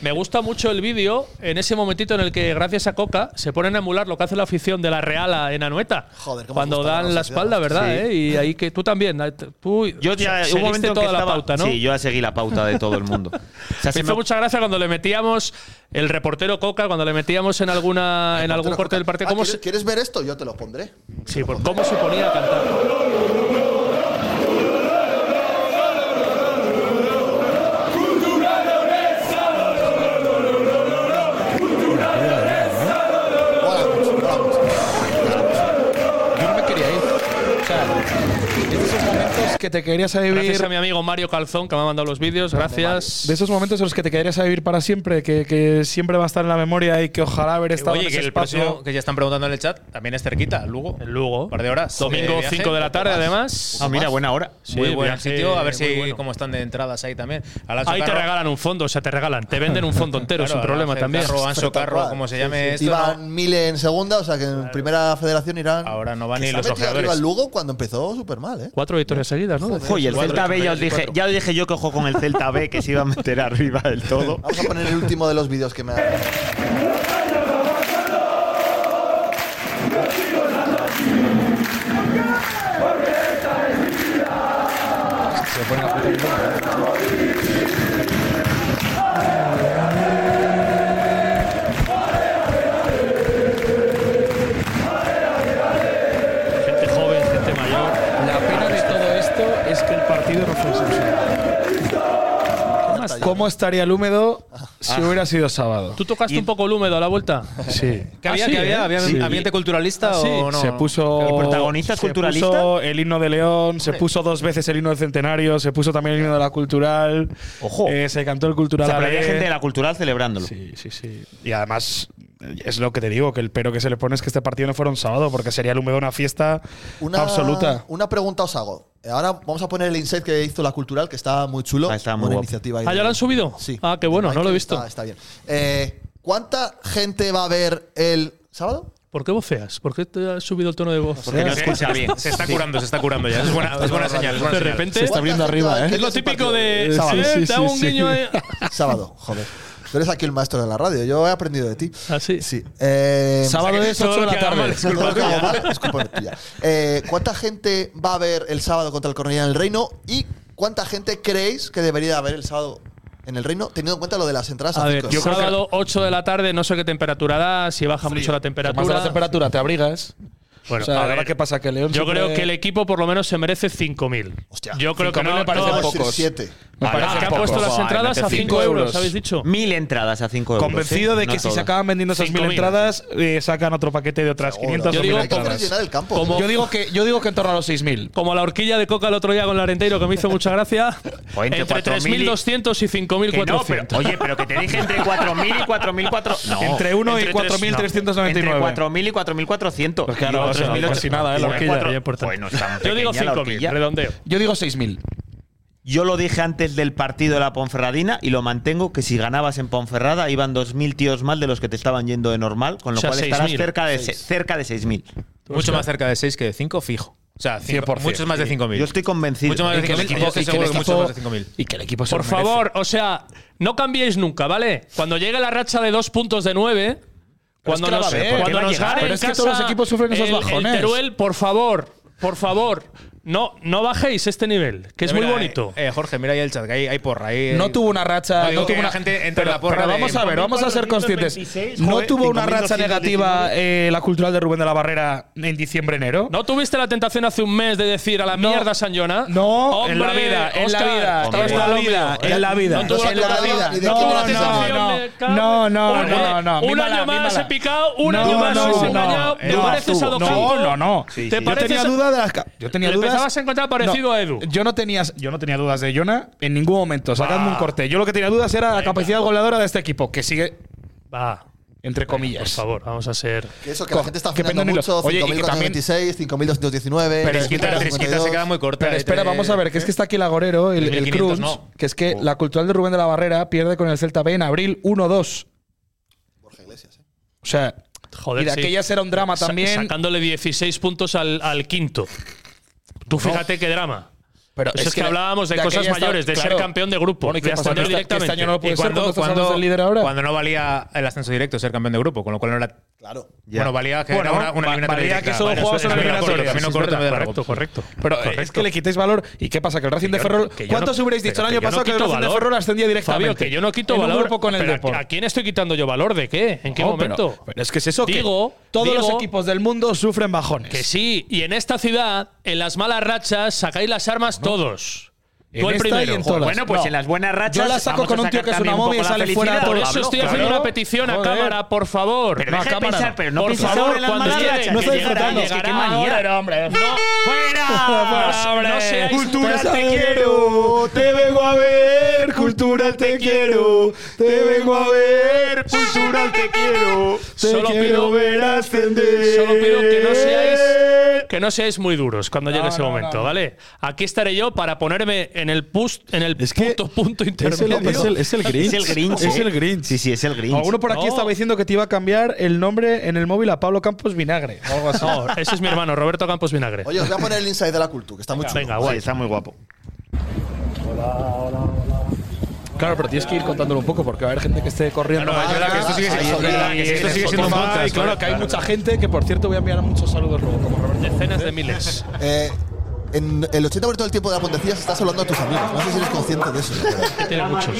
[SPEAKER 3] Me gusta mucho el vídeo en ese momentito en el que, gracias a Coca, se ponen a emular lo que hace la afición de la Reala en Anueta.
[SPEAKER 1] Joder, cómo
[SPEAKER 3] cuando
[SPEAKER 1] me gusta
[SPEAKER 3] dan
[SPEAKER 1] la
[SPEAKER 3] la
[SPEAKER 1] afición.
[SPEAKER 3] espalda, ¿verdad?
[SPEAKER 6] Sí.
[SPEAKER 3] ¿Eh? Y ahí que tú también. eh, Tú
[SPEAKER 6] Yo ya
[SPEAKER 3] se- seguiste
[SPEAKER 6] hubo un momento en que
[SPEAKER 3] toda la
[SPEAKER 6] estaba-
[SPEAKER 3] pauta, ¿no?
[SPEAKER 6] Sí, yo ya seguí la pauta de todo el mundo. O sea, se
[SPEAKER 3] me hizo
[SPEAKER 6] me-
[SPEAKER 3] mucha gracia cuando le metíamos el reportero Coca, cuando le metíamos en alguna en algún corte del partido.
[SPEAKER 1] Ah,
[SPEAKER 3] ¿Cómo,
[SPEAKER 1] ¿quieres,
[SPEAKER 3] se-
[SPEAKER 1] quieres ver esto? Yo te lo pondré.
[SPEAKER 3] sí, por cómo se ponía a cantar.
[SPEAKER 1] Mola mucho, mola mucho.
[SPEAKER 5] Yo no me quería ir. O sea, estos son momentos que te querías a vivir.
[SPEAKER 3] Gracias a mi amigo Mario Calzón, que me ha mandado los vídeos. Gracias.
[SPEAKER 5] De esos momentos en los que te quedarías a vivir para siempre, que, que siempre va a estar en la memoria y que ojalá haber estado
[SPEAKER 4] Oye,
[SPEAKER 5] en
[SPEAKER 4] que
[SPEAKER 5] ese
[SPEAKER 4] el
[SPEAKER 5] espacio.
[SPEAKER 4] próximo que ya están preguntando en el chat también es cerquita, Lugo.
[SPEAKER 3] En Lugo.
[SPEAKER 4] Un par de horas.
[SPEAKER 3] Domingo 5 de la tarde, además.
[SPEAKER 6] Ah, mira, buena hora.
[SPEAKER 4] Muy
[SPEAKER 3] Sí,
[SPEAKER 4] buen
[SPEAKER 3] viaje
[SPEAKER 4] sitio. A ver
[SPEAKER 3] muy
[SPEAKER 4] si
[SPEAKER 3] bueno.
[SPEAKER 4] cómo están de entradas ahí también. A la
[SPEAKER 3] Ahí te regalan un fondo, o sea, te regalan. Te venden un fondo entero, es un problema también.
[SPEAKER 4] Carro, Anso Carro, como se llame esto.
[SPEAKER 1] Iban
[SPEAKER 4] no.
[SPEAKER 1] Mille en segunda, o sea que en primera federación irán.
[SPEAKER 4] Ahora no van
[SPEAKER 1] Que
[SPEAKER 4] ni
[SPEAKER 1] se ha
[SPEAKER 4] los
[SPEAKER 1] metido
[SPEAKER 4] ojeadores.
[SPEAKER 1] arriba el Lugo cuando empezó súper mal, ¿eh?
[SPEAKER 3] Cuatro victorias seguidas, ¿no?
[SPEAKER 6] Ojo, y el
[SPEAKER 4] Cuatro,
[SPEAKER 6] Celta B, ya, os
[SPEAKER 4] cuatro.
[SPEAKER 6] dije, ya os dije yo que ojo con el Celta B, que se iba a meter arriba del todo.
[SPEAKER 1] Vamos a poner el último de los vídeos que me ha.
[SPEAKER 3] Gente joven, gente mayor.
[SPEAKER 5] La pena de todo esto es que el partido no fue excepcional. ¿Cómo estaría el húmedo si hubiera sido sábado?
[SPEAKER 3] ¿Tú tocaste un poco el húmedo a la vuelta?
[SPEAKER 5] Sí.
[SPEAKER 4] ¿Qué había?
[SPEAKER 3] Ah, sí, Ah,
[SPEAKER 4] ¿Qué había?
[SPEAKER 3] ¿eh?
[SPEAKER 4] ¿Había
[SPEAKER 5] Sí.
[SPEAKER 4] ambiente culturalista
[SPEAKER 5] Sí,
[SPEAKER 4] o no?
[SPEAKER 5] se puso.
[SPEAKER 6] ¿El protagonista es
[SPEAKER 5] se
[SPEAKER 6] culturalista?
[SPEAKER 5] puso el himno de León, se puso dos veces el himno del centenario, se puso también el himno de la cultural.
[SPEAKER 6] Ojo.
[SPEAKER 5] eh, se cantó el
[SPEAKER 6] O
[SPEAKER 5] cultural.
[SPEAKER 6] sea, pero
[SPEAKER 5] árabe.
[SPEAKER 6] había gente de la cultural celebrándolo.
[SPEAKER 5] Sí, sí, sí. Y además, es lo que te digo, que el pero que se le pone es que este partido no fuera un sábado, porque sería el húmedo una fiesta
[SPEAKER 1] Una,
[SPEAKER 5] absoluta.
[SPEAKER 1] Una pregunta os hago. Ahora vamos a poner el inset que hizo la cultural, que está muy chulo.
[SPEAKER 6] Ah, está muy
[SPEAKER 1] Buena
[SPEAKER 6] guapo.
[SPEAKER 1] iniciativa. ahí
[SPEAKER 3] Ah,
[SPEAKER 1] de-
[SPEAKER 3] ¿ya lo han subido?
[SPEAKER 1] Sí.
[SPEAKER 3] Ah, qué bueno, no lo he visto.
[SPEAKER 4] este.
[SPEAKER 1] Está, está bien. Eh, ¿Cuánta gente va a ver el sábado?
[SPEAKER 3] ¿Por qué voceas? ¿Por qué te has subido el tono de voz?
[SPEAKER 6] Que no
[SPEAKER 4] Se-
[SPEAKER 6] escucha
[SPEAKER 4] se-
[SPEAKER 6] bien.
[SPEAKER 4] Se está curando, se está curando ya. Es buena, es buena señal. es buena
[SPEAKER 3] De
[SPEAKER 4] señal.
[SPEAKER 3] repente.
[SPEAKER 5] Se está viendo
[SPEAKER 1] ¿Cuánta
[SPEAKER 5] arriba,
[SPEAKER 1] gente va-
[SPEAKER 5] ¿eh?
[SPEAKER 1] qué
[SPEAKER 3] Es lo
[SPEAKER 4] Este
[SPEAKER 1] clase
[SPEAKER 3] típico
[SPEAKER 1] partido?
[SPEAKER 3] de.
[SPEAKER 5] Sábado.
[SPEAKER 3] "Eh,
[SPEAKER 5] Sí,
[SPEAKER 3] te hago
[SPEAKER 5] sí,
[SPEAKER 3] un
[SPEAKER 5] sí.
[SPEAKER 3] guiño ahí".
[SPEAKER 1] Sábado, joder. Tú eres aquí el maestro de la radio. Yo he aprendido de ti.
[SPEAKER 3] Ah, sí.
[SPEAKER 1] Sí. Eh,
[SPEAKER 5] Sábado es
[SPEAKER 3] Todo
[SPEAKER 5] 8 de
[SPEAKER 3] lo
[SPEAKER 5] la
[SPEAKER 3] que haga mal
[SPEAKER 5] tarde.
[SPEAKER 3] es culpa
[SPEAKER 1] Todo lo que hago
[SPEAKER 3] tuya.
[SPEAKER 1] mal es culpa tuya. Eh, ¿Cuánta gente va a ver el sábado contra el Cornellá en el Reino? ¿Y cuánta gente creéis que debería haber el sábado en el Reino, teniendo en cuenta lo de las entradas?
[SPEAKER 3] A ver,
[SPEAKER 1] cinco?
[SPEAKER 3] yo sábado 8 de la tarde, no sé qué temperatura da, si baja mucho la temperatura.
[SPEAKER 5] Más de la temperatura, te abrigas.
[SPEAKER 3] Bueno,
[SPEAKER 5] o sea,
[SPEAKER 3] a
[SPEAKER 5] ahora
[SPEAKER 3] ver,
[SPEAKER 5] qué pasa, que León
[SPEAKER 3] Yo
[SPEAKER 5] siempre-
[SPEAKER 3] creo que el equipo por lo menos se merece 5.000.
[SPEAKER 1] Hostia,
[SPEAKER 3] Yo creo que
[SPEAKER 5] 5.000
[SPEAKER 3] no
[SPEAKER 5] me parece
[SPEAKER 1] Iba a
[SPEAKER 3] todos-
[SPEAKER 1] decir
[SPEAKER 5] pocos.
[SPEAKER 1] siete.
[SPEAKER 5] Me
[SPEAKER 3] Ah,
[SPEAKER 5] parece
[SPEAKER 3] que han
[SPEAKER 5] poco.
[SPEAKER 3] puesto las
[SPEAKER 6] Joder,
[SPEAKER 3] entradas a
[SPEAKER 6] mete
[SPEAKER 3] 5
[SPEAKER 5] cinco
[SPEAKER 3] euros,
[SPEAKER 5] euros.
[SPEAKER 3] habéis dicho.
[SPEAKER 6] Mil entradas a 5 euros.
[SPEAKER 5] Convencido
[SPEAKER 6] ¿eh?
[SPEAKER 5] de que
[SPEAKER 6] No
[SPEAKER 5] si se
[SPEAKER 6] todas.
[SPEAKER 5] acaban vendiendo esas mil
[SPEAKER 3] 5.000.
[SPEAKER 5] entradas, eh, sacan otro paquete de otras 500
[SPEAKER 3] Yo
[SPEAKER 5] o
[SPEAKER 3] digo-
[SPEAKER 5] 1000
[SPEAKER 1] Hay que
[SPEAKER 3] entradas.
[SPEAKER 1] ofrecer llenar el campo.
[SPEAKER 3] Como-
[SPEAKER 5] Yo digo que yo digo que en torno a los 6000.
[SPEAKER 3] Como la horquilla de coca el otro día con Larenteiro, que me hizo mucha gracia.
[SPEAKER 6] Joder, Pues entre
[SPEAKER 3] entre
[SPEAKER 6] 4.000 y-
[SPEAKER 3] 3.200 y
[SPEAKER 6] Que no, pero-
[SPEAKER 3] 5.400.
[SPEAKER 6] oye, pero que te dije entre 4.000 y 4.400. No.
[SPEAKER 5] Entre uno y
[SPEAKER 6] tres-
[SPEAKER 5] 4.399.
[SPEAKER 6] Entre 4.000 y 4.400.
[SPEAKER 5] Pues claro, o sea, casi nada, ¿eh? La horquilla,
[SPEAKER 6] Cuatro-
[SPEAKER 5] ya importante.
[SPEAKER 6] Bueno, está muy
[SPEAKER 3] Yo digo
[SPEAKER 6] pequeña la
[SPEAKER 3] 5.000,
[SPEAKER 6] horquilla.
[SPEAKER 3] redondeo.
[SPEAKER 5] Yo digo 6000.
[SPEAKER 6] Yo lo dije antes del partido de la Ponferradina y lo mantengo que si ganabas en Ponferrada iban 2.000 tíos mal de los que te estaban yendo de normal, con lo
[SPEAKER 3] O sea,
[SPEAKER 6] cual estarás
[SPEAKER 3] 6.000.
[SPEAKER 6] cerca de, se- cerca de 6.000.
[SPEAKER 5] pues
[SPEAKER 4] Mucho más cerca de 6 que de 5, fijo. O sea, cinco-
[SPEAKER 5] 100%.
[SPEAKER 4] muchos más de 5.000.
[SPEAKER 6] Yo estoy convencido.
[SPEAKER 4] Mucho más de
[SPEAKER 5] Y que el
[SPEAKER 4] 5.000.
[SPEAKER 5] equipo-
[SPEAKER 4] Yo estoy
[SPEAKER 5] y que
[SPEAKER 4] seguro
[SPEAKER 5] el
[SPEAKER 4] que muchos más de
[SPEAKER 5] equipo-
[SPEAKER 4] 5.000.
[SPEAKER 5] Y que el equipo se
[SPEAKER 3] Por
[SPEAKER 5] lo merece.
[SPEAKER 3] favor, o sea, no cambiéis nunca, ¿vale? Cuando llegue la racha de dos puntos de nueve, cuando
[SPEAKER 5] que la va
[SPEAKER 3] nos,
[SPEAKER 5] a haber,
[SPEAKER 3] cuando
[SPEAKER 5] que va a
[SPEAKER 3] nos
[SPEAKER 5] llegar.
[SPEAKER 3] gane
[SPEAKER 5] Pero
[SPEAKER 3] en
[SPEAKER 5] es que
[SPEAKER 3] casa
[SPEAKER 5] todos los equipos sufren esos
[SPEAKER 3] el-
[SPEAKER 5] bajones.
[SPEAKER 3] El Teruel, por favor, por favor, no, no bajéis este nivel, que es
[SPEAKER 4] Mira,
[SPEAKER 3] muy bonito.
[SPEAKER 4] Eh, eh, Jorge, mira ahí el chat, que hay, hay porra. Ahí,
[SPEAKER 5] No tuvo una racha.
[SPEAKER 4] No,
[SPEAKER 5] No,
[SPEAKER 4] digo que
[SPEAKER 5] tuvo una
[SPEAKER 4] la gente entre
[SPEAKER 5] pero,
[SPEAKER 4] la porra
[SPEAKER 5] pero
[SPEAKER 4] de-
[SPEAKER 5] vamos a ver, vamos a ser conscientes.
[SPEAKER 10] 4.426,
[SPEAKER 5] No
[SPEAKER 10] joder,
[SPEAKER 5] tuvo una
[SPEAKER 10] 5.219.
[SPEAKER 5] racha negativa eh, la cultural de Rubén de la Barrera en diciembre-enero.
[SPEAKER 3] ¿No tuviste la tentación hace un mes de decir a la
[SPEAKER 5] No.
[SPEAKER 3] mierda San Jona?
[SPEAKER 5] No,
[SPEAKER 3] Hombre,
[SPEAKER 5] en la vida, en la
[SPEAKER 3] Óscar,
[SPEAKER 5] vida,
[SPEAKER 3] Óscar,
[SPEAKER 5] en la
[SPEAKER 3] Óscar,
[SPEAKER 5] vida,
[SPEAKER 3] hombre.
[SPEAKER 5] en la vida.
[SPEAKER 3] No tuvo
[SPEAKER 1] En la
[SPEAKER 3] tentación-
[SPEAKER 1] vida, y de
[SPEAKER 3] no
[SPEAKER 1] quién
[SPEAKER 3] tuvo
[SPEAKER 1] la
[SPEAKER 3] tentación
[SPEAKER 5] no,
[SPEAKER 3] de-
[SPEAKER 5] no, no,
[SPEAKER 3] Un-
[SPEAKER 5] no, no,
[SPEAKER 3] Un
[SPEAKER 5] mímala,
[SPEAKER 3] año más
[SPEAKER 5] mímala.
[SPEAKER 3] he picado, un
[SPEAKER 5] No,
[SPEAKER 3] año más
[SPEAKER 5] no,
[SPEAKER 3] has
[SPEAKER 5] no,
[SPEAKER 3] engañado. ¿Te
[SPEAKER 5] no,
[SPEAKER 3] pareces a
[SPEAKER 5] no, no, no.
[SPEAKER 3] ¿Te
[SPEAKER 5] yo
[SPEAKER 3] pareces
[SPEAKER 5] tenía
[SPEAKER 3] a-
[SPEAKER 5] duda de las ca- yo tenía
[SPEAKER 3] Le
[SPEAKER 5] dudas.
[SPEAKER 3] empezabas a encontrar parecido a Edu.
[SPEAKER 5] Yo no tenía, yo no tenía dudas de Jonah en ningún momento. Sacadme un corte. Yo lo que tenía dudas era la capacidad goleadora de este equipo, que sigue
[SPEAKER 3] Va,
[SPEAKER 5] entre comillas.
[SPEAKER 3] por favor, vamos a ser.
[SPEAKER 1] Que eso, que la gente está
[SPEAKER 5] que
[SPEAKER 1] afinando
[SPEAKER 5] penden los-
[SPEAKER 1] mucho.
[SPEAKER 5] Oye, y que
[SPEAKER 1] 5.426, 5.219.
[SPEAKER 4] Pero es que la trisquita se queda muy corta.
[SPEAKER 5] Pero
[SPEAKER 4] eh,
[SPEAKER 5] espera,
[SPEAKER 4] te-
[SPEAKER 5] vamos a ver, que es que está aquí el agorero, el, el
[SPEAKER 4] 1500
[SPEAKER 5] Crunch,
[SPEAKER 4] no.
[SPEAKER 5] que es que
[SPEAKER 3] Oh.
[SPEAKER 5] la cultural de Rubén de la Barrera pierde con el Celta B en abril 1-2. O sea,
[SPEAKER 3] Joder,
[SPEAKER 5] y de
[SPEAKER 3] sí.
[SPEAKER 5] aquellas era un drama
[SPEAKER 3] Sa-
[SPEAKER 5] también.
[SPEAKER 3] Sacándole 16 puntos al, al quinto. Tú fíjate qué drama.
[SPEAKER 5] Pero
[SPEAKER 3] Eso es que hablábamos de cosas
[SPEAKER 5] aquella esta-
[SPEAKER 3] mayores, de ser campeón de grupo,
[SPEAKER 5] Bueno, ¿y qué
[SPEAKER 3] de
[SPEAKER 5] pasa?
[SPEAKER 3] ascender
[SPEAKER 5] ¿Que este- que Este
[SPEAKER 3] directamente?
[SPEAKER 5] año no lo
[SPEAKER 3] ¿Y
[SPEAKER 5] puede ser
[SPEAKER 3] cuándo-
[SPEAKER 5] cuando,
[SPEAKER 3] cuándo-
[SPEAKER 5] del líder ahora.
[SPEAKER 4] Cuando no valía el ascenso directo ser campeón de grupo, con lo cual no era.
[SPEAKER 1] Claro.
[SPEAKER 4] Bueno, valía que
[SPEAKER 3] Bueno,
[SPEAKER 4] era una, una
[SPEAKER 3] va-
[SPEAKER 4] eliminatoria.
[SPEAKER 3] valía
[SPEAKER 4] directa.
[SPEAKER 3] que solo
[SPEAKER 4] Vale,
[SPEAKER 3] jugabas
[SPEAKER 4] eso-
[SPEAKER 3] una
[SPEAKER 4] camino corto,
[SPEAKER 3] eliminatoria.
[SPEAKER 4] Camino
[SPEAKER 3] Sí,
[SPEAKER 4] corto,
[SPEAKER 3] es verdad,
[SPEAKER 4] medio largo.
[SPEAKER 3] correcto, correcto.
[SPEAKER 5] Pero eh, es que le quitáis valor. ¿Y qué pasa? Que el Racing de
[SPEAKER 3] yo-
[SPEAKER 5] Ferrol.
[SPEAKER 3] que yo
[SPEAKER 5] ¿Cuántos
[SPEAKER 3] no-
[SPEAKER 5] hubierais dicho el
[SPEAKER 3] pero
[SPEAKER 5] año
[SPEAKER 3] que yo no
[SPEAKER 5] pasado que el
[SPEAKER 3] quito
[SPEAKER 5] Racing de
[SPEAKER 3] valor.
[SPEAKER 5] Ferrol ascendía directamente?
[SPEAKER 3] Fabio, que yo no quito
[SPEAKER 5] En un
[SPEAKER 3] valor.
[SPEAKER 5] grupo con el
[SPEAKER 3] Pero ¿a-
[SPEAKER 5] Depor.
[SPEAKER 3] ¿A quién estoy quitando yo valor? ¿De qué? ¿En qué
[SPEAKER 5] No, pero-
[SPEAKER 3] momento?
[SPEAKER 5] pero es que es eso. que
[SPEAKER 3] Digo-
[SPEAKER 5] todos los
[SPEAKER 3] digo-
[SPEAKER 5] equipos del mundo sufren bajones.
[SPEAKER 3] Que sí, y en esta ciudad, en las malas rachas, sacáis las armas todos.
[SPEAKER 5] En
[SPEAKER 3] Tú el
[SPEAKER 5] esta y
[SPEAKER 3] primero.
[SPEAKER 5] en todas.
[SPEAKER 6] Bueno, pues
[SPEAKER 5] No.
[SPEAKER 6] en las buenas rachas.
[SPEAKER 5] Yo la saco
[SPEAKER 6] vamos a
[SPEAKER 5] con un tío
[SPEAKER 6] sacar
[SPEAKER 5] que es
[SPEAKER 6] también
[SPEAKER 5] una
[SPEAKER 6] un poco
[SPEAKER 5] momia y
[SPEAKER 6] la
[SPEAKER 5] sale
[SPEAKER 6] felicidad.
[SPEAKER 5] fuera a
[SPEAKER 3] Por
[SPEAKER 5] todo.
[SPEAKER 3] eso
[SPEAKER 6] Pablo,
[SPEAKER 3] estoy
[SPEAKER 6] claro.
[SPEAKER 3] haciendo una petición a
[SPEAKER 5] Joder.
[SPEAKER 3] cámara, por favor.
[SPEAKER 6] Pero deja de
[SPEAKER 5] cámara
[SPEAKER 6] pensar,
[SPEAKER 5] no.
[SPEAKER 6] pero no
[SPEAKER 3] por
[SPEAKER 6] pienses
[SPEAKER 3] favor,
[SPEAKER 6] ahora en las
[SPEAKER 3] cuando
[SPEAKER 6] malas
[SPEAKER 3] llegue,
[SPEAKER 6] rachas.
[SPEAKER 3] que
[SPEAKER 6] que
[SPEAKER 3] llegará,
[SPEAKER 6] llegarán, es que
[SPEAKER 3] llegará.
[SPEAKER 6] qué manía.
[SPEAKER 5] hombre.
[SPEAKER 3] No,
[SPEAKER 6] ¡Fuera!
[SPEAKER 3] no, no seáis
[SPEAKER 2] Cultural
[SPEAKER 3] ustedes-
[SPEAKER 2] te quiero, Oh, te vengo a ver. Cultural te quiero, te vengo a ver. Cultural te quiero, te
[SPEAKER 3] Solo
[SPEAKER 2] quiero
[SPEAKER 3] pido-
[SPEAKER 2] ver ascender.
[SPEAKER 3] Solo pido que no seáis que no seáis muy duros cuando llegue
[SPEAKER 5] No,
[SPEAKER 3] ese
[SPEAKER 5] no,
[SPEAKER 3] momento,
[SPEAKER 5] no.
[SPEAKER 3] ¿vale? Aquí estaré yo para ponerme en el pus- en el
[SPEAKER 10] Es que
[SPEAKER 3] punto punto
[SPEAKER 10] Es el,
[SPEAKER 3] intermedio.
[SPEAKER 10] es el, es el Grinch.
[SPEAKER 6] Es el Grinch.
[SPEAKER 10] Es
[SPEAKER 6] ¿eh?
[SPEAKER 10] el Grinch.
[SPEAKER 6] Sí, sí, es el Grinch.
[SPEAKER 5] Alguno por aquí
[SPEAKER 3] No.
[SPEAKER 5] estaba diciendo que te iba a cambiar el nombre en el móvil a Pablo Campos Vinagre. o algo así.
[SPEAKER 3] No, ese es mi hermano Roberto Campos Vinagre.
[SPEAKER 1] Oye, os voy a poner el inside de la cultura, que está muy chulo.
[SPEAKER 3] Venga,
[SPEAKER 6] Sí,
[SPEAKER 3] guay.
[SPEAKER 6] está muy guapo.
[SPEAKER 5] Claro, pero tienes que ir contándolo un poco porque va a haber gente que esté corriendo.
[SPEAKER 4] Claro,
[SPEAKER 5] más.
[SPEAKER 4] yo la que esto sigue
[SPEAKER 1] Ah,
[SPEAKER 4] siendo-
[SPEAKER 1] sí,
[SPEAKER 4] la que esto sigue siendo un
[SPEAKER 5] Spotify,
[SPEAKER 4] podcast.
[SPEAKER 5] claro, que hay mucha gente que, por cierto, voy a enviar muchos saludos luego, como Roberto.
[SPEAKER 3] Decenas de miles.
[SPEAKER 1] Eh, en el 80% del tiempo de la pontecilla estás hablando a tus amigos. No sé si eres consciente de eso.
[SPEAKER 3] Tiene muchos.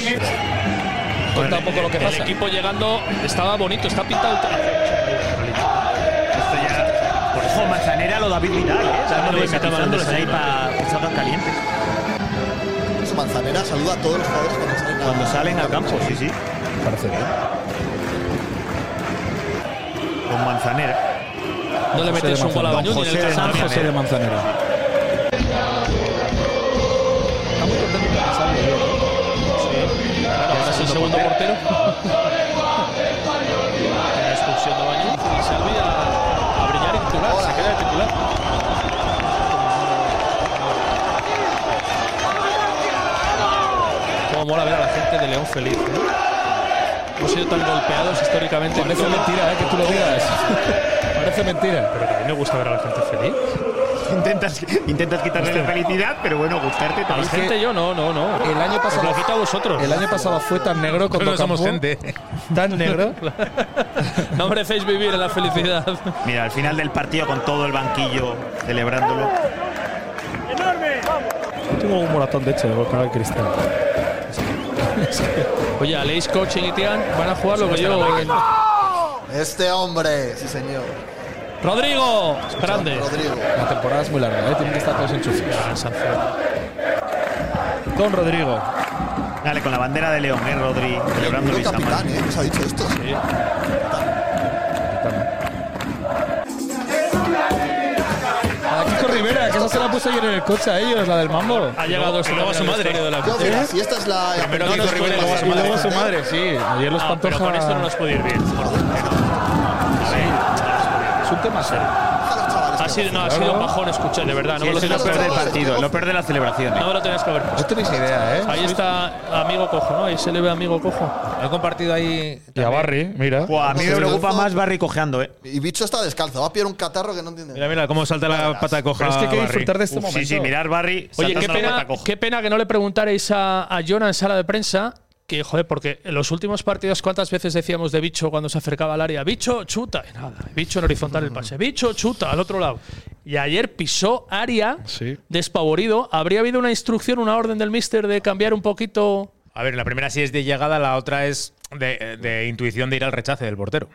[SPEAKER 5] Cuenta un poco lo que
[SPEAKER 3] El
[SPEAKER 5] pasa.
[SPEAKER 3] equipo llegando estaba bonito, está pintado.
[SPEAKER 6] Por eso Manzanera lo David Vidal, ¿eh?
[SPEAKER 3] lo
[SPEAKER 6] Dándoles,
[SPEAKER 3] que está mandando
[SPEAKER 6] dándoles ahí para que salgan calientes.
[SPEAKER 1] Su manzanera saluda a todos los jugadores cuando salen. a-
[SPEAKER 6] Cuando salen al campo, sí, sí.
[SPEAKER 5] Parece bien.
[SPEAKER 6] Con Manzanera.
[SPEAKER 3] No le metes un gol a Bañuls ni en el
[SPEAKER 6] José de
[SPEAKER 3] Casablanca.
[SPEAKER 5] José de Manzanera. Está muy contento de pasarlo, yo.
[SPEAKER 3] Claro, ahora es el segundo portero. La expulsión de Bañuls y Salvi a, a brillar en titular, se queda de titular. Cómo mola ver a la gente de León feliz. ¿eh? Hemos sido tan golpeados históricamente.
[SPEAKER 5] Parece
[SPEAKER 3] Pero
[SPEAKER 5] mentira, eh, que tú lo digas. Parece mentira.
[SPEAKER 3] que a mí me gusta ver a la gente feliz.
[SPEAKER 6] Intentas, intentas quitarle la felicidad, pero bueno, gustarte
[SPEAKER 3] A la
[SPEAKER 6] también.
[SPEAKER 3] gente yo no, no, no.
[SPEAKER 5] El año pasado-
[SPEAKER 3] Os lo quito a vosotros.
[SPEAKER 5] El año pasado fue tan negro con
[SPEAKER 4] Nosotros no somos
[SPEAKER 5] Docampo,
[SPEAKER 4] gente.
[SPEAKER 5] Tan negro.
[SPEAKER 3] No merecéis vivir en la felicidad.
[SPEAKER 6] Mira, al final del partido con todo el banquillo celebrándolo.
[SPEAKER 5] Tengo un moratón de hecho de golpear al Cristiano.
[SPEAKER 3] Oye, Aleix Coaching y Tian van a jugar lo que yo. en-
[SPEAKER 1] Este hombre, sí señor.
[SPEAKER 3] Rodrigo, grande.
[SPEAKER 1] Rodrigo.
[SPEAKER 5] La temporada es muy larga, ¿eh? tienen que estar todos enchufados.
[SPEAKER 3] Ah, sanción.
[SPEAKER 5] Don Rodrigo.
[SPEAKER 6] Dale, con la bandera de León, ¿eh, Rodri? Celebrando
[SPEAKER 1] Rodrigo
[SPEAKER 6] Luis Amar.
[SPEAKER 1] capitán, ¿eh? Nos ha dicho esto.
[SPEAKER 5] A Ah, Kiko Rivera, que esa se la puse ayer en el coche a ellos, la del mambo.
[SPEAKER 3] Ha llegado este su a su madre. De la...
[SPEAKER 1] Yo, mira, si esta es la.
[SPEAKER 3] Pero no nos puede
[SPEAKER 5] Y
[SPEAKER 1] ¿eh?
[SPEAKER 5] luego su madre, sí. Ayer los
[SPEAKER 3] Ah,
[SPEAKER 5] Pantoja…
[SPEAKER 3] pero con esto no nos puede ir bien.
[SPEAKER 5] Es un tema serio.
[SPEAKER 1] Deja a los chavales
[SPEAKER 3] Ha
[SPEAKER 1] que
[SPEAKER 3] sido, Ah, no, ha
[SPEAKER 5] Claro.
[SPEAKER 3] sido un bajón escuchar, de verdad. No me lo
[SPEAKER 6] Eso es lo
[SPEAKER 3] tenías que
[SPEAKER 6] peor del
[SPEAKER 3] haber
[SPEAKER 6] partido, lo peor de la celebración.
[SPEAKER 3] No me lo tenías que haber
[SPEAKER 5] No
[SPEAKER 3] puesto.
[SPEAKER 5] tenéis idea, ¿eh?
[SPEAKER 3] Ahí está amigo cojo, ¿no? Ahí se le ve amigo cojo.
[SPEAKER 4] He compartido ahí.
[SPEAKER 5] Y a Barry, mira.
[SPEAKER 6] a mí me preocupa más Barry cojeando, ¿eh?
[SPEAKER 1] Y bicho está descalzo. Va a pillar un catarro que no entiende.
[SPEAKER 4] Mira, mira cómo salta la pata coja.
[SPEAKER 5] Pero es que hay que
[SPEAKER 4] Barry.
[SPEAKER 5] disfrutar de este
[SPEAKER 6] Uf,
[SPEAKER 5] momento.
[SPEAKER 6] sí, sí, mirar Barry.
[SPEAKER 3] Oye,
[SPEAKER 6] saltando
[SPEAKER 3] qué
[SPEAKER 6] la
[SPEAKER 3] pena,
[SPEAKER 6] pata coja.
[SPEAKER 3] qué pena que no le preguntarais a, a Jonah en sala de prensa. Que, joder, porque en los últimos partidos, ¿cuántas veces decíamos de bicho cuando se acercaba al área? Bicho, chuta. Y nada, bicho en horizontal el pase. Bicho, chuta, al otro lado. Y ayer pisó área
[SPEAKER 5] Sí.
[SPEAKER 3] despavorido. ¿Habría habido una instrucción, una orden del mister de cambiar un poquito?
[SPEAKER 4] A ver, la primera sí es de llegada, la otra es de, de intuición de ir al rechace del portero.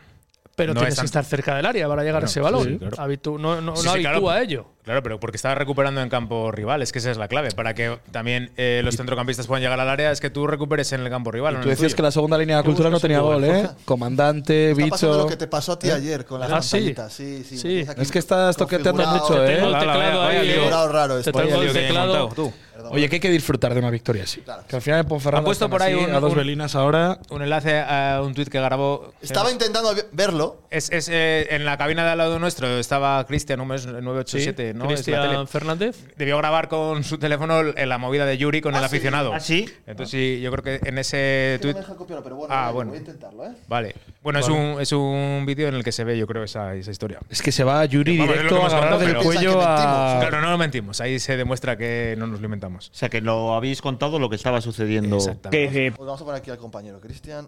[SPEAKER 3] Pero
[SPEAKER 4] No
[SPEAKER 3] tienes
[SPEAKER 4] es
[SPEAKER 3] que
[SPEAKER 4] tan-
[SPEAKER 3] estar cerca del área para llegar a ese balón.
[SPEAKER 4] sí, claro.
[SPEAKER 3] Habitu- no no,
[SPEAKER 4] Sí,
[SPEAKER 3] no
[SPEAKER 4] sí,
[SPEAKER 3] habitúa
[SPEAKER 4] claro.
[SPEAKER 3] a ello.
[SPEAKER 4] Claro, pero porque estaba recuperando en campo rival, es que esa es la clave. Para que también eh, los centrocampistas puedan llegar al área, es que tú recuperes en el campo rival. no en
[SPEAKER 5] Tú
[SPEAKER 4] el
[SPEAKER 5] decías
[SPEAKER 4] tuyo.
[SPEAKER 5] que la segunda línea de cultura no tenía gol, ¿eh? Comandante,
[SPEAKER 1] Está pasando
[SPEAKER 5] bicho.
[SPEAKER 1] lo que te pasó a ti ayer con las
[SPEAKER 3] Ah, sí.
[SPEAKER 1] pantallitas. Sí, sí.
[SPEAKER 3] Sí.
[SPEAKER 1] tienes aquí
[SPEAKER 5] Es que estás toqueteando
[SPEAKER 1] configurado.
[SPEAKER 5] mucho, ¿eh?
[SPEAKER 3] Tengo el
[SPEAKER 4] Ala,
[SPEAKER 3] teclado
[SPEAKER 4] vaya,
[SPEAKER 3] ahí.
[SPEAKER 4] vaya
[SPEAKER 3] eh.
[SPEAKER 1] Raro, raro.
[SPEAKER 3] Te
[SPEAKER 1] esto.
[SPEAKER 3] tengo el
[SPEAKER 4] lío que hay
[SPEAKER 3] teclado.
[SPEAKER 4] montado, tú.
[SPEAKER 5] Oye, que hay que disfrutar de una victoria así. Que al final en Ponferrada.
[SPEAKER 4] Han puesto
[SPEAKER 5] están
[SPEAKER 4] por ahí
[SPEAKER 5] así,
[SPEAKER 4] un-
[SPEAKER 5] a dos
[SPEAKER 4] un-
[SPEAKER 5] velinas ahora.
[SPEAKER 4] Un enlace a un tuit que grabó. eh,
[SPEAKER 1] Estaba intentando verlo.
[SPEAKER 4] Es, es, eh, en la cabina de al lado nuestro estaba Cristian, un mes 987, ¿no? Es la tele.
[SPEAKER 3] Cristian Fernández.
[SPEAKER 4] Debió grabar con su teléfono en la movida de Yuri con el aficionado.
[SPEAKER 6] ¿Ah, sí?
[SPEAKER 4] Entonces sí, yo creo que en ese tweet.
[SPEAKER 1] copiarlo, pero
[SPEAKER 4] Ah, venga, bueno. voy a
[SPEAKER 1] intentarlo, ¿eh?
[SPEAKER 4] Vale. Bueno, es un, es un vídeo en el que se ve, yo creo, esa, esa historia.
[SPEAKER 5] Es que se va Yuri
[SPEAKER 4] Vamos, es lo
[SPEAKER 5] directo
[SPEAKER 4] que
[SPEAKER 5] a
[SPEAKER 4] hemos
[SPEAKER 5] agarrar
[SPEAKER 4] hablado,
[SPEAKER 5] del
[SPEAKER 4] pero-
[SPEAKER 5] cuello a.
[SPEAKER 4] Claro, no lo mentimos. Ahí se demuestra que no nos lo inventamos.
[SPEAKER 6] O sea, que lo habéis contado lo que estaba sucediendo.
[SPEAKER 4] Exactamente.
[SPEAKER 1] Pues vamos a poner aquí al compañero Cristian.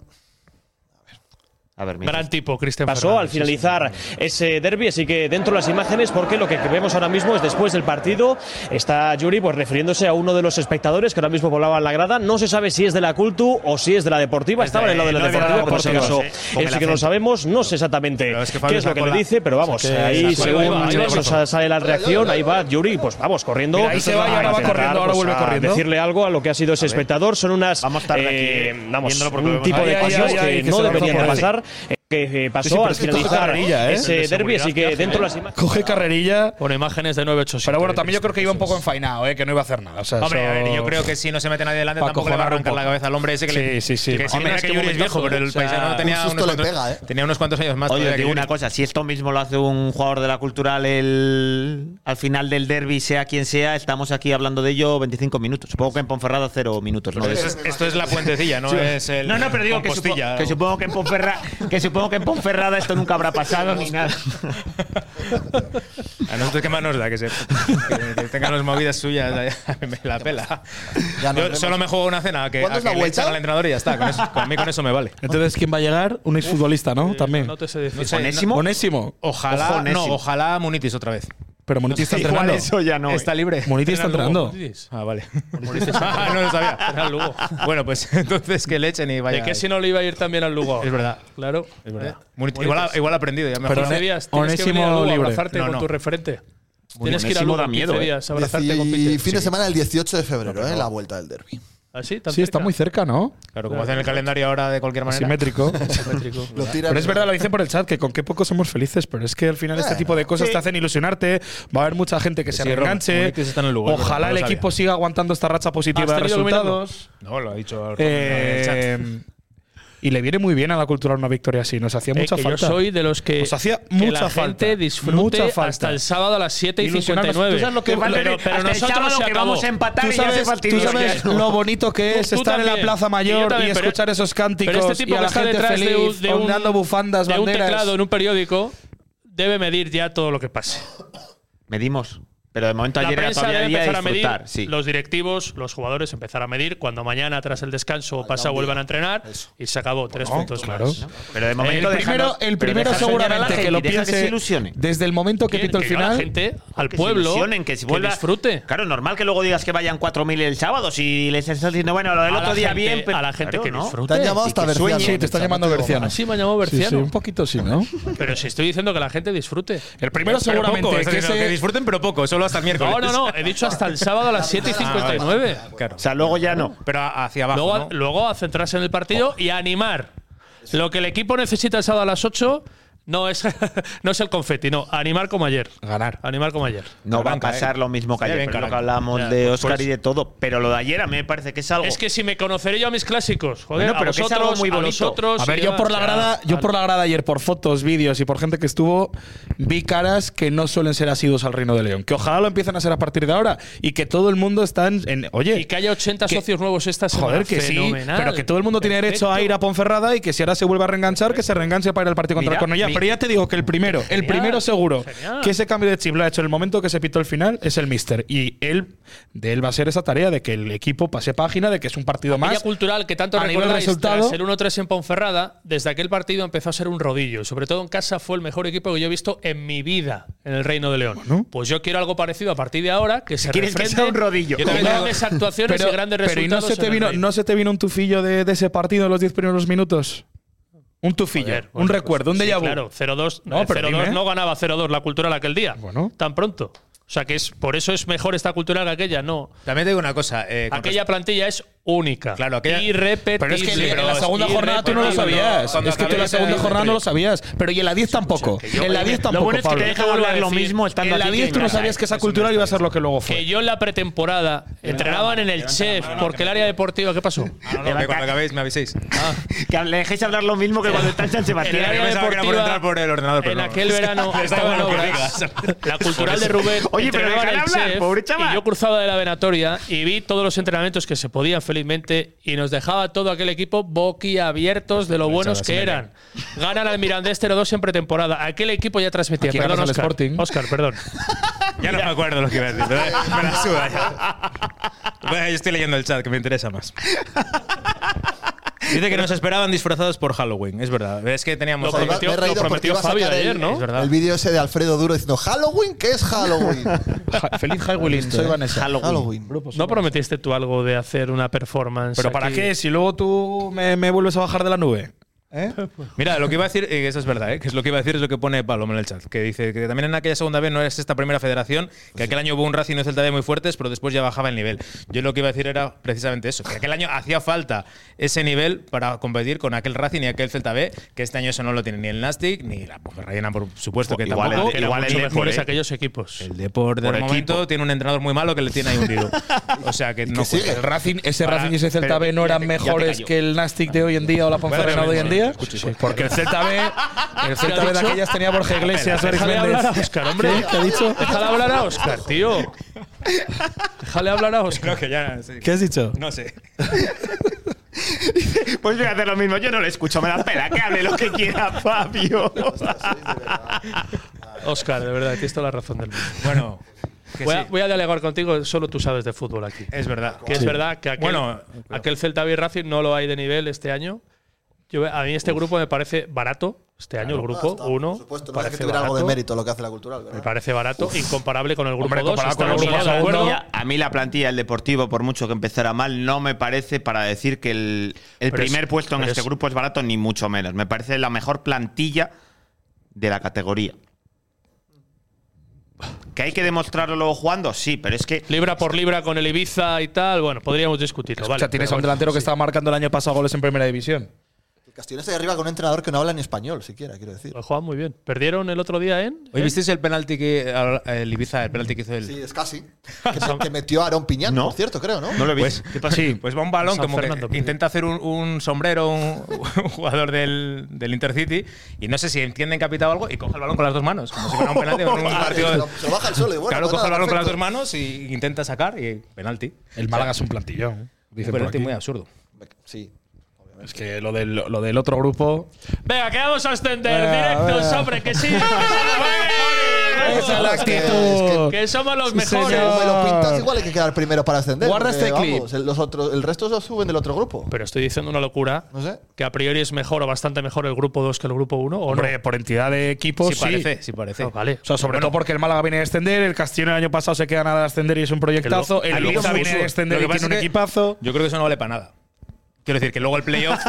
[SPEAKER 6] A ver, mira.
[SPEAKER 3] Gran tipo, Cristian
[SPEAKER 2] pasó al finalizar ese derby, así que dentro las imágenes, porque lo que vemos ahora mismo es después del partido, está Yuri pues refiriéndose a uno de los espectadores que ahora mismo volaba en la grada, no se sabe si es de la Cultu o si es de la Deportiva,
[SPEAKER 4] Es
[SPEAKER 2] estaba en
[SPEAKER 4] de-
[SPEAKER 2] el lado de la
[SPEAKER 4] no es de la
[SPEAKER 2] Deportiva, por si acaso,
[SPEAKER 4] Deportiva, sí, con
[SPEAKER 2] eso
[SPEAKER 4] el
[SPEAKER 2] sí que no lo
[SPEAKER 4] acento.
[SPEAKER 2] sabemos, no sé exactamente
[SPEAKER 4] Pero es que
[SPEAKER 2] qué
[SPEAKER 4] Fabio
[SPEAKER 2] es lo que
[SPEAKER 4] sacó
[SPEAKER 2] le
[SPEAKER 4] la-
[SPEAKER 2] dice, pero vamos,
[SPEAKER 4] o sea, que
[SPEAKER 2] ahí
[SPEAKER 4] sacó-
[SPEAKER 2] según
[SPEAKER 4] ahí va, ahí va,
[SPEAKER 2] nos
[SPEAKER 4] Borja.
[SPEAKER 2] sale la reacción, ahí va Yuri, pues vamos, corriendo,
[SPEAKER 5] Mira, ahí se va y
[SPEAKER 2] para
[SPEAKER 5] ahora va
[SPEAKER 2] intentar,
[SPEAKER 5] corriendo, ahora
[SPEAKER 2] pues,
[SPEAKER 5] vuelve
[SPEAKER 2] a
[SPEAKER 5] corriendo.
[SPEAKER 2] decirle algo a lo que ha sido ese espectador, son unas,
[SPEAKER 6] Vamos tarde
[SPEAKER 2] eh,
[SPEAKER 6] aquí,
[SPEAKER 2] vamos,
[SPEAKER 6] viéndolo porque
[SPEAKER 2] un
[SPEAKER 6] vemos-
[SPEAKER 2] tipo
[SPEAKER 5] Ay,
[SPEAKER 2] de
[SPEAKER 5] ay,
[SPEAKER 2] cosas que
[SPEAKER 5] ay, ay, que se
[SPEAKER 2] no
[SPEAKER 5] lanza
[SPEAKER 2] deberían de
[SPEAKER 5] por ahí.
[SPEAKER 2] pasar eh, que eh, pasó
[SPEAKER 5] Sí, sí, pero
[SPEAKER 2] al
[SPEAKER 5] es que esto es
[SPEAKER 2] finalizar
[SPEAKER 5] carrerilla, ¿eh?
[SPEAKER 3] El
[SPEAKER 2] ese
[SPEAKER 3] de
[SPEAKER 2] derby,
[SPEAKER 3] seguridad
[SPEAKER 2] así
[SPEAKER 3] que
[SPEAKER 2] que
[SPEAKER 3] hace,
[SPEAKER 2] dentro
[SPEAKER 3] ¿eh?
[SPEAKER 2] las imágenes.
[SPEAKER 5] Coge carrerilla.
[SPEAKER 3] Con imágenes de 987.
[SPEAKER 5] Pero bueno, también yo creo que iba un poco enfainado, ¿eh? que no iba a hacer nada. O sea,
[SPEAKER 4] Hombre,
[SPEAKER 5] eso-
[SPEAKER 4] a ver, yo creo que si no se mete nadie delante,
[SPEAKER 5] Pa'
[SPEAKER 4] tampoco le va a
[SPEAKER 5] acojonar un
[SPEAKER 4] arrancar la
[SPEAKER 5] poco.
[SPEAKER 4] cabeza al hombre ese que le.
[SPEAKER 5] Sí, sí, sí.
[SPEAKER 4] Que sí,
[SPEAKER 5] Hombre,
[SPEAKER 4] mira
[SPEAKER 5] es
[SPEAKER 4] que
[SPEAKER 5] que
[SPEAKER 4] Yuri es
[SPEAKER 5] momentazo,
[SPEAKER 4] viejo, pero el
[SPEAKER 5] o sea,
[SPEAKER 4] paisano tenía
[SPEAKER 1] un
[SPEAKER 4] unos,
[SPEAKER 1] susto le
[SPEAKER 4] cuantos,
[SPEAKER 1] pega, ¿eh?
[SPEAKER 4] tenía unos cuantos años más.
[SPEAKER 6] Oye,
[SPEAKER 4] todavía
[SPEAKER 6] os digo
[SPEAKER 4] que
[SPEAKER 6] una
[SPEAKER 4] Yuri.
[SPEAKER 6] cosa, si esto mismo lo hace un jugador de la cultural el, al final del derby, sea quien sea, estamos aquí hablando de ello 25 minutos. Supongo que en Ponferrada cero minutos, ¿no?
[SPEAKER 4] Pero eso es- pues esto es la puentecilla, no es el.
[SPEAKER 6] No, no, pero digo que, supo-
[SPEAKER 4] Compostilla.
[SPEAKER 6] que supongo que en Ponferra- que supongo que en Ponferrada esto nunca habrá pasado ni nada.
[SPEAKER 4] A nosotros qué más nos da que, se, que, que tengan las movidas suyas, a mí me la pela.
[SPEAKER 1] Ya nos
[SPEAKER 4] Yo
[SPEAKER 1] vemos.
[SPEAKER 4] solo me juego una cena, a que,
[SPEAKER 1] ¿Cuándo
[SPEAKER 4] a
[SPEAKER 1] es la
[SPEAKER 4] que le
[SPEAKER 1] vuelta?
[SPEAKER 4] echan al entrenador y ya está. Con, eso, con mí con eso me vale.
[SPEAKER 5] Entonces, ¿quién va a llegar? Un exfutbolista, ¿no? También.
[SPEAKER 3] No te sé decir.
[SPEAKER 4] Eh, No sé,
[SPEAKER 6] Onésimo.
[SPEAKER 5] Onésimo.
[SPEAKER 4] Ojalá,
[SPEAKER 6] Ojo,
[SPEAKER 4] no,
[SPEAKER 6] Onésimo.
[SPEAKER 4] ojalá Munitis otra vez.
[SPEAKER 5] Pero Moniti está
[SPEAKER 4] Igual
[SPEAKER 5] entrenando.
[SPEAKER 4] eso ya no.
[SPEAKER 3] eh.
[SPEAKER 4] Está libre.
[SPEAKER 5] Moniti está entrenando.
[SPEAKER 4] Ah, vale. ah, no lo sabía.
[SPEAKER 3] Era el Lugo.
[SPEAKER 4] Bueno, pues entonces que le echen y vaya.
[SPEAKER 3] ¿De qué si no le iba a ir también al Lugo?
[SPEAKER 4] Es verdad.
[SPEAKER 3] Claro.
[SPEAKER 4] Es verdad. Munitis- igual, ha- igual ha aprendido. Ya me
[SPEAKER 5] Eh, Pero
[SPEAKER 4] acuerdo.
[SPEAKER 3] 15 días. Tienes que venir
[SPEAKER 5] Onésimo
[SPEAKER 3] al Lugo a
[SPEAKER 5] libre.
[SPEAKER 3] abrazarte
[SPEAKER 4] No,
[SPEAKER 3] con
[SPEAKER 4] no.
[SPEAKER 3] tu referente. Tienes que ir al
[SPEAKER 6] Onésimo
[SPEAKER 3] Lugo
[SPEAKER 6] da
[SPEAKER 3] en 15
[SPEAKER 6] miedo, ¿eh?
[SPEAKER 3] días a abrazarte con
[SPEAKER 1] Y
[SPEAKER 3] Peter.
[SPEAKER 1] fin de semana el 18 de febrero, ¿eh? La vuelta del derby.
[SPEAKER 3] ¿Así? ¿Tan
[SPEAKER 5] Sí, está
[SPEAKER 3] cerca?
[SPEAKER 5] muy cerca, ¿no?
[SPEAKER 4] Claro, como hacen el calendario ahora de cualquier manera.
[SPEAKER 5] Simétrico.
[SPEAKER 3] Métrico.
[SPEAKER 1] Lo tira
[SPEAKER 5] Pero es verdad, lo dicen por el chat, que con qué poco somos felices, pero es que al final este tipo de cosas te hacen ilusionarte, va a haber mucha gente que se
[SPEAKER 4] Eh, Sí, Rob,
[SPEAKER 5] reenganche,
[SPEAKER 4] Munitis está en el lugar, es
[SPEAKER 5] ojalá
[SPEAKER 4] verdad, no
[SPEAKER 5] el
[SPEAKER 4] lo
[SPEAKER 5] equipo siga aguantando esta racha positiva de
[SPEAKER 3] ¿Has tenido que mirarlo?
[SPEAKER 5] resultados.
[SPEAKER 4] No, lo ha dicho. el-
[SPEAKER 5] Eh, y le viene muy bien a la cultura una victoria así, nos hacía
[SPEAKER 3] Eh,
[SPEAKER 5] mucha
[SPEAKER 3] que
[SPEAKER 5] falta.
[SPEAKER 3] Yo soy de los que,
[SPEAKER 5] Nos hacía
[SPEAKER 3] que
[SPEAKER 5] mucha
[SPEAKER 3] la
[SPEAKER 5] falta,
[SPEAKER 3] gente disfrute
[SPEAKER 5] mucha falta.
[SPEAKER 3] hasta el sábado a las 7 y
[SPEAKER 5] Ilusionarnos.
[SPEAKER 3] 59.
[SPEAKER 5] ¿Tú sabes lo que-
[SPEAKER 3] pero,
[SPEAKER 5] Hasta
[SPEAKER 3] pero
[SPEAKER 6] Hasta el
[SPEAKER 3] nosotros
[SPEAKER 6] sábado
[SPEAKER 3] se
[SPEAKER 6] que
[SPEAKER 3] acabó.
[SPEAKER 6] vamos a empatar
[SPEAKER 5] Tú
[SPEAKER 6] y ya se
[SPEAKER 5] sabes, tú
[SPEAKER 6] fastidió.
[SPEAKER 5] sabes lo bonito que es
[SPEAKER 3] Tú- tú
[SPEAKER 5] estar en la
[SPEAKER 3] también.
[SPEAKER 5] Plaza
[SPEAKER 3] Y yo
[SPEAKER 5] Mayor
[SPEAKER 3] también,
[SPEAKER 5] y
[SPEAKER 3] pero-
[SPEAKER 5] escuchar esos cánticos
[SPEAKER 3] pero este tipo
[SPEAKER 5] y a
[SPEAKER 3] que
[SPEAKER 5] la
[SPEAKER 3] está
[SPEAKER 5] gente
[SPEAKER 3] detrás de
[SPEAKER 5] feliz,
[SPEAKER 3] un- de un-
[SPEAKER 5] ondeando bufandas,
[SPEAKER 3] de un
[SPEAKER 5] banderas.
[SPEAKER 3] teclado en un periódico debe medir ya todo lo que pase.
[SPEAKER 6] Medimos. Pero de momento
[SPEAKER 3] La
[SPEAKER 6] ayer era
[SPEAKER 3] prensa
[SPEAKER 6] todavía
[SPEAKER 3] debe
[SPEAKER 6] día de
[SPEAKER 3] empezar a medir,
[SPEAKER 6] disfrutar. Sí.
[SPEAKER 3] los directivos, los jugadores empezar a medir cuando mañana tras el descanso o pasado vuelvan a entrenar y se acabó tres puntos
[SPEAKER 5] claro.
[SPEAKER 3] más.
[SPEAKER 6] Pero de momento
[SPEAKER 5] El primero,
[SPEAKER 6] dejarnos-
[SPEAKER 5] el
[SPEAKER 6] pero
[SPEAKER 5] primero
[SPEAKER 6] dejar soñar a la
[SPEAKER 5] seguramente
[SPEAKER 6] gente,
[SPEAKER 5] que lo
[SPEAKER 6] deja Que se
[SPEAKER 5] piense
[SPEAKER 6] ilusione.
[SPEAKER 5] desde el momento que
[SPEAKER 3] Quieren
[SPEAKER 5] pito el
[SPEAKER 3] que a la
[SPEAKER 5] final.
[SPEAKER 3] gente, al
[SPEAKER 6] Que
[SPEAKER 3] pueblo,
[SPEAKER 6] se ilusionen, que, si
[SPEAKER 3] que
[SPEAKER 6] vuelva-
[SPEAKER 3] disfrute.
[SPEAKER 6] Claro, normal que luego digas que vayan 4.000 el sábado si les estás diciendo, bueno, lo del
[SPEAKER 3] A la
[SPEAKER 6] otro día
[SPEAKER 3] gente-
[SPEAKER 6] bien, pero
[SPEAKER 3] a la gente
[SPEAKER 6] Claro,
[SPEAKER 3] que
[SPEAKER 6] ¿no?
[SPEAKER 3] disfrute.
[SPEAKER 1] Te
[SPEAKER 5] Eh,
[SPEAKER 1] han llamado hasta Berciano.
[SPEAKER 5] Sí, te están llamando
[SPEAKER 1] No digo
[SPEAKER 5] Berciano.
[SPEAKER 1] más.
[SPEAKER 3] Así me ha llamado
[SPEAKER 5] Sí, sí,
[SPEAKER 3] Berciano.
[SPEAKER 5] un poquito sí, ¿no?
[SPEAKER 3] Pero si estoy diciendo que la gente disfrute.
[SPEAKER 5] El primero
[SPEAKER 4] Pero
[SPEAKER 5] seguramente
[SPEAKER 4] poco, es
[SPEAKER 5] que
[SPEAKER 4] decir, no,
[SPEAKER 5] ese-
[SPEAKER 4] que disfruten, pero poco, solo hasta el miércoles.
[SPEAKER 3] No, no, no. He dicho hasta el sábado a las 7 y 59.
[SPEAKER 4] Claro.
[SPEAKER 6] O sea, luego ya no.
[SPEAKER 4] Pero a- hacia abajo.
[SPEAKER 3] Luego,
[SPEAKER 4] ¿no?
[SPEAKER 3] luego a centrarse en el partido y a animar. Lo que el equipo necesita el sábado a las 8 no es, no es el confeti, no. Animar como ayer.
[SPEAKER 5] Ganar.
[SPEAKER 3] Animar como ayer.
[SPEAKER 6] No
[SPEAKER 4] Caranca,
[SPEAKER 6] va a pasar
[SPEAKER 4] eh.
[SPEAKER 6] lo mismo que
[SPEAKER 4] Estaría
[SPEAKER 6] ayer,
[SPEAKER 4] bien
[SPEAKER 6] pero es lo que
[SPEAKER 4] Caranca.
[SPEAKER 6] hablábamos
[SPEAKER 3] Ya,
[SPEAKER 6] de
[SPEAKER 3] pues
[SPEAKER 6] Oscar
[SPEAKER 3] por
[SPEAKER 6] y de todo. Pero lo de ayer a mí me parece que es algo.
[SPEAKER 3] Es que si me conoceré yo a mis clásicos, joder,
[SPEAKER 6] Bueno, pero
[SPEAKER 3] a
[SPEAKER 6] que es
[SPEAKER 3] vosotros,
[SPEAKER 6] algo muy
[SPEAKER 3] a
[SPEAKER 6] bonito.
[SPEAKER 3] nosotros.
[SPEAKER 5] A ver,
[SPEAKER 3] y
[SPEAKER 5] yo por
[SPEAKER 3] o
[SPEAKER 5] la
[SPEAKER 3] sea,
[SPEAKER 5] grada, yo por la grada ayer, por fotos, vídeos y por gente que estuvo, vi caras que no suelen ser asiduos al Reino de León. Que ojalá lo empiecen a ser a partir de ahora y que todo el mundo está en, en- oye.
[SPEAKER 3] Y que haya 80
[SPEAKER 5] que-
[SPEAKER 3] socios nuevos esta semana.
[SPEAKER 5] Joder, que
[SPEAKER 3] Fenomenal.
[SPEAKER 5] sí, pero que todo el mundo tiene derecho a ir a Ponferrada y que si ahora se vuelve a reenganchar, que se reenganche para ir al partido contra el
[SPEAKER 6] Mira,
[SPEAKER 5] Cornellá.
[SPEAKER 6] mi-
[SPEAKER 5] Pero ya te digo que el primero, el
[SPEAKER 3] Genial,
[SPEAKER 5] primero seguro,
[SPEAKER 3] genial.
[SPEAKER 5] que ese cambio de chip lo ha hecho en el momento que se pitó el final, es el Mister. Y él, de él va a ser esa tarea de que el equipo pase página, de que es un partido
[SPEAKER 3] Aquella
[SPEAKER 5] más.
[SPEAKER 3] cultural que tanto
[SPEAKER 5] a nivel
[SPEAKER 3] recordáis
[SPEAKER 5] resultado-
[SPEAKER 3] tras el 1-3 en Ponferrada, desde aquel partido empezó a ser un rodillo. Sobre todo en casa fue el mejor equipo que yo he visto en mi vida en el Reino de León. Pues yo quiero algo parecido a partir de ahora, que se
[SPEAKER 6] quieres que
[SPEAKER 3] refrende
[SPEAKER 6] sea un rodillo.
[SPEAKER 3] con
[SPEAKER 4] Yo también
[SPEAKER 3] grandes actuaciones y grandes
[SPEAKER 5] pero ¿y no
[SPEAKER 3] resultados.
[SPEAKER 5] se te
[SPEAKER 3] en el
[SPEAKER 5] vino,
[SPEAKER 3] Reino.
[SPEAKER 5] no se te vino un tufillo de, de ese partido en los 10 primeros minutos? Un tufillo,
[SPEAKER 3] Joder,
[SPEAKER 5] un
[SPEAKER 3] bueno,
[SPEAKER 5] recuerdo, un
[SPEAKER 3] pues,
[SPEAKER 5] déjà vu.
[SPEAKER 3] sí, Claro, 0-2.
[SPEAKER 5] No,
[SPEAKER 3] No,
[SPEAKER 5] pero dime.
[SPEAKER 3] no ganaba 0-2 la cultural aquel día.
[SPEAKER 5] Bueno.
[SPEAKER 3] Tan pronto. O sea que es por eso es mejor esta cultural que aquella, no.
[SPEAKER 4] También te digo una cosa. eh, con
[SPEAKER 3] Aquella plantilla es única.
[SPEAKER 4] Claro, aquella-
[SPEAKER 3] Irrepetible.
[SPEAKER 4] Pero es que
[SPEAKER 5] en la
[SPEAKER 4] pero
[SPEAKER 5] segunda
[SPEAKER 4] es
[SPEAKER 5] jornada tú no lo
[SPEAKER 4] irrepetible.
[SPEAKER 5] sabías.
[SPEAKER 4] Cuando
[SPEAKER 5] Es que tú en
[SPEAKER 4] acabé
[SPEAKER 5] la segunda
[SPEAKER 4] de-
[SPEAKER 5] jornada no lo sabías. Pero y en la 10 tampoco.
[SPEAKER 4] yo-
[SPEAKER 5] En la 10
[SPEAKER 6] Lo
[SPEAKER 5] tampoco.
[SPEAKER 6] bueno es que te
[SPEAKER 5] Pablo.
[SPEAKER 6] dejan hablar lo mismo estando
[SPEAKER 5] En la
[SPEAKER 6] aquí que
[SPEAKER 5] 10 tú no
[SPEAKER 6] en la-
[SPEAKER 5] sabías que esa cultura iba a ser lo que luego fue.
[SPEAKER 3] Que yo en la pretemporada entrenaban en el chef porque el área deportiva. ¿Qué pasó?
[SPEAKER 6] Ah,
[SPEAKER 4] No, no, que cuando acabéis me aviséis.
[SPEAKER 6] Que le dejéis hablar lo mismo que cuando está en San
[SPEAKER 3] En el
[SPEAKER 6] Sebastián.
[SPEAKER 3] área
[SPEAKER 4] pensaba que era por
[SPEAKER 3] deportiva,
[SPEAKER 4] entrar por el ordenador, pero
[SPEAKER 3] en
[SPEAKER 4] no.
[SPEAKER 3] aquel verano
[SPEAKER 4] Les da
[SPEAKER 3] estaba en
[SPEAKER 4] igual lo que
[SPEAKER 3] obras.
[SPEAKER 4] digas.
[SPEAKER 3] La cultural de Rubén.
[SPEAKER 6] Oye, pero
[SPEAKER 3] entrenaba en
[SPEAKER 6] déjale
[SPEAKER 3] el
[SPEAKER 6] hablar,
[SPEAKER 3] chef,
[SPEAKER 6] pobre chaval.
[SPEAKER 3] Y yo cruzaba de la venatoria y vi todos los entrenamientos que se podían felizmente y nos dejaba todo aquel equipo boquiabiertos de lo buenos que eran. Ganan al Mirandés 0-2 en pretemporada. Aquel equipo ya transmitía.
[SPEAKER 5] Aquí
[SPEAKER 3] Perdón,
[SPEAKER 5] ganas al
[SPEAKER 3] Oscar.
[SPEAKER 5] Sporting.
[SPEAKER 3] Oscar, perdón.
[SPEAKER 4] Ya no me acuerdo lo que iba a decir. pero Me la suda ya. Bueno, yo estoy leyendo el chat, que me interesa más. Dice que nos esperaban disfrazados por Halloween, es verdad. Es que teníamos.
[SPEAKER 3] Lo
[SPEAKER 1] Me
[SPEAKER 3] prometió-
[SPEAKER 1] he reído
[SPEAKER 3] lo
[SPEAKER 1] porque
[SPEAKER 3] prometió
[SPEAKER 1] iba a
[SPEAKER 3] Fabio
[SPEAKER 1] sacar el-
[SPEAKER 3] ayer, ¿no?
[SPEAKER 1] Es verdad. El vídeo ese de Alfredo Duro diciendo Halloween, ¿qué es Halloween?
[SPEAKER 5] Ja- Feliz Halloween. Soy Vanessa.
[SPEAKER 1] Halloween.
[SPEAKER 3] ¿No prometiste tú algo de hacer una performance?
[SPEAKER 5] ¿Pero para
[SPEAKER 3] aquí?
[SPEAKER 5] qué? Si luego tú me, me vuelves a bajar de la nube. ¿Eh?
[SPEAKER 4] Mira, lo que iba a decir, eh, eso es verdad, ¿eh? que es lo que iba a decir es lo que pone Paloma en el chat, que dice que también en aquella segunda vez no es esta primera federación, que aquel año hubo un Racing y un Celta B muy fuertes, pero después ya bajaba el nivel. Yo lo que iba a decir era precisamente eso, que aquel año hacía falta ese nivel para competir con aquel Racing y aquel Celta B, que este año eso no lo tiene ni el Nastic, ni la Rayana, por supuesto que
[SPEAKER 6] Igual
[SPEAKER 4] tampoco.
[SPEAKER 6] el-
[SPEAKER 3] Eran
[SPEAKER 6] igual el
[SPEAKER 3] mucho
[SPEAKER 6] Depor,
[SPEAKER 3] mejores
[SPEAKER 6] ¿eh?
[SPEAKER 3] aquellos equipos.
[SPEAKER 4] El Depor de
[SPEAKER 6] Por
[SPEAKER 4] momento
[SPEAKER 6] equipo.
[SPEAKER 4] tiene un entrenador muy malo que le tiene ahí hundido. O sea que no
[SPEAKER 1] sigue.
[SPEAKER 4] cuesta.
[SPEAKER 5] El Racing, ese
[SPEAKER 4] Para-
[SPEAKER 5] Racing y ese Celta
[SPEAKER 4] pero-
[SPEAKER 5] B no eran
[SPEAKER 4] ya te- ya te
[SPEAKER 5] mejores
[SPEAKER 4] callo.
[SPEAKER 5] que el Nastic de hoy en día o la Ponferrada de hoy en día.
[SPEAKER 4] Escucha,
[SPEAKER 5] Pues porque el Celta B, el Celta B de aquellas tenía a Borja Iglesias, Félix
[SPEAKER 3] Déjale hablar a
[SPEAKER 5] Méndez.
[SPEAKER 3] Oscar, hombre.
[SPEAKER 5] ¿Qué? ¿Qué ha dicho?
[SPEAKER 3] Déjale hablar a Oscar, tío. Déjale hablar a Oscar.
[SPEAKER 4] Creo que ya. sí.
[SPEAKER 5] ¿Qué has dicho?
[SPEAKER 4] No sé.
[SPEAKER 6] Pues voy a hacer lo mismo. Yo no le escucho, me la pela. Que hable lo que quiera, Fabio.
[SPEAKER 3] Oscar, de verdad, tienes toda la razón del mundo.
[SPEAKER 4] Bueno, que
[SPEAKER 3] Voy
[SPEAKER 4] sí.
[SPEAKER 3] a, voy a dialogar contigo, solo tú sabes de fútbol aquí.
[SPEAKER 4] es verdad.
[SPEAKER 3] Que es verdad que aquel,
[SPEAKER 4] Bueno,
[SPEAKER 3] aquel Celta B y Racing no lo hay de nivel este año. Yo, a mí este grupo me parece barato. Este año el grupo, uno.
[SPEAKER 1] Por supuesto, no es
[SPEAKER 3] parece
[SPEAKER 1] que tuviera algo de
[SPEAKER 3] barato.
[SPEAKER 1] mérito lo que hace la cultural,
[SPEAKER 3] Me
[SPEAKER 1] ¿verdad?
[SPEAKER 3] parece barato, incomparable con el grupo
[SPEAKER 5] Hombre,
[SPEAKER 3] 2.
[SPEAKER 5] comparado con el
[SPEAKER 3] Estamos
[SPEAKER 5] grupo
[SPEAKER 3] todos de
[SPEAKER 5] segundo.
[SPEAKER 3] acuerdo.
[SPEAKER 6] Mira, a mí la plantilla del Deportivo, por mucho que empezara mal, no me parece para decir que el, el
[SPEAKER 3] Pero es-
[SPEAKER 6] primer puesto en
[SPEAKER 3] pero
[SPEAKER 6] este
[SPEAKER 3] es-
[SPEAKER 6] grupo es barato, ni mucho menos. Me parece la mejor plantilla de la categoría. ¿Que hay que demostrarlo luego jugando? Sí, pero es que.
[SPEAKER 3] Libra por libra con el Ibiza y tal. Bueno, podríamos
[SPEAKER 5] o
[SPEAKER 3] discutirlo.
[SPEAKER 5] sea,
[SPEAKER 3] vale,
[SPEAKER 5] tienes
[SPEAKER 3] pero
[SPEAKER 5] a un
[SPEAKER 3] bueno.
[SPEAKER 5] delantero que estaba marcando el año pasado goles en primera división.
[SPEAKER 1] El Castellón está ahí arriba con un entrenador que no habla ni español, siquiera, quiero decir.
[SPEAKER 3] Lo juegan muy bien. Perdieron el otro día en.
[SPEAKER 4] ¿Hoy visteis el penalti que al- el Ibiza, el penalti que hizo el
[SPEAKER 1] Sí, es casi. Que, se- que metió a Aaron Piñán,
[SPEAKER 6] No.
[SPEAKER 1] por cierto, creo, ¿no?
[SPEAKER 6] No lo he
[SPEAKER 4] Pues,
[SPEAKER 6] visto.
[SPEAKER 4] sí, pues va un balón,
[SPEAKER 3] San
[SPEAKER 4] como
[SPEAKER 3] Fernando,
[SPEAKER 4] que
[SPEAKER 3] pero-
[SPEAKER 4] intenta hacer un, un sombrero un, un jugador del, del Intercity y no sé si entienden que ha pitado algo y coge el balón con las dos manos, como si fuera un penalti en un partido.
[SPEAKER 1] Ah, Se lo- se lo baja el suelo y bueno,
[SPEAKER 4] claro,
[SPEAKER 1] pues
[SPEAKER 4] coge el
[SPEAKER 1] nada,
[SPEAKER 4] balón con las
[SPEAKER 1] perfecto.
[SPEAKER 4] dos manos y intenta sacar y penalti.
[SPEAKER 5] El Málaga es un plantillón.
[SPEAKER 4] Un
[SPEAKER 5] dicen por
[SPEAKER 4] penalti
[SPEAKER 5] aquí.
[SPEAKER 4] muy absurdo.
[SPEAKER 1] Sí.
[SPEAKER 5] Es que lo del, lo del otro grupo.
[SPEAKER 3] Venga, que vamos a extender
[SPEAKER 5] Venga,
[SPEAKER 3] directos,
[SPEAKER 5] venga.
[SPEAKER 3] hombre, que sí. que somos los
[SPEAKER 5] Esa es la
[SPEAKER 1] Ah,
[SPEAKER 3] mejores.
[SPEAKER 5] actitud.
[SPEAKER 3] Que somos los
[SPEAKER 5] Sí,
[SPEAKER 1] Como
[SPEAKER 3] mejores.
[SPEAKER 5] señor.
[SPEAKER 1] me lo pintas, igual hay que quedar primero para ascender.
[SPEAKER 5] Guarda
[SPEAKER 1] porque,
[SPEAKER 5] este clip.
[SPEAKER 1] vamos, el- los otros, el resto se suben del otro grupo.
[SPEAKER 3] Pero estoy diciendo una locura.
[SPEAKER 1] No sé.
[SPEAKER 3] Que a priori es mejor o bastante mejor el grupo 2 que el grupo 1, ¿o no?
[SPEAKER 5] Hombre, por entidad de equipos,
[SPEAKER 4] sí, parece, sí parece.
[SPEAKER 3] No, vale.
[SPEAKER 5] O sea, sobre todo porque el Málaga viene a extender, el Castellón el año pasado se queda nada de ascender y es un proyectazo,
[SPEAKER 4] Que lo-
[SPEAKER 5] el
[SPEAKER 4] luego
[SPEAKER 5] Ibiza
[SPEAKER 4] somos
[SPEAKER 5] viene a
[SPEAKER 4] uno.
[SPEAKER 5] extender
[SPEAKER 4] Lo que
[SPEAKER 5] y
[SPEAKER 4] pasa
[SPEAKER 5] tiene un
[SPEAKER 4] es que
[SPEAKER 5] equipazo.
[SPEAKER 4] Yo creo que eso no vale para nada. Quiero decir que luego el playoff,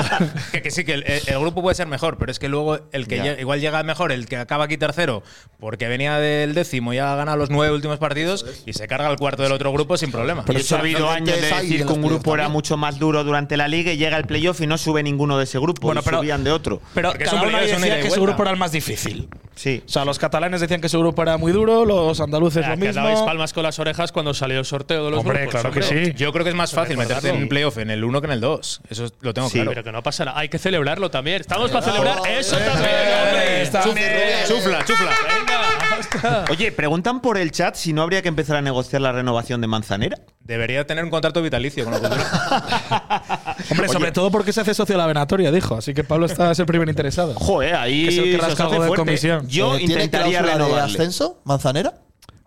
[SPEAKER 4] que, que sí, que el, el grupo puede ser mejor, pero es que luego el que
[SPEAKER 6] Ya.
[SPEAKER 4] lle- igual llega mejor, el que acaba aquí tercero, porque venía del décimo y ha ganado los nueve últimos partidos y se carga el cuarto del otro grupo sin problema.
[SPEAKER 6] Pero eso ha habido
[SPEAKER 1] normalmente
[SPEAKER 6] años de
[SPEAKER 1] es ahí
[SPEAKER 6] decir
[SPEAKER 1] en
[SPEAKER 6] que
[SPEAKER 1] los
[SPEAKER 6] un grupo
[SPEAKER 1] playoffs
[SPEAKER 6] era
[SPEAKER 1] también.
[SPEAKER 6] mucho más duro durante la liga y llega el playoff y no sube ninguno de ese grupo.
[SPEAKER 5] Bueno,
[SPEAKER 6] y
[SPEAKER 5] pero-
[SPEAKER 6] subían de otro.
[SPEAKER 5] Pero
[SPEAKER 4] Porque es
[SPEAKER 5] cada
[SPEAKER 4] un
[SPEAKER 5] uno
[SPEAKER 4] periodo, es una ida
[SPEAKER 5] decía
[SPEAKER 4] y
[SPEAKER 5] que su
[SPEAKER 4] vuelta.
[SPEAKER 5] grupo era el más difícil.
[SPEAKER 6] Sí.
[SPEAKER 5] O sea, los catalanes decían que su grupo era muy duro, los andaluces
[SPEAKER 3] Ah,
[SPEAKER 5] lo
[SPEAKER 3] que dabais
[SPEAKER 5] mismo.
[SPEAKER 3] palmas con las orejas cuando salió el sorteo de los
[SPEAKER 5] Hombre,
[SPEAKER 3] grupos,
[SPEAKER 5] claro que
[SPEAKER 3] hombre.
[SPEAKER 5] sí.
[SPEAKER 4] Yo creo que es más fácil meterte en un playoff en el uno que en el dos. Eso es- lo tengo
[SPEAKER 6] Sí,
[SPEAKER 4] claro.
[SPEAKER 3] Pero que no pasa nada. Hay que celebrarlo también. Estamos para celebrar
[SPEAKER 1] joder.
[SPEAKER 3] eso también,
[SPEAKER 1] eh,
[SPEAKER 3] hombre.
[SPEAKER 5] está
[SPEAKER 1] bien.
[SPEAKER 3] Chufla, chufla. Venga, basta.
[SPEAKER 6] Oye, preguntan por el chat si no habría que empezar a negociar la renovación de Manzanera.
[SPEAKER 4] Debería tener un contrato vitalicio con la cultura.
[SPEAKER 5] Hombre, sobre todo porque se hace socio de la venatoria, dijo. Así que Pablo está es el primer interesado.
[SPEAKER 6] Joder, ahí
[SPEAKER 5] Que se lo que
[SPEAKER 6] se os
[SPEAKER 5] rasca
[SPEAKER 6] hace
[SPEAKER 5] algo de
[SPEAKER 6] fuerte.
[SPEAKER 5] comisión.
[SPEAKER 6] Yo
[SPEAKER 1] Eh, ¿Tiene
[SPEAKER 6] intentaría
[SPEAKER 1] cláusula de
[SPEAKER 6] renovarle.
[SPEAKER 1] ascenso, Manzanera?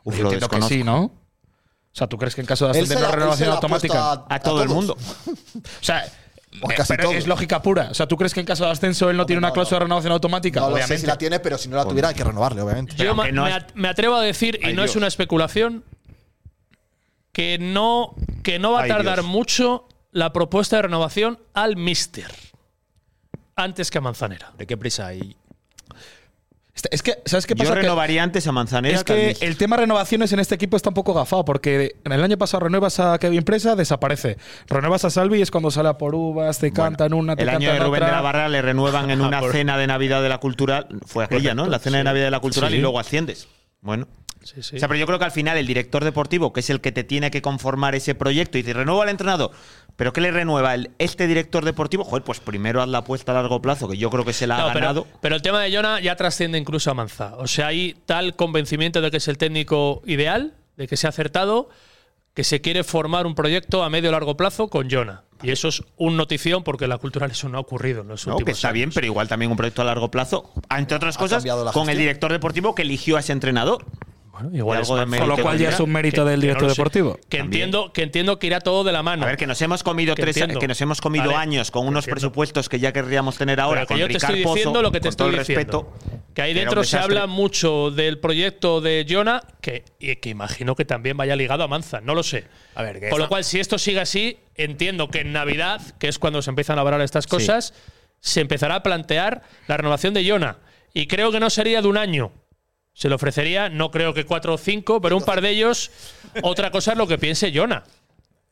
[SPEAKER 6] Uf,
[SPEAKER 5] Yo
[SPEAKER 6] lo
[SPEAKER 5] entiendo que
[SPEAKER 6] desconozco.
[SPEAKER 5] sí, ¿no? O sea, ¿tú crees que en caso de
[SPEAKER 1] Él
[SPEAKER 5] ascender
[SPEAKER 1] se
[SPEAKER 5] no
[SPEAKER 1] la-
[SPEAKER 5] es
[SPEAKER 1] él se
[SPEAKER 5] renovación
[SPEAKER 1] la ha
[SPEAKER 5] automática?
[SPEAKER 1] puesto
[SPEAKER 6] A todo el
[SPEAKER 1] todos.
[SPEAKER 6] mundo.
[SPEAKER 5] O sea,
[SPEAKER 1] O
[SPEAKER 5] eh,
[SPEAKER 1] casi
[SPEAKER 5] pero
[SPEAKER 1] todo.
[SPEAKER 5] es lógica pura. O sea, ¿tú crees que en caso de ascenso él no tiene una
[SPEAKER 1] no,
[SPEAKER 5] cláusula
[SPEAKER 1] no.
[SPEAKER 5] de renovación automática?
[SPEAKER 1] No lo sé
[SPEAKER 5] Obviamente.
[SPEAKER 1] si la tiene, pero si no la tuviera hay que renovarle, obviamente.
[SPEAKER 3] Yo ma-
[SPEAKER 6] aunque no
[SPEAKER 3] me,
[SPEAKER 6] es-
[SPEAKER 3] at- me atrevo a decir, y
[SPEAKER 6] Ay,
[SPEAKER 3] no es
[SPEAKER 6] Dios.
[SPEAKER 3] una especulación, que no, que no va a
[SPEAKER 6] Ay,
[SPEAKER 3] tardar
[SPEAKER 6] Dios.
[SPEAKER 3] mucho la propuesta de renovación al Mister. Antes que a Manzanera.
[SPEAKER 4] ¿De qué prisa hay?
[SPEAKER 5] Está- Este, Es que, ¿sabes qué pasa?
[SPEAKER 6] Yo
[SPEAKER 5] Que-
[SPEAKER 6] renovaría antes a Manzanera.
[SPEAKER 5] es que el tema renovaciones en este equipo está un poco gafado, porque en el año pasado renuevas a Kevin Presa, desaparece. Renuevas a Salvi y es cuando sale a por uvas, te cantan una, te
[SPEAKER 6] El año
[SPEAKER 5] cantan
[SPEAKER 6] de Rubén
[SPEAKER 5] otra. Ah,
[SPEAKER 6] de la Barra le renuevan en una
[SPEAKER 5] Por-
[SPEAKER 6] cena de Navidad de la Cultural. Fue aquella, ¿no? La cena de Navidad de la Cultural
[SPEAKER 5] Sí.
[SPEAKER 6] y luego asciendes. Bueno.
[SPEAKER 3] Sí, sí.
[SPEAKER 6] O sea, pero yo creo que al final el director deportivo, que es el que te tiene que conformar ese proyecto, y te renueva al entrenador. ¿Pero qué le renueva el, este director deportivo? Joder, pues primero haz la apuesta a largo plazo, que yo creo que se la ha
[SPEAKER 3] Claro,
[SPEAKER 6] ganado.
[SPEAKER 3] pero, pero el tema de Jonah ya trasciende incluso a Manza. O sea, hay tal convencimiento de que es el técnico ideal, de que se ha acertado, que se quiere formar un proyecto a medio o largo plazo con Jonah. Y eso es un notición porque en la cultural eso no ha ocurrido en los
[SPEAKER 6] No,
[SPEAKER 3] últimos
[SPEAKER 6] que está
[SPEAKER 3] años.
[SPEAKER 6] bien, pero igual también un proyecto a largo plazo. Entre otras
[SPEAKER 1] Ha
[SPEAKER 6] cosas,
[SPEAKER 1] cambiado la
[SPEAKER 6] con el
[SPEAKER 1] gestión.
[SPEAKER 6] director deportivo que eligió a ese entrenador.
[SPEAKER 3] Bueno, igual
[SPEAKER 6] Y
[SPEAKER 3] es
[SPEAKER 6] algo de
[SPEAKER 3] Manza.
[SPEAKER 6] mérito Con lo cual ya
[SPEAKER 3] tendrá.
[SPEAKER 6] es un
[SPEAKER 5] mérito del
[SPEAKER 3] no
[SPEAKER 5] director
[SPEAKER 3] lo sé.
[SPEAKER 5] deportivo.
[SPEAKER 3] Que
[SPEAKER 6] También.
[SPEAKER 3] entiendo, que entiendo que irá todo de la mano.
[SPEAKER 6] A ver, que nos hemos comido
[SPEAKER 3] Que
[SPEAKER 6] tres,
[SPEAKER 3] entiendo.
[SPEAKER 6] que nos hemos comido
[SPEAKER 3] Vale,
[SPEAKER 6] años con unos
[SPEAKER 3] entiendo.
[SPEAKER 6] presupuestos que ya querríamos tener ahora.
[SPEAKER 3] Pero que
[SPEAKER 6] con
[SPEAKER 3] yo te
[SPEAKER 6] Ricard
[SPEAKER 3] estoy
[SPEAKER 6] Pozo,
[SPEAKER 3] diciendo lo que te
[SPEAKER 6] con todo
[SPEAKER 3] estoy
[SPEAKER 6] el
[SPEAKER 3] diciendo.
[SPEAKER 6] respeto.
[SPEAKER 3] que ahí
[SPEAKER 6] era un
[SPEAKER 3] dentro se
[SPEAKER 6] desastre.
[SPEAKER 3] habla mucho del proyecto de Jonah, que, y que imagino que también vaya ligado a Manza, no lo sé.
[SPEAKER 4] A ver, que
[SPEAKER 3] Con lo
[SPEAKER 4] esa-
[SPEAKER 3] cual, si esto sigue así, entiendo que en Navidad, que es cuando se empiezan a hablar estas cosas, se empezará a plantear la renovación de Jonah. Y creo que no sería de un año. Se le ofrecería, no creo que cuatro o cinco, pero un par de ellos. Otra cosa es lo que piense Jonah.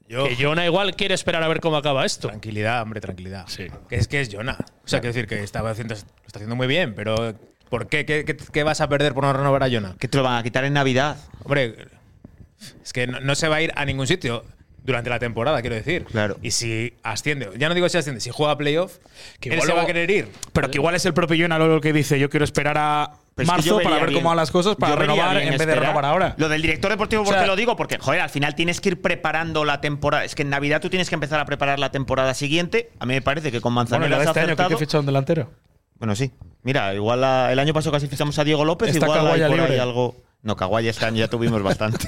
[SPEAKER 4] Yo-
[SPEAKER 3] Que Jonah igual quiere esperar a ver cómo acaba esto.
[SPEAKER 4] Tranquilidad, hombre, tranquilidad. Que es que es Jonah. O sea, quiero decir que estaba haciendo, lo está haciendo muy bien, pero ¿por qué? ¿Qué, qué- qué vas a perder por no renovar a Jonah?
[SPEAKER 6] Que te lo van a quitar en Navidad.
[SPEAKER 4] Hombre, es que no, no se va a ir a ningún sitio durante la temporada, quiero decir.
[SPEAKER 6] Claro.
[SPEAKER 4] Y si asciende, ya no digo si asciende, si juega a playoff, que él
[SPEAKER 5] igual
[SPEAKER 4] se va a
[SPEAKER 5] luego-
[SPEAKER 4] querer ir.
[SPEAKER 5] Pero que igual es el propio Jonah Lolo el que dice, yo quiero esperar a
[SPEAKER 6] Pero es que yo
[SPEAKER 5] marzo
[SPEAKER 6] vería
[SPEAKER 5] para ver
[SPEAKER 6] bien-
[SPEAKER 5] cómo van las cosas, para
[SPEAKER 6] yo vería
[SPEAKER 5] renovar en
[SPEAKER 6] bien
[SPEAKER 5] vez de
[SPEAKER 6] esperar.
[SPEAKER 5] renovar ahora.
[SPEAKER 6] Lo del director deportivo,
[SPEAKER 5] O
[SPEAKER 6] ¿por
[SPEAKER 5] sea-
[SPEAKER 6] qué lo digo? Porque, joder, al final tienes que ir preparando la temporada. Es que en Navidad tú tienes que empezar a preparar la temporada siguiente. A mí me parece que con
[SPEAKER 5] Bueno, y
[SPEAKER 6] Manzanera
[SPEAKER 5] la de
[SPEAKER 6] has
[SPEAKER 5] este año que hay
[SPEAKER 6] acertado.
[SPEAKER 5] que fichar un delantero.
[SPEAKER 6] Bueno, sí. Mira, igual la- el año pasado casi fichamos a Diego López.
[SPEAKER 5] Está
[SPEAKER 6] igual hay
[SPEAKER 5] Caguaya
[SPEAKER 6] por ahí
[SPEAKER 5] libre.
[SPEAKER 6] algo. No, Caguaya este año ya tuvimos bastante.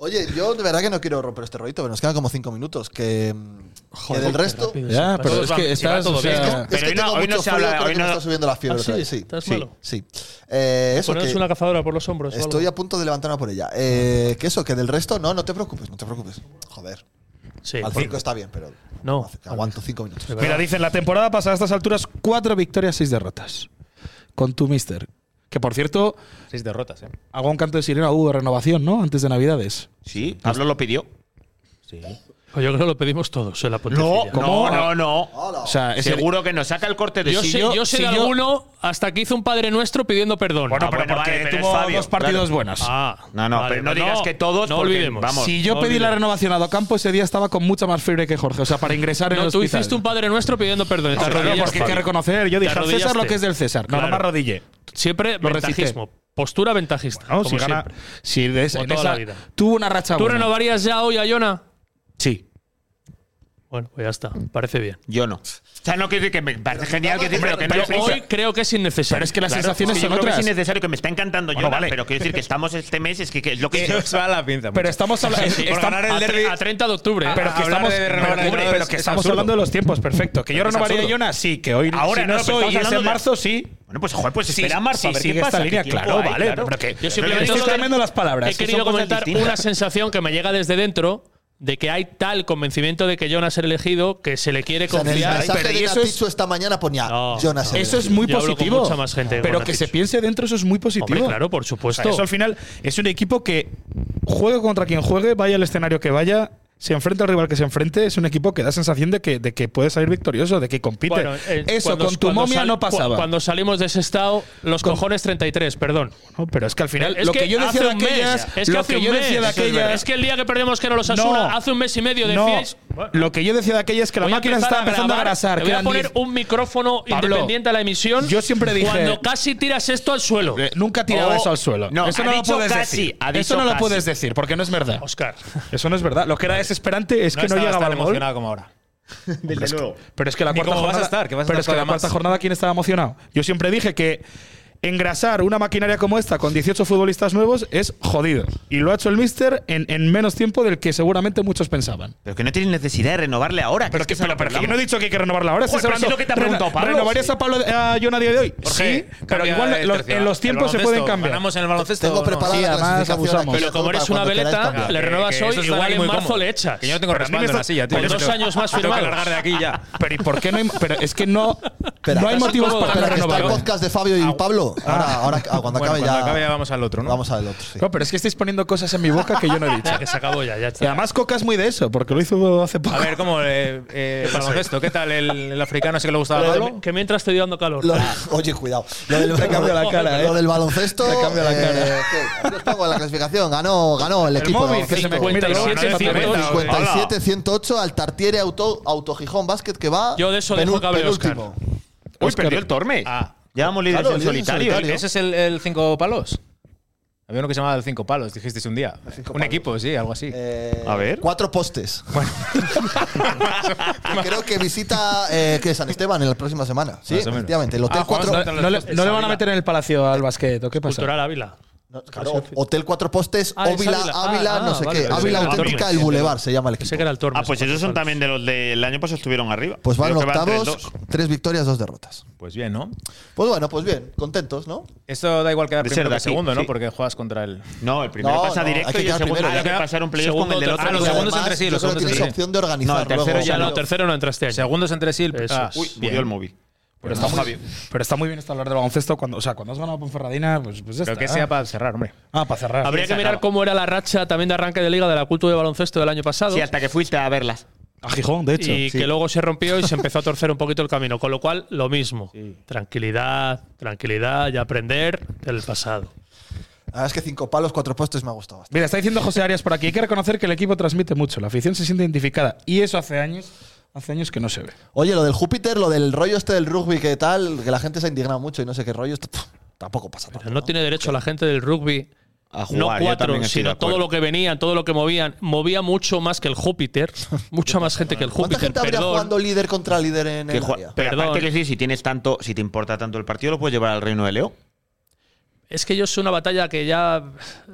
[SPEAKER 1] Oye, yo de verdad que no quiero romper este rollito, pero nos quedan como cinco minutos. Que, Joder, del resto.
[SPEAKER 5] Ya, pero es que estás. o sea,
[SPEAKER 1] Es
[SPEAKER 6] Pero
[SPEAKER 1] que
[SPEAKER 6] hoy no-
[SPEAKER 1] tengo
[SPEAKER 6] hoy no
[SPEAKER 1] mucho
[SPEAKER 6] se
[SPEAKER 1] folio,
[SPEAKER 6] habla-
[SPEAKER 1] creo
[SPEAKER 6] hoy
[SPEAKER 1] que me
[SPEAKER 6] no-
[SPEAKER 1] está subiendo la fiebre
[SPEAKER 3] ¿Ah,
[SPEAKER 1] otra
[SPEAKER 3] sí?
[SPEAKER 1] vez. Sí,
[SPEAKER 3] ¿Estás
[SPEAKER 1] sí,
[SPEAKER 3] malo?
[SPEAKER 1] sí. Eh, eso
[SPEAKER 3] Poneros
[SPEAKER 1] que
[SPEAKER 3] una cazadora por los hombros. o algo.
[SPEAKER 1] estoy a punto de levantarme por ella. Eh, que eso, que del resto, no, no te preocupes, no te preocupes. Joder,
[SPEAKER 3] Sí.
[SPEAKER 1] al 5 está bien, pero
[SPEAKER 3] No.
[SPEAKER 1] aguanto cinco minutos.
[SPEAKER 5] Mira, dicen, la temporada pasada a estas alturas, cuatro victorias, seis derrotas. Con tu mister. Que por cierto,
[SPEAKER 4] Seis derrotas, ¿eh?
[SPEAKER 5] hago un canto de sirena, hubo renovación, ¿no? Antes de Navidades.
[SPEAKER 6] Sí, Pablo lo pidió.
[SPEAKER 3] Pues yo creo que lo pedimos todos en la
[SPEAKER 6] No,
[SPEAKER 3] Pontecilla.
[SPEAKER 6] no, no, no.
[SPEAKER 5] O sea, es el-
[SPEAKER 6] Seguro que nos saca el corte de
[SPEAKER 3] Yo sé, yo sé
[SPEAKER 5] si
[SPEAKER 3] de
[SPEAKER 5] yo-
[SPEAKER 3] alguno hasta que hizo un padre nuestro pidiendo perdón.
[SPEAKER 5] Bueno,
[SPEAKER 6] Ah,
[SPEAKER 5] pero
[SPEAKER 6] bueno,
[SPEAKER 5] porque
[SPEAKER 6] vale, pero es
[SPEAKER 5] tuvo
[SPEAKER 6] Fabio,
[SPEAKER 5] dos partidos
[SPEAKER 6] claro.
[SPEAKER 5] buenas.
[SPEAKER 3] Ah,
[SPEAKER 6] No, no, pero no
[SPEAKER 3] pues
[SPEAKER 6] digas que todos,
[SPEAKER 3] No
[SPEAKER 6] porque,
[SPEAKER 3] olvidemos.
[SPEAKER 6] vamos,
[SPEAKER 5] si yo
[SPEAKER 3] no
[SPEAKER 5] pedí la
[SPEAKER 3] olvidemos.
[SPEAKER 5] renovación a Docampo, ese día estaba con mucha más fiebre que Jorge. O sea, para ingresar en el
[SPEAKER 3] No, tú
[SPEAKER 5] hospital.
[SPEAKER 3] hiciste un padre nuestro pidiendo perdón. Te
[SPEAKER 5] No, pero no,
[SPEAKER 3] arrodillaste.
[SPEAKER 5] porque hay que reconocer. Yo dije
[SPEAKER 3] Te
[SPEAKER 5] al César lo
[SPEAKER 3] arrodillaste.
[SPEAKER 5] que es del César. No,
[SPEAKER 3] Claro.
[SPEAKER 5] no me arrodillé.
[SPEAKER 3] Siempre
[SPEAKER 5] Lo recité.
[SPEAKER 3] ventajismo. Postura ventajista.
[SPEAKER 5] No,
[SPEAKER 3] como
[SPEAKER 5] si gana-
[SPEAKER 3] siempre.
[SPEAKER 5] si de esa-
[SPEAKER 3] Como
[SPEAKER 5] en
[SPEAKER 3] toda
[SPEAKER 5] esa-
[SPEAKER 3] la vida.
[SPEAKER 5] Tuvo una racha
[SPEAKER 3] ¿Tú
[SPEAKER 5] buena.
[SPEAKER 3] renovarías ya hoy a Yona?
[SPEAKER 5] Sí.
[SPEAKER 3] Bueno, pues ya está. Parece bien.
[SPEAKER 6] Yo no. O sea, no quiero decir que me parece genial que decir, pero que no
[SPEAKER 3] Pero
[SPEAKER 6] es prisa.
[SPEAKER 3] hoy creo que es innecesario.
[SPEAKER 5] Pero es que las sensaciones
[SPEAKER 6] Sí, yo
[SPEAKER 5] son
[SPEAKER 6] creo que
[SPEAKER 5] otras.
[SPEAKER 6] es innecesario que me está encantando yo,
[SPEAKER 5] vale.
[SPEAKER 6] pero quiero decir que estamos este mes, es que, que es lo que
[SPEAKER 4] Que os va la pinza.
[SPEAKER 5] Pero
[SPEAKER 4] mucho.
[SPEAKER 5] estamos hablando.
[SPEAKER 4] Sí, por
[SPEAKER 5] estamos-
[SPEAKER 4] ganar el
[SPEAKER 3] A, tre-
[SPEAKER 4] derbi-
[SPEAKER 3] a 30 de octubre. ¿eh?
[SPEAKER 5] pero que
[SPEAKER 4] Hablar
[SPEAKER 5] estamos,
[SPEAKER 4] de renovar
[SPEAKER 5] pero,
[SPEAKER 4] el
[SPEAKER 5] hombre,
[SPEAKER 4] entrenador
[SPEAKER 5] pero
[SPEAKER 4] es-
[SPEAKER 5] que
[SPEAKER 4] es
[SPEAKER 5] estamos
[SPEAKER 4] absurdo.
[SPEAKER 5] hablando de los tiempos, perfecto. Que yo
[SPEAKER 4] Pero es
[SPEAKER 5] renovaría a
[SPEAKER 4] absurdo.
[SPEAKER 5] Jonas, sí, que hoy
[SPEAKER 6] Ahora
[SPEAKER 5] si no,
[SPEAKER 6] no, pero
[SPEAKER 5] soy
[SPEAKER 6] estamos
[SPEAKER 5] y es
[SPEAKER 6] hablando
[SPEAKER 5] en
[SPEAKER 6] de-
[SPEAKER 5] marzo, sí.
[SPEAKER 6] Bueno, pues joder, pues
[SPEAKER 5] Sí,
[SPEAKER 6] espera a marzo
[SPEAKER 5] sí,
[SPEAKER 6] a ver
[SPEAKER 5] sigue
[SPEAKER 6] qué
[SPEAKER 5] esta
[SPEAKER 6] pasa.
[SPEAKER 5] línea,
[SPEAKER 6] ¿Qué tiempo
[SPEAKER 5] claro,
[SPEAKER 6] hay?
[SPEAKER 5] vale, pero que-
[SPEAKER 3] Yo
[SPEAKER 5] Pero
[SPEAKER 3] simplemente
[SPEAKER 5] estoy cambiando las palabras,
[SPEAKER 3] He
[SPEAKER 5] que
[SPEAKER 3] querido
[SPEAKER 6] son cosas
[SPEAKER 3] comentar
[SPEAKER 6] distintas.
[SPEAKER 3] una sensación que me llega desde dentro de que hay tal convencimiento de que Jonas es el elegido que se le quiere
[SPEAKER 1] O sea, en el
[SPEAKER 3] confiar.
[SPEAKER 1] mensaje
[SPEAKER 5] pero
[SPEAKER 1] de
[SPEAKER 5] y eso es-
[SPEAKER 1] Natichu esta mañana ponía
[SPEAKER 3] No,
[SPEAKER 1] Jonas.
[SPEAKER 3] no.
[SPEAKER 1] el
[SPEAKER 5] Eso es
[SPEAKER 1] elegido".
[SPEAKER 5] muy
[SPEAKER 3] Yo hablo con
[SPEAKER 5] positivo.
[SPEAKER 3] mucha más gente que
[SPEAKER 5] pero
[SPEAKER 3] con
[SPEAKER 5] que se
[SPEAKER 3] Natichu.
[SPEAKER 5] piense dentro, eso es muy positivo.
[SPEAKER 3] Hombre, claro, por
[SPEAKER 5] O
[SPEAKER 3] supuesto.
[SPEAKER 5] sea, eso al final es un equipo que juegue contra quien juegue, vaya al escenario que vaya, se enfrenta al rival que se enfrente, es un equipo que da sensación de que, de que puede salir victorioso, de que compite.
[SPEAKER 3] Bueno, eh,
[SPEAKER 5] eso
[SPEAKER 3] cuando-
[SPEAKER 5] con tu
[SPEAKER 3] cuando
[SPEAKER 5] momia
[SPEAKER 3] sal-
[SPEAKER 5] no pasaba.
[SPEAKER 3] cu- Cuando salimos de ese estado, los
[SPEAKER 5] Con-
[SPEAKER 3] cojones 33, perdón.
[SPEAKER 5] No, pero es que al final,
[SPEAKER 3] Es
[SPEAKER 5] lo que, yo decía
[SPEAKER 3] hace
[SPEAKER 5] de
[SPEAKER 3] un mes,
[SPEAKER 5] aquellas,
[SPEAKER 3] es que
[SPEAKER 5] lo
[SPEAKER 3] hace
[SPEAKER 5] que
[SPEAKER 3] un
[SPEAKER 5] yo
[SPEAKER 3] mes,
[SPEAKER 5] decía de
[SPEAKER 3] eso es verdad.
[SPEAKER 5] aquellas,
[SPEAKER 3] es que el día que perdemos que era los Asuna,
[SPEAKER 5] No.
[SPEAKER 3] hace un mes y medio
[SPEAKER 5] no,
[SPEAKER 3] decíais…
[SPEAKER 5] lo que yo decía de aquellas es que la
[SPEAKER 3] Voy a
[SPEAKER 5] máquina se
[SPEAKER 3] empezar
[SPEAKER 5] estaba empezando a
[SPEAKER 3] grabar,
[SPEAKER 5] grasar.
[SPEAKER 3] te
[SPEAKER 5] que
[SPEAKER 3] Voy a
[SPEAKER 5] eran
[SPEAKER 3] poner
[SPEAKER 5] 10.
[SPEAKER 3] un micrófono
[SPEAKER 5] Pablo,
[SPEAKER 3] independiente a la emisión.
[SPEAKER 5] yo siempre dije-
[SPEAKER 3] Cuando casi tiras esto al suelo.
[SPEAKER 5] Eh, Nunca tiraba
[SPEAKER 6] Oh,
[SPEAKER 5] eso al suelo.
[SPEAKER 6] no,
[SPEAKER 5] eso
[SPEAKER 6] ha
[SPEAKER 5] no lo
[SPEAKER 6] dicho
[SPEAKER 5] puedes
[SPEAKER 6] casi,
[SPEAKER 5] decir.
[SPEAKER 6] ha
[SPEAKER 5] Eso
[SPEAKER 6] dicho
[SPEAKER 5] no lo
[SPEAKER 6] casi.
[SPEAKER 5] puedes decir, porque no es verdad.
[SPEAKER 3] Oscar.
[SPEAKER 5] Eso no es verdad. Lo que era desesperante es
[SPEAKER 4] No
[SPEAKER 5] que no
[SPEAKER 4] estaba
[SPEAKER 5] llegaba
[SPEAKER 4] tan
[SPEAKER 5] al gol.
[SPEAKER 4] emocionado como ahora.
[SPEAKER 6] Desde luego.
[SPEAKER 5] Pero es que la
[SPEAKER 4] Ni
[SPEAKER 5] cuarta
[SPEAKER 4] cómo vas a
[SPEAKER 5] jornada.
[SPEAKER 4] estar, que vas a
[SPEAKER 5] pero
[SPEAKER 4] estar
[SPEAKER 5] es que la
[SPEAKER 4] todavía
[SPEAKER 5] cuarta
[SPEAKER 4] más.
[SPEAKER 5] jornada, ¿quién estaba emocionado? Yo siempre dije que engrasar una maquinaria como esta con 18 futbolistas nuevos es jodido. Y lo ha hecho el Mister en, en menos tiempo del que seguramente muchos pensaban.
[SPEAKER 6] Pero que no tienes necesidad de renovarle ahora. que
[SPEAKER 5] Pero
[SPEAKER 6] es
[SPEAKER 5] que,
[SPEAKER 6] que se
[SPEAKER 5] pero,
[SPEAKER 6] lo
[SPEAKER 5] pero que yo no
[SPEAKER 6] hablamos.
[SPEAKER 5] he dicho que hay que renovarla ahora.
[SPEAKER 6] Joder,
[SPEAKER 5] Estás
[SPEAKER 6] pero es
[SPEAKER 5] hablando-
[SPEAKER 6] lo que te ha preguntado Pablo.
[SPEAKER 5] ¿Renovarías a, Pablo, eh, a John a día de hoy?
[SPEAKER 4] Jorge,
[SPEAKER 5] sí, pero
[SPEAKER 4] cambia
[SPEAKER 5] igual
[SPEAKER 4] de
[SPEAKER 5] los-
[SPEAKER 4] tercia.
[SPEAKER 5] en los
[SPEAKER 4] El
[SPEAKER 5] tiempos se pueden
[SPEAKER 4] baloncesto,
[SPEAKER 5] cambiar.
[SPEAKER 4] ¿Ganamos en el baloncesto?
[SPEAKER 1] Tengo
[SPEAKER 4] o no?
[SPEAKER 1] preparada
[SPEAKER 5] Sí,
[SPEAKER 1] la
[SPEAKER 5] además,
[SPEAKER 1] clasificación
[SPEAKER 5] abusamos.
[SPEAKER 1] aquí,
[SPEAKER 3] Pero como
[SPEAKER 1] para
[SPEAKER 3] eres una
[SPEAKER 1] cuando queráis
[SPEAKER 3] veleta,
[SPEAKER 1] cambiar.
[SPEAKER 3] le
[SPEAKER 4] Que-
[SPEAKER 3] renuevas
[SPEAKER 4] que
[SPEAKER 3] hoy,
[SPEAKER 4] eso está
[SPEAKER 3] igual
[SPEAKER 4] ahí
[SPEAKER 3] en
[SPEAKER 4] muy
[SPEAKER 3] marzo
[SPEAKER 4] cómodo.
[SPEAKER 3] le echas.
[SPEAKER 4] Que yo no tengo
[SPEAKER 5] Pero a mí me
[SPEAKER 4] respaldo
[SPEAKER 5] está-
[SPEAKER 4] en la silla, tío.
[SPEAKER 3] Con
[SPEAKER 4] Yo
[SPEAKER 3] dos
[SPEAKER 4] tengo-
[SPEAKER 3] años más
[SPEAKER 4] tengo que
[SPEAKER 3] firmados.
[SPEAKER 4] largar de aquí ya.
[SPEAKER 5] Pero ¿y por qué no hay- pero es que no
[SPEAKER 1] Espera,
[SPEAKER 5] no hay motivos
[SPEAKER 4] como
[SPEAKER 5] para
[SPEAKER 4] para
[SPEAKER 1] espera, que está el
[SPEAKER 4] renovar.
[SPEAKER 1] podcast de Fabio y Pablo. Ahora, ahora ah, cuando
[SPEAKER 4] Bueno,
[SPEAKER 1] acabe
[SPEAKER 4] cuando
[SPEAKER 1] ya.
[SPEAKER 4] acabe ya vamos al otro, ¿no?
[SPEAKER 1] Vamos al otro, sí.
[SPEAKER 5] No, pero es que estáis poniendo cosas en mi boca que yo no he dicho.
[SPEAKER 3] Ya, que se acabó ya, ya está.
[SPEAKER 5] Y además Coca es muy de eso, porque lo hizo hace poco.
[SPEAKER 4] A ver, ¿cómo? Eh, eh, baloncesto, ¿qué tal el, el africano? Sé que le gustaba
[SPEAKER 3] Pero
[SPEAKER 4] a
[SPEAKER 3] que-
[SPEAKER 4] Pablo.
[SPEAKER 3] que mientras te dando calor.
[SPEAKER 1] Lo- oye, cuidado. Lo del,
[SPEAKER 5] Te cambio la cara,
[SPEAKER 1] lo
[SPEAKER 5] ¿eh?
[SPEAKER 1] del baloncesto.
[SPEAKER 5] Te cambio la cara.
[SPEAKER 1] eh, ¿qué? Yo os pongo en la clasificación. Ganó, ganó el, equipo.
[SPEAKER 5] móvil, que se me- mira, luego no
[SPEAKER 3] 57,
[SPEAKER 5] se me
[SPEAKER 3] cincuenta,
[SPEAKER 5] comenta,
[SPEAKER 3] oye.
[SPEAKER 1] 57, 108 al Tartiere Auto, Auto Gijón Basket que va.
[SPEAKER 3] Yo de eso
[SPEAKER 1] penú-
[SPEAKER 3] dejo que hable Óscar.
[SPEAKER 1] penúltimo.
[SPEAKER 2] Uy, perdió el torme.
[SPEAKER 4] Ah,
[SPEAKER 6] Llevamos líderes
[SPEAKER 1] Claro,
[SPEAKER 6] en
[SPEAKER 1] líderes en
[SPEAKER 6] solitario. ¿eh?
[SPEAKER 1] solitario.
[SPEAKER 4] ¿Ese es el, el cinco palos? Había uno que se llamaba el cinco palos, dijisteis un día. Un
[SPEAKER 1] Cinco Palos.
[SPEAKER 4] equipo, sí, algo así.
[SPEAKER 1] Eh,
[SPEAKER 2] A ver.
[SPEAKER 1] Cuatro postes. Creo que visita eh, que San Esteban en la próxima semana. Sí,
[SPEAKER 4] Más o menos.
[SPEAKER 1] efectivamente. El Hotel
[SPEAKER 4] Ah, jugamos
[SPEAKER 1] Cuatro.
[SPEAKER 4] contra los
[SPEAKER 5] No le,
[SPEAKER 4] postes,
[SPEAKER 5] no le van a
[SPEAKER 4] Ávila.
[SPEAKER 5] meter en el palacio al basquet, ¿o qué pasa?
[SPEAKER 3] Cultural Ávila.
[SPEAKER 1] No, claro, hotel Cuatro Postes,
[SPEAKER 3] Ah, es
[SPEAKER 1] Ávila,
[SPEAKER 3] Ávila. Ah,
[SPEAKER 1] Ávila, no
[SPEAKER 3] ah,
[SPEAKER 1] sé
[SPEAKER 3] vale,
[SPEAKER 1] qué.
[SPEAKER 3] vale.
[SPEAKER 1] Ávila
[SPEAKER 3] Sí,
[SPEAKER 1] auténtica,
[SPEAKER 3] Tormes.
[SPEAKER 1] el Boulevard se llama el
[SPEAKER 3] Pensé
[SPEAKER 1] equipo.
[SPEAKER 3] que era el Tormes.
[SPEAKER 2] Ah, pues esos son también de los del año pasado estuvieron arriba.
[SPEAKER 1] Pues van
[SPEAKER 2] Creo que
[SPEAKER 1] octavos, tres,
[SPEAKER 2] 3-2.
[SPEAKER 1] victorias, dos derrotas.
[SPEAKER 4] Pues bien, ¿no?
[SPEAKER 1] Pues bueno, pues bien, contentos, ¿no?
[SPEAKER 4] Esto da igual quedar
[SPEAKER 6] De ser
[SPEAKER 4] primero
[SPEAKER 6] de
[SPEAKER 4] que
[SPEAKER 6] aquí,
[SPEAKER 4] segundo, ¿no?
[SPEAKER 6] sí.
[SPEAKER 4] Porque juegas contra el.
[SPEAKER 6] No, el primero
[SPEAKER 1] No,
[SPEAKER 6] pasa
[SPEAKER 1] no, hay que
[SPEAKER 6] directo y el
[SPEAKER 1] quedar
[SPEAKER 6] segundo
[SPEAKER 1] primero,
[SPEAKER 6] hay
[SPEAKER 1] ya.
[SPEAKER 6] que pasar un playoff
[SPEAKER 3] Segundo,
[SPEAKER 6] con el del otro.
[SPEAKER 4] tercero. Ah, los
[SPEAKER 1] Pero
[SPEAKER 4] segundos
[SPEAKER 1] además,
[SPEAKER 4] entre sí,
[SPEAKER 1] yo
[SPEAKER 4] los
[SPEAKER 1] creo que
[SPEAKER 4] segundos
[SPEAKER 1] tienes
[SPEAKER 4] entre sí.
[SPEAKER 1] opción de organizar.
[SPEAKER 6] No, el tercero
[SPEAKER 1] luego.
[SPEAKER 3] ya
[SPEAKER 6] no.
[SPEAKER 3] no, tercero no entraste año.
[SPEAKER 4] Segundos entre sí. el-
[SPEAKER 3] Eso
[SPEAKER 4] ah,
[SPEAKER 3] es.
[SPEAKER 4] uy,
[SPEAKER 3] Uy,
[SPEAKER 4] bien.
[SPEAKER 6] Murió el móvil.
[SPEAKER 5] Pero está, muy, pero está muy bien esto hablar de baloncesto. Cuando, o sea, cuando has ganado a Ponferradina, pues, pues ya
[SPEAKER 4] Pero
[SPEAKER 5] está.
[SPEAKER 4] que sea para cerrar, hombre.
[SPEAKER 5] Ah, para cerrar.
[SPEAKER 3] Habría que mirar cómo era la racha también de arranque de liga de la cultura de baloncesto del año pasado.
[SPEAKER 6] Sí, hasta que fuiste a verlas.
[SPEAKER 5] A Gijón, de hecho.
[SPEAKER 3] y
[SPEAKER 5] sí.
[SPEAKER 3] que luego se rompió y se empezó a torcer un poquito el camino. Con lo cual, lo mismo. Tranquilidad, tranquilidad y aprender del pasado.
[SPEAKER 1] La verdad es que cinco palos, cuatro postes me ha gustado bastante.
[SPEAKER 5] Mira, está diciendo José Arias por aquí. Hay que reconocer que el equipo transmite mucho. La afición se siente identificada. Y eso hace años, hace años que no se ve.
[SPEAKER 1] Oye, lo del Júpiter, lo del rollo este del rugby que tal, que la gente se ha indignado mucho y no sé qué rollo, esto, pff, tampoco pasa tanto.
[SPEAKER 3] Pero no tiene derecho la gente del rugby.
[SPEAKER 6] A
[SPEAKER 3] No
[SPEAKER 6] jugar, yo
[SPEAKER 3] cuatro,
[SPEAKER 6] también estoy de
[SPEAKER 3] sino
[SPEAKER 6] acuerdo.
[SPEAKER 3] todo lo que venían, todo lo que movían. Movía mucho más que el Júpiter. Mucha más gente que el
[SPEAKER 1] ¿Cuánta
[SPEAKER 3] Júpiter.
[SPEAKER 1] gente habría
[SPEAKER 3] Perdón.
[SPEAKER 1] jugando líder contra líder en
[SPEAKER 6] Que
[SPEAKER 1] el
[SPEAKER 6] juega-
[SPEAKER 1] área?
[SPEAKER 6] Pero
[SPEAKER 3] Perdón.
[SPEAKER 6] aparte que sí, si tienes tanto, si te importa tanto el partido, lo puedes llevar al Reino de León.
[SPEAKER 3] Es que yo soy una batalla que ya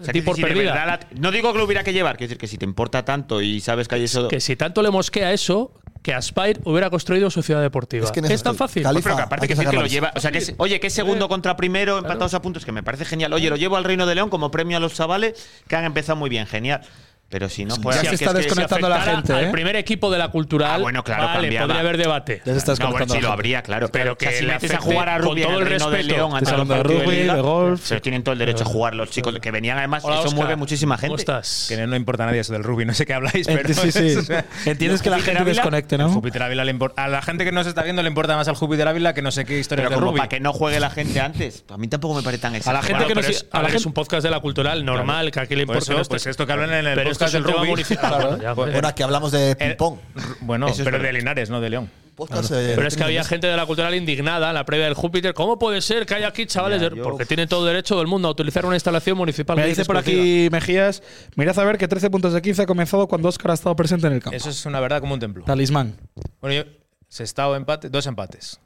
[SPEAKER 6] O sea,
[SPEAKER 3] di
[SPEAKER 6] que
[SPEAKER 3] por
[SPEAKER 6] si de
[SPEAKER 3] perdida.
[SPEAKER 6] verdad la- no digo que lo hubiera que llevar, quiero decir que si te importa tanto y sabes que hay eso.
[SPEAKER 3] que si tanto le mosquea eso, que Aspire hubiera construido su ciudad deportiva.
[SPEAKER 1] Es
[SPEAKER 3] Es,
[SPEAKER 1] que en eso
[SPEAKER 3] tan
[SPEAKER 1] estoy.
[SPEAKER 3] fácil.
[SPEAKER 1] Cali-
[SPEAKER 6] pero que
[SPEAKER 1] Ah, hay
[SPEAKER 6] aparte
[SPEAKER 1] que
[SPEAKER 6] que, sí que
[SPEAKER 1] sacarlo
[SPEAKER 6] lo
[SPEAKER 1] así.
[SPEAKER 6] lleva. O sea, que es- oye, que es
[SPEAKER 3] Eh,
[SPEAKER 6] segundo contra primero, empatados a puntos, que me parece genial. Oye, lo llevo al Reino de León como premio a los chavales que han empezado muy bien, genial. Pero si no fuera
[SPEAKER 3] pues,
[SPEAKER 5] Ya se
[SPEAKER 6] que
[SPEAKER 5] está
[SPEAKER 6] es que-
[SPEAKER 5] desconectando la
[SPEAKER 3] afectara
[SPEAKER 5] gente,
[SPEAKER 3] Al
[SPEAKER 5] ¿eh?
[SPEAKER 3] primer equipo de la cultural.
[SPEAKER 6] Ah, bueno, claro,
[SPEAKER 3] vale,
[SPEAKER 6] cambiaba.
[SPEAKER 3] podría haber debate.
[SPEAKER 5] Ya se está
[SPEAKER 6] No, bueno,
[SPEAKER 5] desconectando
[SPEAKER 6] sí,
[SPEAKER 5] la
[SPEAKER 6] lo
[SPEAKER 5] gente.
[SPEAKER 6] habría, claro.
[SPEAKER 3] Pero
[SPEAKER 6] O sea,
[SPEAKER 3] que
[SPEAKER 6] si
[SPEAKER 3] le
[SPEAKER 6] metes a
[SPEAKER 3] afecte
[SPEAKER 6] jugar a
[SPEAKER 3] con
[SPEAKER 6] rugby en
[SPEAKER 3] todo
[SPEAKER 6] el
[SPEAKER 3] el
[SPEAKER 6] Reino
[SPEAKER 3] respeto.
[SPEAKER 6] de León,
[SPEAKER 3] Estás
[SPEAKER 6] a
[SPEAKER 5] hablando de rugby, de golf.
[SPEAKER 6] Se tienen todo el derecho a jugar los chicos que venían además,
[SPEAKER 3] Hola,
[SPEAKER 6] eso
[SPEAKER 3] Óscar.
[SPEAKER 6] mueve muchísima gente.
[SPEAKER 3] ¿Cómo estás?
[SPEAKER 4] Que no, no importa a nadie eso del rugby, no sé qué habláis, pero.
[SPEAKER 5] Enti- sí, sí.
[SPEAKER 4] o sea,
[SPEAKER 5] Entiendes que la
[SPEAKER 4] Júpiter
[SPEAKER 5] gente
[SPEAKER 4] Ávila-
[SPEAKER 5] desconecte, ¿no?
[SPEAKER 4] el Júpiter Ávila le impor- A la gente que nos está viendo le importa más al Júpiter Ávila que no sé qué historia
[SPEAKER 6] Pero
[SPEAKER 4] de
[SPEAKER 6] como
[SPEAKER 4] rugby.
[SPEAKER 6] para que no juegue la gente antes. pues A mí tampoco me parece tan
[SPEAKER 5] A la
[SPEAKER 6] exagerado.
[SPEAKER 5] gente
[SPEAKER 3] Bueno,
[SPEAKER 5] que no
[SPEAKER 3] pero
[SPEAKER 5] se-
[SPEAKER 3] es,
[SPEAKER 5] a
[SPEAKER 3] a
[SPEAKER 5] la
[SPEAKER 3] ver, es
[SPEAKER 5] gente-
[SPEAKER 3] un podcast de la cultural normal, que aquí le
[SPEAKER 4] Por
[SPEAKER 3] importa.
[SPEAKER 4] eso,
[SPEAKER 3] no
[SPEAKER 4] pues
[SPEAKER 3] esté-
[SPEAKER 4] esto que hablan en el
[SPEAKER 3] pero esto
[SPEAKER 4] podcast
[SPEAKER 3] es un
[SPEAKER 4] del
[SPEAKER 3] tema
[SPEAKER 4] rugby.
[SPEAKER 3] municipal.
[SPEAKER 4] Claro.
[SPEAKER 3] ya,
[SPEAKER 4] Bueno,
[SPEAKER 1] Bueno, aquí hablamos de
[SPEAKER 4] El-
[SPEAKER 1] ping-pong.
[SPEAKER 4] r- Bueno,
[SPEAKER 6] Eso es
[SPEAKER 4] pero de
[SPEAKER 6] verdad.
[SPEAKER 4] Linares, no de León.
[SPEAKER 1] Podcast, eh,
[SPEAKER 3] Pero
[SPEAKER 1] no
[SPEAKER 3] es que
[SPEAKER 1] tiene
[SPEAKER 3] había
[SPEAKER 1] más.
[SPEAKER 3] gente de la cultural indignada en la previa del Júpiter. ¿Cómo puede ser que haya aquí chavales? de- Porque tienen todo derecho del mundo a utilizar una instalación municipal.
[SPEAKER 5] Me
[SPEAKER 3] bien
[SPEAKER 5] dice por
[SPEAKER 3] escogida.
[SPEAKER 5] aquí Mejías, mirad a ver que 13 puntos de 15 ha comenzado cuando Oscar ha estado presente en el campo.
[SPEAKER 4] Eso es una verdad como un templo.
[SPEAKER 5] Talismán.
[SPEAKER 4] Bueno, yo, Sestao empate, dos empates.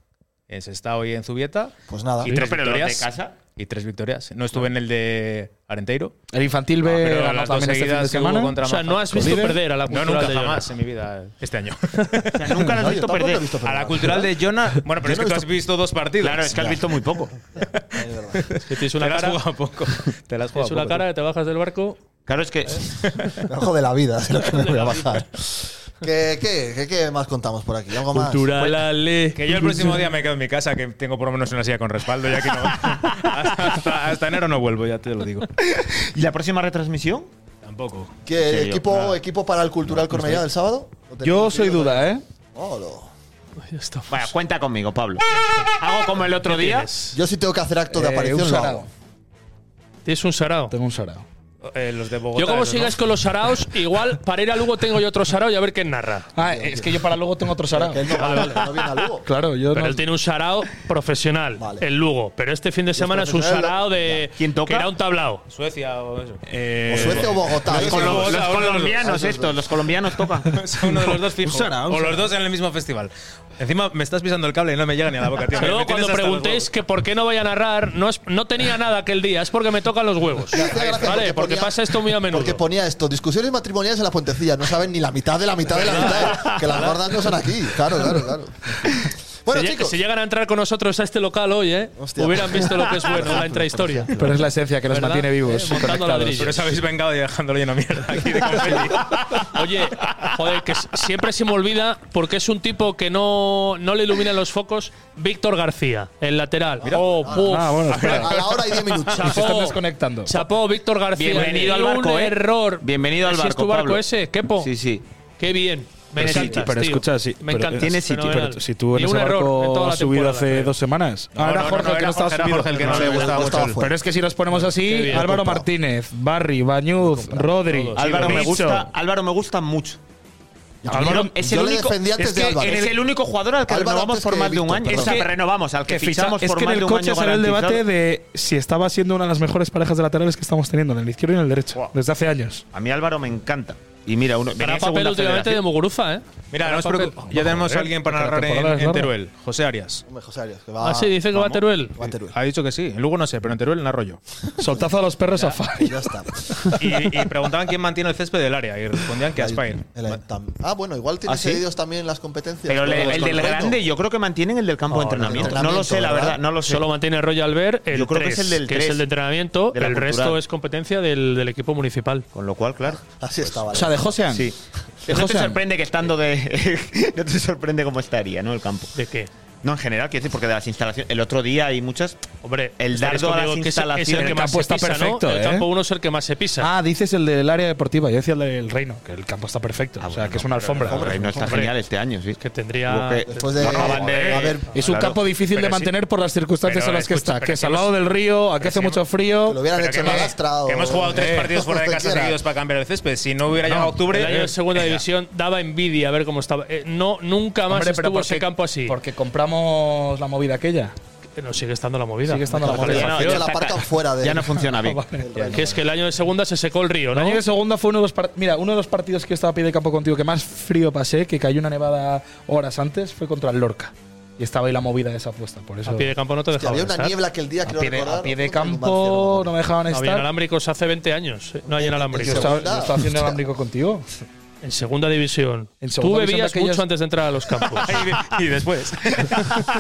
[SPEAKER 4] Eh, En Sestao y en Zubieta.
[SPEAKER 1] Pues nada.
[SPEAKER 4] Y
[SPEAKER 6] No,
[SPEAKER 4] tres
[SPEAKER 6] pero los de
[SPEAKER 4] victorias.
[SPEAKER 6] casa.
[SPEAKER 4] Y tres victorias. No estuve en el de Arenteiro.
[SPEAKER 5] El infantil B
[SPEAKER 4] Ah, pero
[SPEAKER 5] ganó
[SPEAKER 4] las dos
[SPEAKER 5] también este fin
[SPEAKER 4] seguidas
[SPEAKER 5] de
[SPEAKER 4] que hubo
[SPEAKER 5] semana.
[SPEAKER 4] contra
[SPEAKER 3] O sea, no has visto
[SPEAKER 5] ¿Líder?
[SPEAKER 3] perder a la
[SPEAKER 4] No,
[SPEAKER 3] cultural
[SPEAKER 4] nunca
[SPEAKER 3] de Girona.
[SPEAKER 4] jamás en mi vida este año.
[SPEAKER 6] O sea, nunca lo has
[SPEAKER 1] No, yo
[SPEAKER 6] visto
[SPEAKER 1] tampoco
[SPEAKER 6] perder. Ah,
[SPEAKER 1] lo he visto
[SPEAKER 4] a
[SPEAKER 1] perder.
[SPEAKER 4] la cultural de Jonah. Bueno, pero
[SPEAKER 1] Yo
[SPEAKER 4] es
[SPEAKER 1] no he
[SPEAKER 4] que tú
[SPEAKER 1] visto-
[SPEAKER 4] has visto dos partidos.
[SPEAKER 6] Claro, es que has visto muy poco.
[SPEAKER 1] Es verdad.
[SPEAKER 3] Que tienes una
[SPEAKER 4] te la has
[SPEAKER 3] cara,
[SPEAKER 4] jugado poco. Te la has jugado
[SPEAKER 3] tienes una
[SPEAKER 4] poco,
[SPEAKER 3] cara que te bajas del barco.
[SPEAKER 6] Claro, es que.
[SPEAKER 1] Me bajo de la vida, de lo que me voy a bajar. ¿Qué, qué, qué, qué más contamos por aquí? ¿Algo más?
[SPEAKER 3] Cultural, ale.
[SPEAKER 4] Que yo el próximo día me quedo en mi casa, que tengo por lo menos una silla con respaldo, ya que no. hasta, hasta- hasta enero no vuelvo, ya te lo digo.
[SPEAKER 6] ¿Y la próxima retransmisión?
[SPEAKER 4] Tampoco.
[SPEAKER 1] ¿Qué
[SPEAKER 6] En serio,
[SPEAKER 1] equipo,
[SPEAKER 6] nada.
[SPEAKER 1] equipo para el Cultural Cornellá del sábado? ¿Lo tenéis
[SPEAKER 5] Yo soy
[SPEAKER 1] decidido?
[SPEAKER 5] duda, ¿eh?
[SPEAKER 1] Oh, no.
[SPEAKER 6] Bueno, cuenta conmigo, Pablo. Hago como el otro día.
[SPEAKER 1] Yo sí tengo que hacer acto de
[SPEAKER 5] Eh, un
[SPEAKER 1] aparición. lo
[SPEAKER 5] sarao.
[SPEAKER 1] hago.
[SPEAKER 3] Tienes un sarao.
[SPEAKER 5] Tengo un sarao.
[SPEAKER 4] Eh, los de Bogotá.
[SPEAKER 3] Yo como
[SPEAKER 4] esos, ¿no?
[SPEAKER 3] sigas con los saraos, igual para ir a Lugo tengo yo otro sarao y a ver quién narra.
[SPEAKER 5] Ah, es que yo para luego tengo otro sarao.
[SPEAKER 1] Que él no, va, no viene a Lugo.
[SPEAKER 5] Claro, yo
[SPEAKER 3] Pero
[SPEAKER 5] no.
[SPEAKER 3] él tiene un sarao profesional,
[SPEAKER 1] Vale.
[SPEAKER 3] el Lugo. Pero este fin de semana es un
[SPEAKER 1] profesionales-
[SPEAKER 3] sarao de…
[SPEAKER 6] ¿Quién toca?
[SPEAKER 3] Que era un tablao.
[SPEAKER 4] Suecia o eso.
[SPEAKER 5] Eh,
[SPEAKER 1] O Suecia o Bogotá.
[SPEAKER 6] Los,
[SPEAKER 1] Yo
[SPEAKER 6] colo-
[SPEAKER 1] creo-
[SPEAKER 6] los
[SPEAKER 4] Hola, hola,
[SPEAKER 6] colombianos, estos, los colombianos tocan.
[SPEAKER 4] Uno de los dos fijo.
[SPEAKER 5] Usará,
[SPEAKER 4] O
[SPEAKER 5] usará.
[SPEAKER 4] los dos en el mismo festival. Encima me estás pisando el cable y no me llega ni a la boca, tío. Me-
[SPEAKER 3] Luego
[SPEAKER 4] me tienes
[SPEAKER 3] cuando
[SPEAKER 4] hasta los
[SPEAKER 3] preguntéis
[SPEAKER 4] huevos.
[SPEAKER 3] que por qué no voy a narrar, no, es- no tenía nada aquel día, es porque me tocan los huevos.
[SPEAKER 1] Me hacía gracia
[SPEAKER 3] ¿Vale? Porque
[SPEAKER 1] ponía-
[SPEAKER 3] pasa esto muy a menudo.
[SPEAKER 1] Porque ponía esto, discusiones matrimoniales en la puentecilla, no saben ni la mitad de la mitad de la mitad, que las gordas no son aquí, claro, claro, claro. Bueno,
[SPEAKER 3] si, lle-
[SPEAKER 1] chicos.
[SPEAKER 3] si llegan a entrar con nosotros a este local hoy, ¿eh?
[SPEAKER 1] Hostia.
[SPEAKER 3] hubieran visto lo que es bueno la intrahistoria.
[SPEAKER 5] Pero es la esencia que nos
[SPEAKER 3] ¿Verdad?
[SPEAKER 5] mantiene vivos.
[SPEAKER 3] Eh,
[SPEAKER 5] y
[SPEAKER 3] montando
[SPEAKER 5] conectados.
[SPEAKER 3] ladrillos.
[SPEAKER 4] Pero os habéis vengado y dejándolo lleno de mierda aquí de confeti.
[SPEAKER 3] Oye, joder, que s- siempre se me olvida porque es un tipo que no, no le iluminan los focos. Víctor García, el lateral. oh, puf.
[SPEAKER 5] Ah, bueno, espera.
[SPEAKER 1] A la hora y 10 minutos.
[SPEAKER 5] Y se están desconectando.
[SPEAKER 3] Chapó, Víctor García.
[SPEAKER 6] Bienvenido al
[SPEAKER 3] Un
[SPEAKER 6] barco, ¿eh?
[SPEAKER 3] error.
[SPEAKER 6] Bienvenido al
[SPEAKER 3] Ese
[SPEAKER 6] barco.
[SPEAKER 3] es tu barco
[SPEAKER 6] Pablo.
[SPEAKER 3] ese, Kepo.
[SPEAKER 6] Sí, sí.
[SPEAKER 3] Qué bien. Me
[SPEAKER 7] Pero sí,
[SPEAKER 3] encanta.
[SPEAKER 7] pero escucha, sí,
[SPEAKER 3] Me
[SPEAKER 7] pero-
[SPEAKER 3] encanta.
[SPEAKER 6] Tiene sitio.
[SPEAKER 7] Pero si tú en ese barco has subido hace dos semanas.
[SPEAKER 4] No, no, no, no, era Jorge, era Jorge el que no le gustaba mucho
[SPEAKER 1] estaba
[SPEAKER 4] el-
[SPEAKER 1] fuera.
[SPEAKER 5] Pero es que si nos ponemos
[SPEAKER 3] Qué
[SPEAKER 5] así,
[SPEAKER 3] bien.
[SPEAKER 5] Álvaro Martínez, Barry, Bañuz, Rodri, Ah,
[SPEAKER 6] Álvaro me
[SPEAKER 5] Micho.
[SPEAKER 6] gusta, Álvaro me gusta mucho.
[SPEAKER 1] Álvaro,
[SPEAKER 6] es
[SPEAKER 1] yo
[SPEAKER 6] el
[SPEAKER 1] le
[SPEAKER 6] único-
[SPEAKER 1] defendí antes
[SPEAKER 6] es
[SPEAKER 1] de
[SPEAKER 6] que
[SPEAKER 1] Álvaro.
[SPEAKER 6] Es el único jugador al que
[SPEAKER 1] Álvaro
[SPEAKER 6] renovamos
[SPEAKER 1] antes
[SPEAKER 6] por
[SPEAKER 1] que
[SPEAKER 6] más de un
[SPEAKER 1] Víctor,
[SPEAKER 6] año.
[SPEAKER 1] perdón.
[SPEAKER 6] O sea,
[SPEAKER 1] Es
[SPEAKER 6] renovamos, al que
[SPEAKER 5] ficha-
[SPEAKER 6] fichamos
[SPEAKER 5] es
[SPEAKER 6] por
[SPEAKER 5] que en
[SPEAKER 6] más
[SPEAKER 5] el
[SPEAKER 6] de un
[SPEAKER 5] coche
[SPEAKER 6] año.
[SPEAKER 5] salió el
[SPEAKER 6] garantizado.
[SPEAKER 5] debate de si estaba siendo una de las mejores parejas de laterales que estamos teniendo, en el izquierdo y en el derecho,
[SPEAKER 6] Wow.
[SPEAKER 5] desde hace años.
[SPEAKER 6] A mí Álvaro me encanta. Y mira, uno, venía
[SPEAKER 3] Para
[SPEAKER 6] en
[SPEAKER 3] papel
[SPEAKER 6] segunda
[SPEAKER 3] últimamente de
[SPEAKER 6] federación.
[SPEAKER 3] Muguruza, ¿eh?
[SPEAKER 4] Mira,
[SPEAKER 3] Gran
[SPEAKER 4] no os
[SPEAKER 3] papel.
[SPEAKER 4] preocupéis. Ya tenemos a alguien para
[SPEAKER 5] la
[SPEAKER 4] narrar en,
[SPEAKER 5] temporada es
[SPEAKER 4] en
[SPEAKER 5] larga.
[SPEAKER 4] Teruel. José Arias.
[SPEAKER 1] Hombre, José Arias, que va-
[SPEAKER 3] Ah, sí, dice que va a Teruel.
[SPEAKER 1] va a Teruel.
[SPEAKER 4] Ha dicho que sí. En Lugo no sé, pero en Teruel narro yo.
[SPEAKER 5] Soltazo a los perros a Fabio.
[SPEAKER 1] Ya está.
[SPEAKER 4] Y, y preguntaban quién mantiene el césped del área y respondían que Aspain.
[SPEAKER 1] El- el- tam- ah, bueno, igual tiene
[SPEAKER 6] ¿Ah, sí?
[SPEAKER 1] cedidos también las competencias.
[SPEAKER 6] Pero
[SPEAKER 1] con
[SPEAKER 6] le-
[SPEAKER 1] los
[SPEAKER 6] el del
[SPEAKER 1] Colorado.
[SPEAKER 6] grande, yo creo que mantienen el del campo de
[SPEAKER 1] No, el del
[SPEAKER 6] entrenamiento. No lo sé, la
[SPEAKER 1] entrenamiento,
[SPEAKER 6] verdad, no lo sé.
[SPEAKER 3] Solo mantiene Royal Ver el
[SPEAKER 6] Yo creo que
[SPEAKER 3] 3,
[SPEAKER 6] es el del
[SPEAKER 3] que
[SPEAKER 6] 3,
[SPEAKER 3] es el de entrenamiento.
[SPEAKER 6] de la
[SPEAKER 3] el
[SPEAKER 6] cultural.
[SPEAKER 3] resto es competencia del, del equipo municipal.
[SPEAKER 6] Con lo cual, claro.
[SPEAKER 1] Así estaba.
[SPEAKER 5] O sea, de Josean.
[SPEAKER 6] Sí.
[SPEAKER 5] De
[SPEAKER 6] No te
[SPEAKER 5] Josean.
[SPEAKER 6] sorprende que estando de. no te sorprende cómo estaría, ¿no? El campo.
[SPEAKER 3] ¿De qué?
[SPEAKER 6] No, en general, quiero decir, porque de las instalaciones. El otro día hay muchas.
[SPEAKER 3] Hombre,
[SPEAKER 6] El
[SPEAKER 3] estaréis
[SPEAKER 6] dardo a las
[SPEAKER 3] conmigo que es- Es el
[SPEAKER 6] instalaciones.
[SPEAKER 3] que
[SPEAKER 6] El
[SPEAKER 3] más
[SPEAKER 5] campo
[SPEAKER 3] se
[SPEAKER 5] está
[SPEAKER 3] pisa, ¿no?
[SPEAKER 5] perfecto,
[SPEAKER 3] El
[SPEAKER 5] ¿eh?
[SPEAKER 3] campo 1 es el que más se pisa.
[SPEAKER 5] Ah, dices el del área deportiva. Yo decía el del Reino, que el campo está perfecto. o sea, que es una alfombra.
[SPEAKER 6] Hombre, no está
[SPEAKER 3] Hombre.
[SPEAKER 6] genial este año, sí.
[SPEAKER 3] que tendría.
[SPEAKER 6] Hubo que-
[SPEAKER 1] Después de.
[SPEAKER 6] No, no,
[SPEAKER 1] a
[SPEAKER 6] Vander.
[SPEAKER 1] ver,
[SPEAKER 5] Es un
[SPEAKER 6] Claro.
[SPEAKER 5] campo difícil
[SPEAKER 4] Pero
[SPEAKER 5] de
[SPEAKER 4] sí.
[SPEAKER 5] mantener por las circunstancias
[SPEAKER 4] Pero
[SPEAKER 5] en las que
[SPEAKER 4] escucha,
[SPEAKER 5] está.
[SPEAKER 4] pero
[SPEAKER 5] Que es
[SPEAKER 4] que
[SPEAKER 5] al
[SPEAKER 4] hemos-
[SPEAKER 5] lado del río, aquí hace
[SPEAKER 4] hemos-
[SPEAKER 5] mucho frío.
[SPEAKER 1] que lo hubieran
[SPEAKER 4] Pero
[SPEAKER 1] hecho en
[SPEAKER 4] que hemos-
[SPEAKER 1] Alastra o-
[SPEAKER 4] que hemos jugado tres
[SPEAKER 1] Eh,
[SPEAKER 4] partidos fuera de casa
[SPEAKER 1] cualquiera.
[SPEAKER 4] seguidos para cambiar el césped. Si no hubiera llegado octubre.
[SPEAKER 3] El año de segunda división daba envidia a ver cómo estaba. Eh, no, nunca más
[SPEAKER 5] Hombre, pero
[SPEAKER 3] estuvo
[SPEAKER 5] porque-
[SPEAKER 3] ese campo así.
[SPEAKER 5] Porque compramos la movida aquella.
[SPEAKER 3] No, sigue estando la movida.
[SPEAKER 5] Sigue estando la
[SPEAKER 3] Dejar de
[SPEAKER 5] movida.
[SPEAKER 1] Ya no,
[SPEAKER 3] facción.
[SPEAKER 1] ya la aparcan fuera de.
[SPEAKER 6] Ya no funciona bien.
[SPEAKER 3] Que es que el año de segunda se secó el río,
[SPEAKER 5] El
[SPEAKER 3] ¿no?
[SPEAKER 5] año de segunda fue uno de los par- mira, uno de los partidos que yo estaba a pie de campo contigo que más frío pasé, que cayó una nevada horas antes, fue contra el Lorca. Y estaba ahí la movida de esa apuesta, por eso.
[SPEAKER 3] A pie de campo no te
[SPEAKER 1] Hostia,
[SPEAKER 3] dejaba.
[SPEAKER 1] había una
[SPEAKER 3] estar.
[SPEAKER 1] niebla aquel día,
[SPEAKER 5] A
[SPEAKER 1] creo
[SPEAKER 5] pie de-
[SPEAKER 1] recordar.
[SPEAKER 5] a pie de
[SPEAKER 1] contra el
[SPEAKER 5] campo no
[SPEAKER 1] Numancia,
[SPEAKER 5] me dejaban
[SPEAKER 3] No había
[SPEAKER 5] estar.
[SPEAKER 3] inalámbricos hace 20 años. eh. No hay
[SPEAKER 5] Yo
[SPEAKER 1] En
[SPEAKER 3] inalámbricos.
[SPEAKER 5] estaba, yo
[SPEAKER 1] segunda.
[SPEAKER 5] estaba haciendo inalámbrico contigo.
[SPEAKER 3] En segunda división.
[SPEAKER 5] En segunda
[SPEAKER 3] Tú
[SPEAKER 5] división
[SPEAKER 3] bebías
[SPEAKER 5] de aquellas-
[SPEAKER 3] mucho antes de entrar a los campos.
[SPEAKER 4] y después.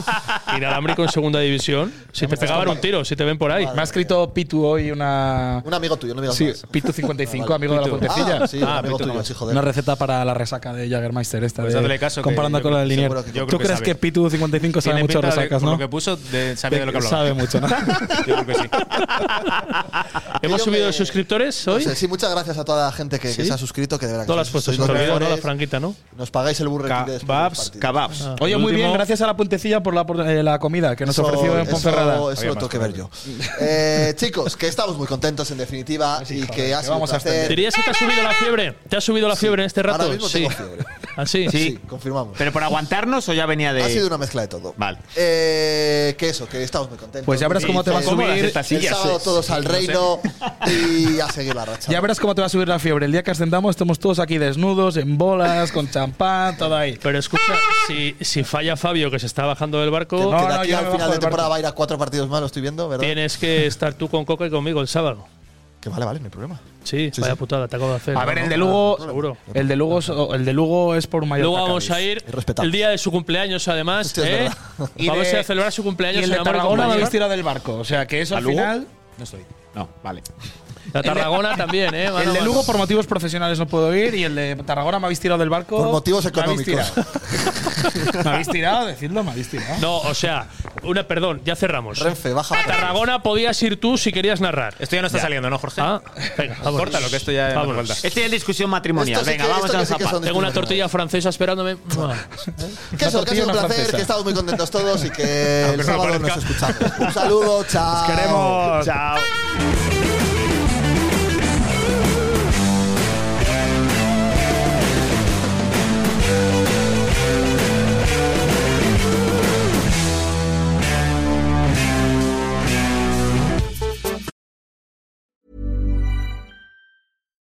[SPEAKER 3] Inalámbrico en segunda división. Si te pegaban un tiro, si te ven por ahí.
[SPEAKER 5] Me ha escrito Pitu hoy una.
[SPEAKER 1] Un amigo tuyo, no me digas
[SPEAKER 5] Sí,
[SPEAKER 1] más.
[SPEAKER 5] Pitu55,
[SPEAKER 1] Vale.
[SPEAKER 5] amigo de la puentecilla.
[SPEAKER 1] Ah, sí, un amigo tuyo, sí, joder.
[SPEAKER 5] Una receta para la resaca de Jagermeister esta.
[SPEAKER 4] Pues
[SPEAKER 5] de-
[SPEAKER 4] hazle caso que
[SPEAKER 5] comparando
[SPEAKER 4] yo
[SPEAKER 5] con
[SPEAKER 4] creo-
[SPEAKER 5] la de Linier.
[SPEAKER 1] seguro que-
[SPEAKER 4] yo
[SPEAKER 5] ¿Tú
[SPEAKER 4] creo que
[SPEAKER 5] crees
[SPEAKER 4] sabe.
[SPEAKER 5] que Pitu55 sabe
[SPEAKER 4] Tiene
[SPEAKER 5] mucho
[SPEAKER 4] pinta de-
[SPEAKER 5] resacas,
[SPEAKER 4] por
[SPEAKER 5] no?
[SPEAKER 4] lo que puso, de, sabía de lo que hablaba.
[SPEAKER 5] sabe mucho, ¿no?
[SPEAKER 4] Yo creo que sí.
[SPEAKER 3] ¿Hemos
[SPEAKER 1] Yo
[SPEAKER 3] subido
[SPEAKER 1] me-
[SPEAKER 3] suscriptores hoy?
[SPEAKER 1] No sé, sí, muchas gracias a toda la gente que, que
[SPEAKER 3] ¿Sí?
[SPEAKER 1] se ha suscrito, que de verdad que
[SPEAKER 3] Todas las
[SPEAKER 1] sois-
[SPEAKER 3] puestas.
[SPEAKER 1] sois
[SPEAKER 3] Se te
[SPEAKER 1] los
[SPEAKER 3] olvidó, ¿no? La
[SPEAKER 1] mejores.
[SPEAKER 3] franquita, ¿no?
[SPEAKER 1] Nos pagáis el burretín de después de los
[SPEAKER 4] Kebabs,
[SPEAKER 1] partidos.
[SPEAKER 6] Kebabs.
[SPEAKER 5] Oye, muy
[SPEAKER 3] Último.
[SPEAKER 5] bien, gracias a la puentecilla por la, por, eh, la comida que nos
[SPEAKER 1] Eso-
[SPEAKER 5] ofreció en
[SPEAKER 1] eso-
[SPEAKER 5] Ponferrada.
[SPEAKER 1] Eso, lo tengo que ver yo. Eh, chicos, que estamos muy contentos en definitiva y que ha sido
[SPEAKER 5] vamos
[SPEAKER 1] un
[SPEAKER 5] a
[SPEAKER 1] placer.
[SPEAKER 3] ¿Dirías que te ha subido la fiebre? ¿Te ha subido la fiebre en este rato?
[SPEAKER 1] Ahora mismo
[SPEAKER 3] sí. ¿Ah,
[SPEAKER 1] tengo fiebre.
[SPEAKER 3] ¿Así?
[SPEAKER 1] Sí, confirmamos.
[SPEAKER 6] ¿Pero por aguantarnos o ya venía de.?
[SPEAKER 1] Ha sido una mezcla de todo.
[SPEAKER 6] Vale.
[SPEAKER 1] Eh, que eso, que estamos muy contentos.
[SPEAKER 5] Pues ya verás
[SPEAKER 1] Y
[SPEAKER 5] cómo te va a
[SPEAKER 1] que-
[SPEAKER 5] subir
[SPEAKER 6] Cómodas estas
[SPEAKER 1] El
[SPEAKER 6] sillas,
[SPEAKER 1] sábado
[SPEAKER 6] eh.
[SPEAKER 1] todos al reino y a seguir la racha.
[SPEAKER 5] Ya verás cómo te va a subir la fiebre. El día que ascendamos estamos todos aquí desnudos, en bolas, con champán, todo ahí.
[SPEAKER 3] Pero escucha, si, si falla Fabio, que se está bajando del barco,
[SPEAKER 1] Que- que
[SPEAKER 5] No,
[SPEAKER 1] de
[SPEAKER 5] no,
[SPEAKER 1] aquí
[SPEAKER 5] yo
[SPEAKER 1] al
[SPEAKER 5] me
[SPEAKER 1] final
[SPEAKER 5] bajo
[SPEAKER 1] de
[SPEAKER 5] del
[SPEAKER 1] temporada
[SPEAKER 5] barco.
[SPEAKER 1] va a ir a cuatro partidos más, lo estoy viendo, ¿verdad?
[SPEAKER 3] tienes que estar tú con Coca y conmigo el sábado.
[SPEAKER 1] Que vale, vale, no hay problema.
[SPEAKER 3] Sí,
[SPEAKER 1] Sí,
[SPEAKER 3] vaya
[SPEAKER 1] sí.
[SPEAKER 3] putada, te acabo de hacer.
[SPEAKER 5] A
[SPEAKER 3] ¿no?
[SPEAKER 5] ver, el de Lugo.
[SPEAKER 3] Seguro.
[SPEAKER 5] Ah, El de Lugo, es- el de Lugo es por un mayor.
[SPEAKER 3] Luego vamos a ir
[SPEAKER 1] Es respetable.
[SPEAKER 3] el día de su cumpleaños, además.
[SPEAKER 1] Hostia, es
[SPEAKER 3] ¿eh?
[SPEAKER 1] verdad.
[SPEAKER 5] Y
[SPEAKER 3] Vamos a
[SPEAKER 5] de-
[SPEAKER 3] ir a celebrar su
[SPEAKER 5] Y
[SPEAKER 3] cumpleaños
[SPEAKER 5] el
[SPEAKER 3] en
[SPEAKER 5] de
[SPEAKER 3] amor y
[SPEAKER 5] Tarragona va
[SPEAKER 3] compañía.
[SPEAKER 5] vestido del barco. O sea, que eso al final.
[SPEAKER 6] No estoy. No, vale.
[SPEAKER 3] La Tarragona también, ¿eh? Mano,
[SPEAKER 5] El de
[SPEAKER 3] mano.
[SPEAKER 5] Lugo por motivos profesionales no puedo ir y el de Tarragona me habéis tirado del barco.
[SPEAKER 1] Por motivos
[SPEAKER 5] Me habéis
[SPEAKER 1] económicos.
[SPEAKER 5] tirado. Me habéis tirado, decidlo, me habéis tirado.
[SPEAKER 3] No, o sea, una, perdón, ya cerramos.
[SPEAKER 1] Renfe, baja.
[SPEAKER 3] A Tarragona podías ir tú si querías narrar.
[SPEAKER 4] Esto ya no está saliendo, ¿no, Jorge?
[SPEAKER 3] Ah, venga, vámonos.
[SPEAKER 4] Córtalo, que esto ya no hace
[SPEAKER 3] Vámonos.
[SPEAKER 4] falta.
[SPEAKER 6] Este es discusión matrimonial.
[SPEAKER 1] Esto sí
[SPEAKER 6] Venga,
[SPEAKER 1] que-
[SPEAKER 6] vamos
[SPEAKER 1] esto
[SPEAKER 6] a
[SPEAKER 1] que sí que son
[SPEAKER 3] Tengo una
[SPEAKER 1] discusiones.
[SPEAKER 3] tortilla francesa esperándome.
[SPEAKER 1] Que eso, que ha
[SPEAKER 5] Una
[SPEAKER 1] sido un
[SPEAKER 5] tortilla, una
[SPEAKER 1] placer,
[SPEAKER 5] francesa.
[SPEAKER 1] que estamos muy contentos todos y que el sábado nos escuchamos. Un saludo, chao.
[SPEAKER 6] Chao.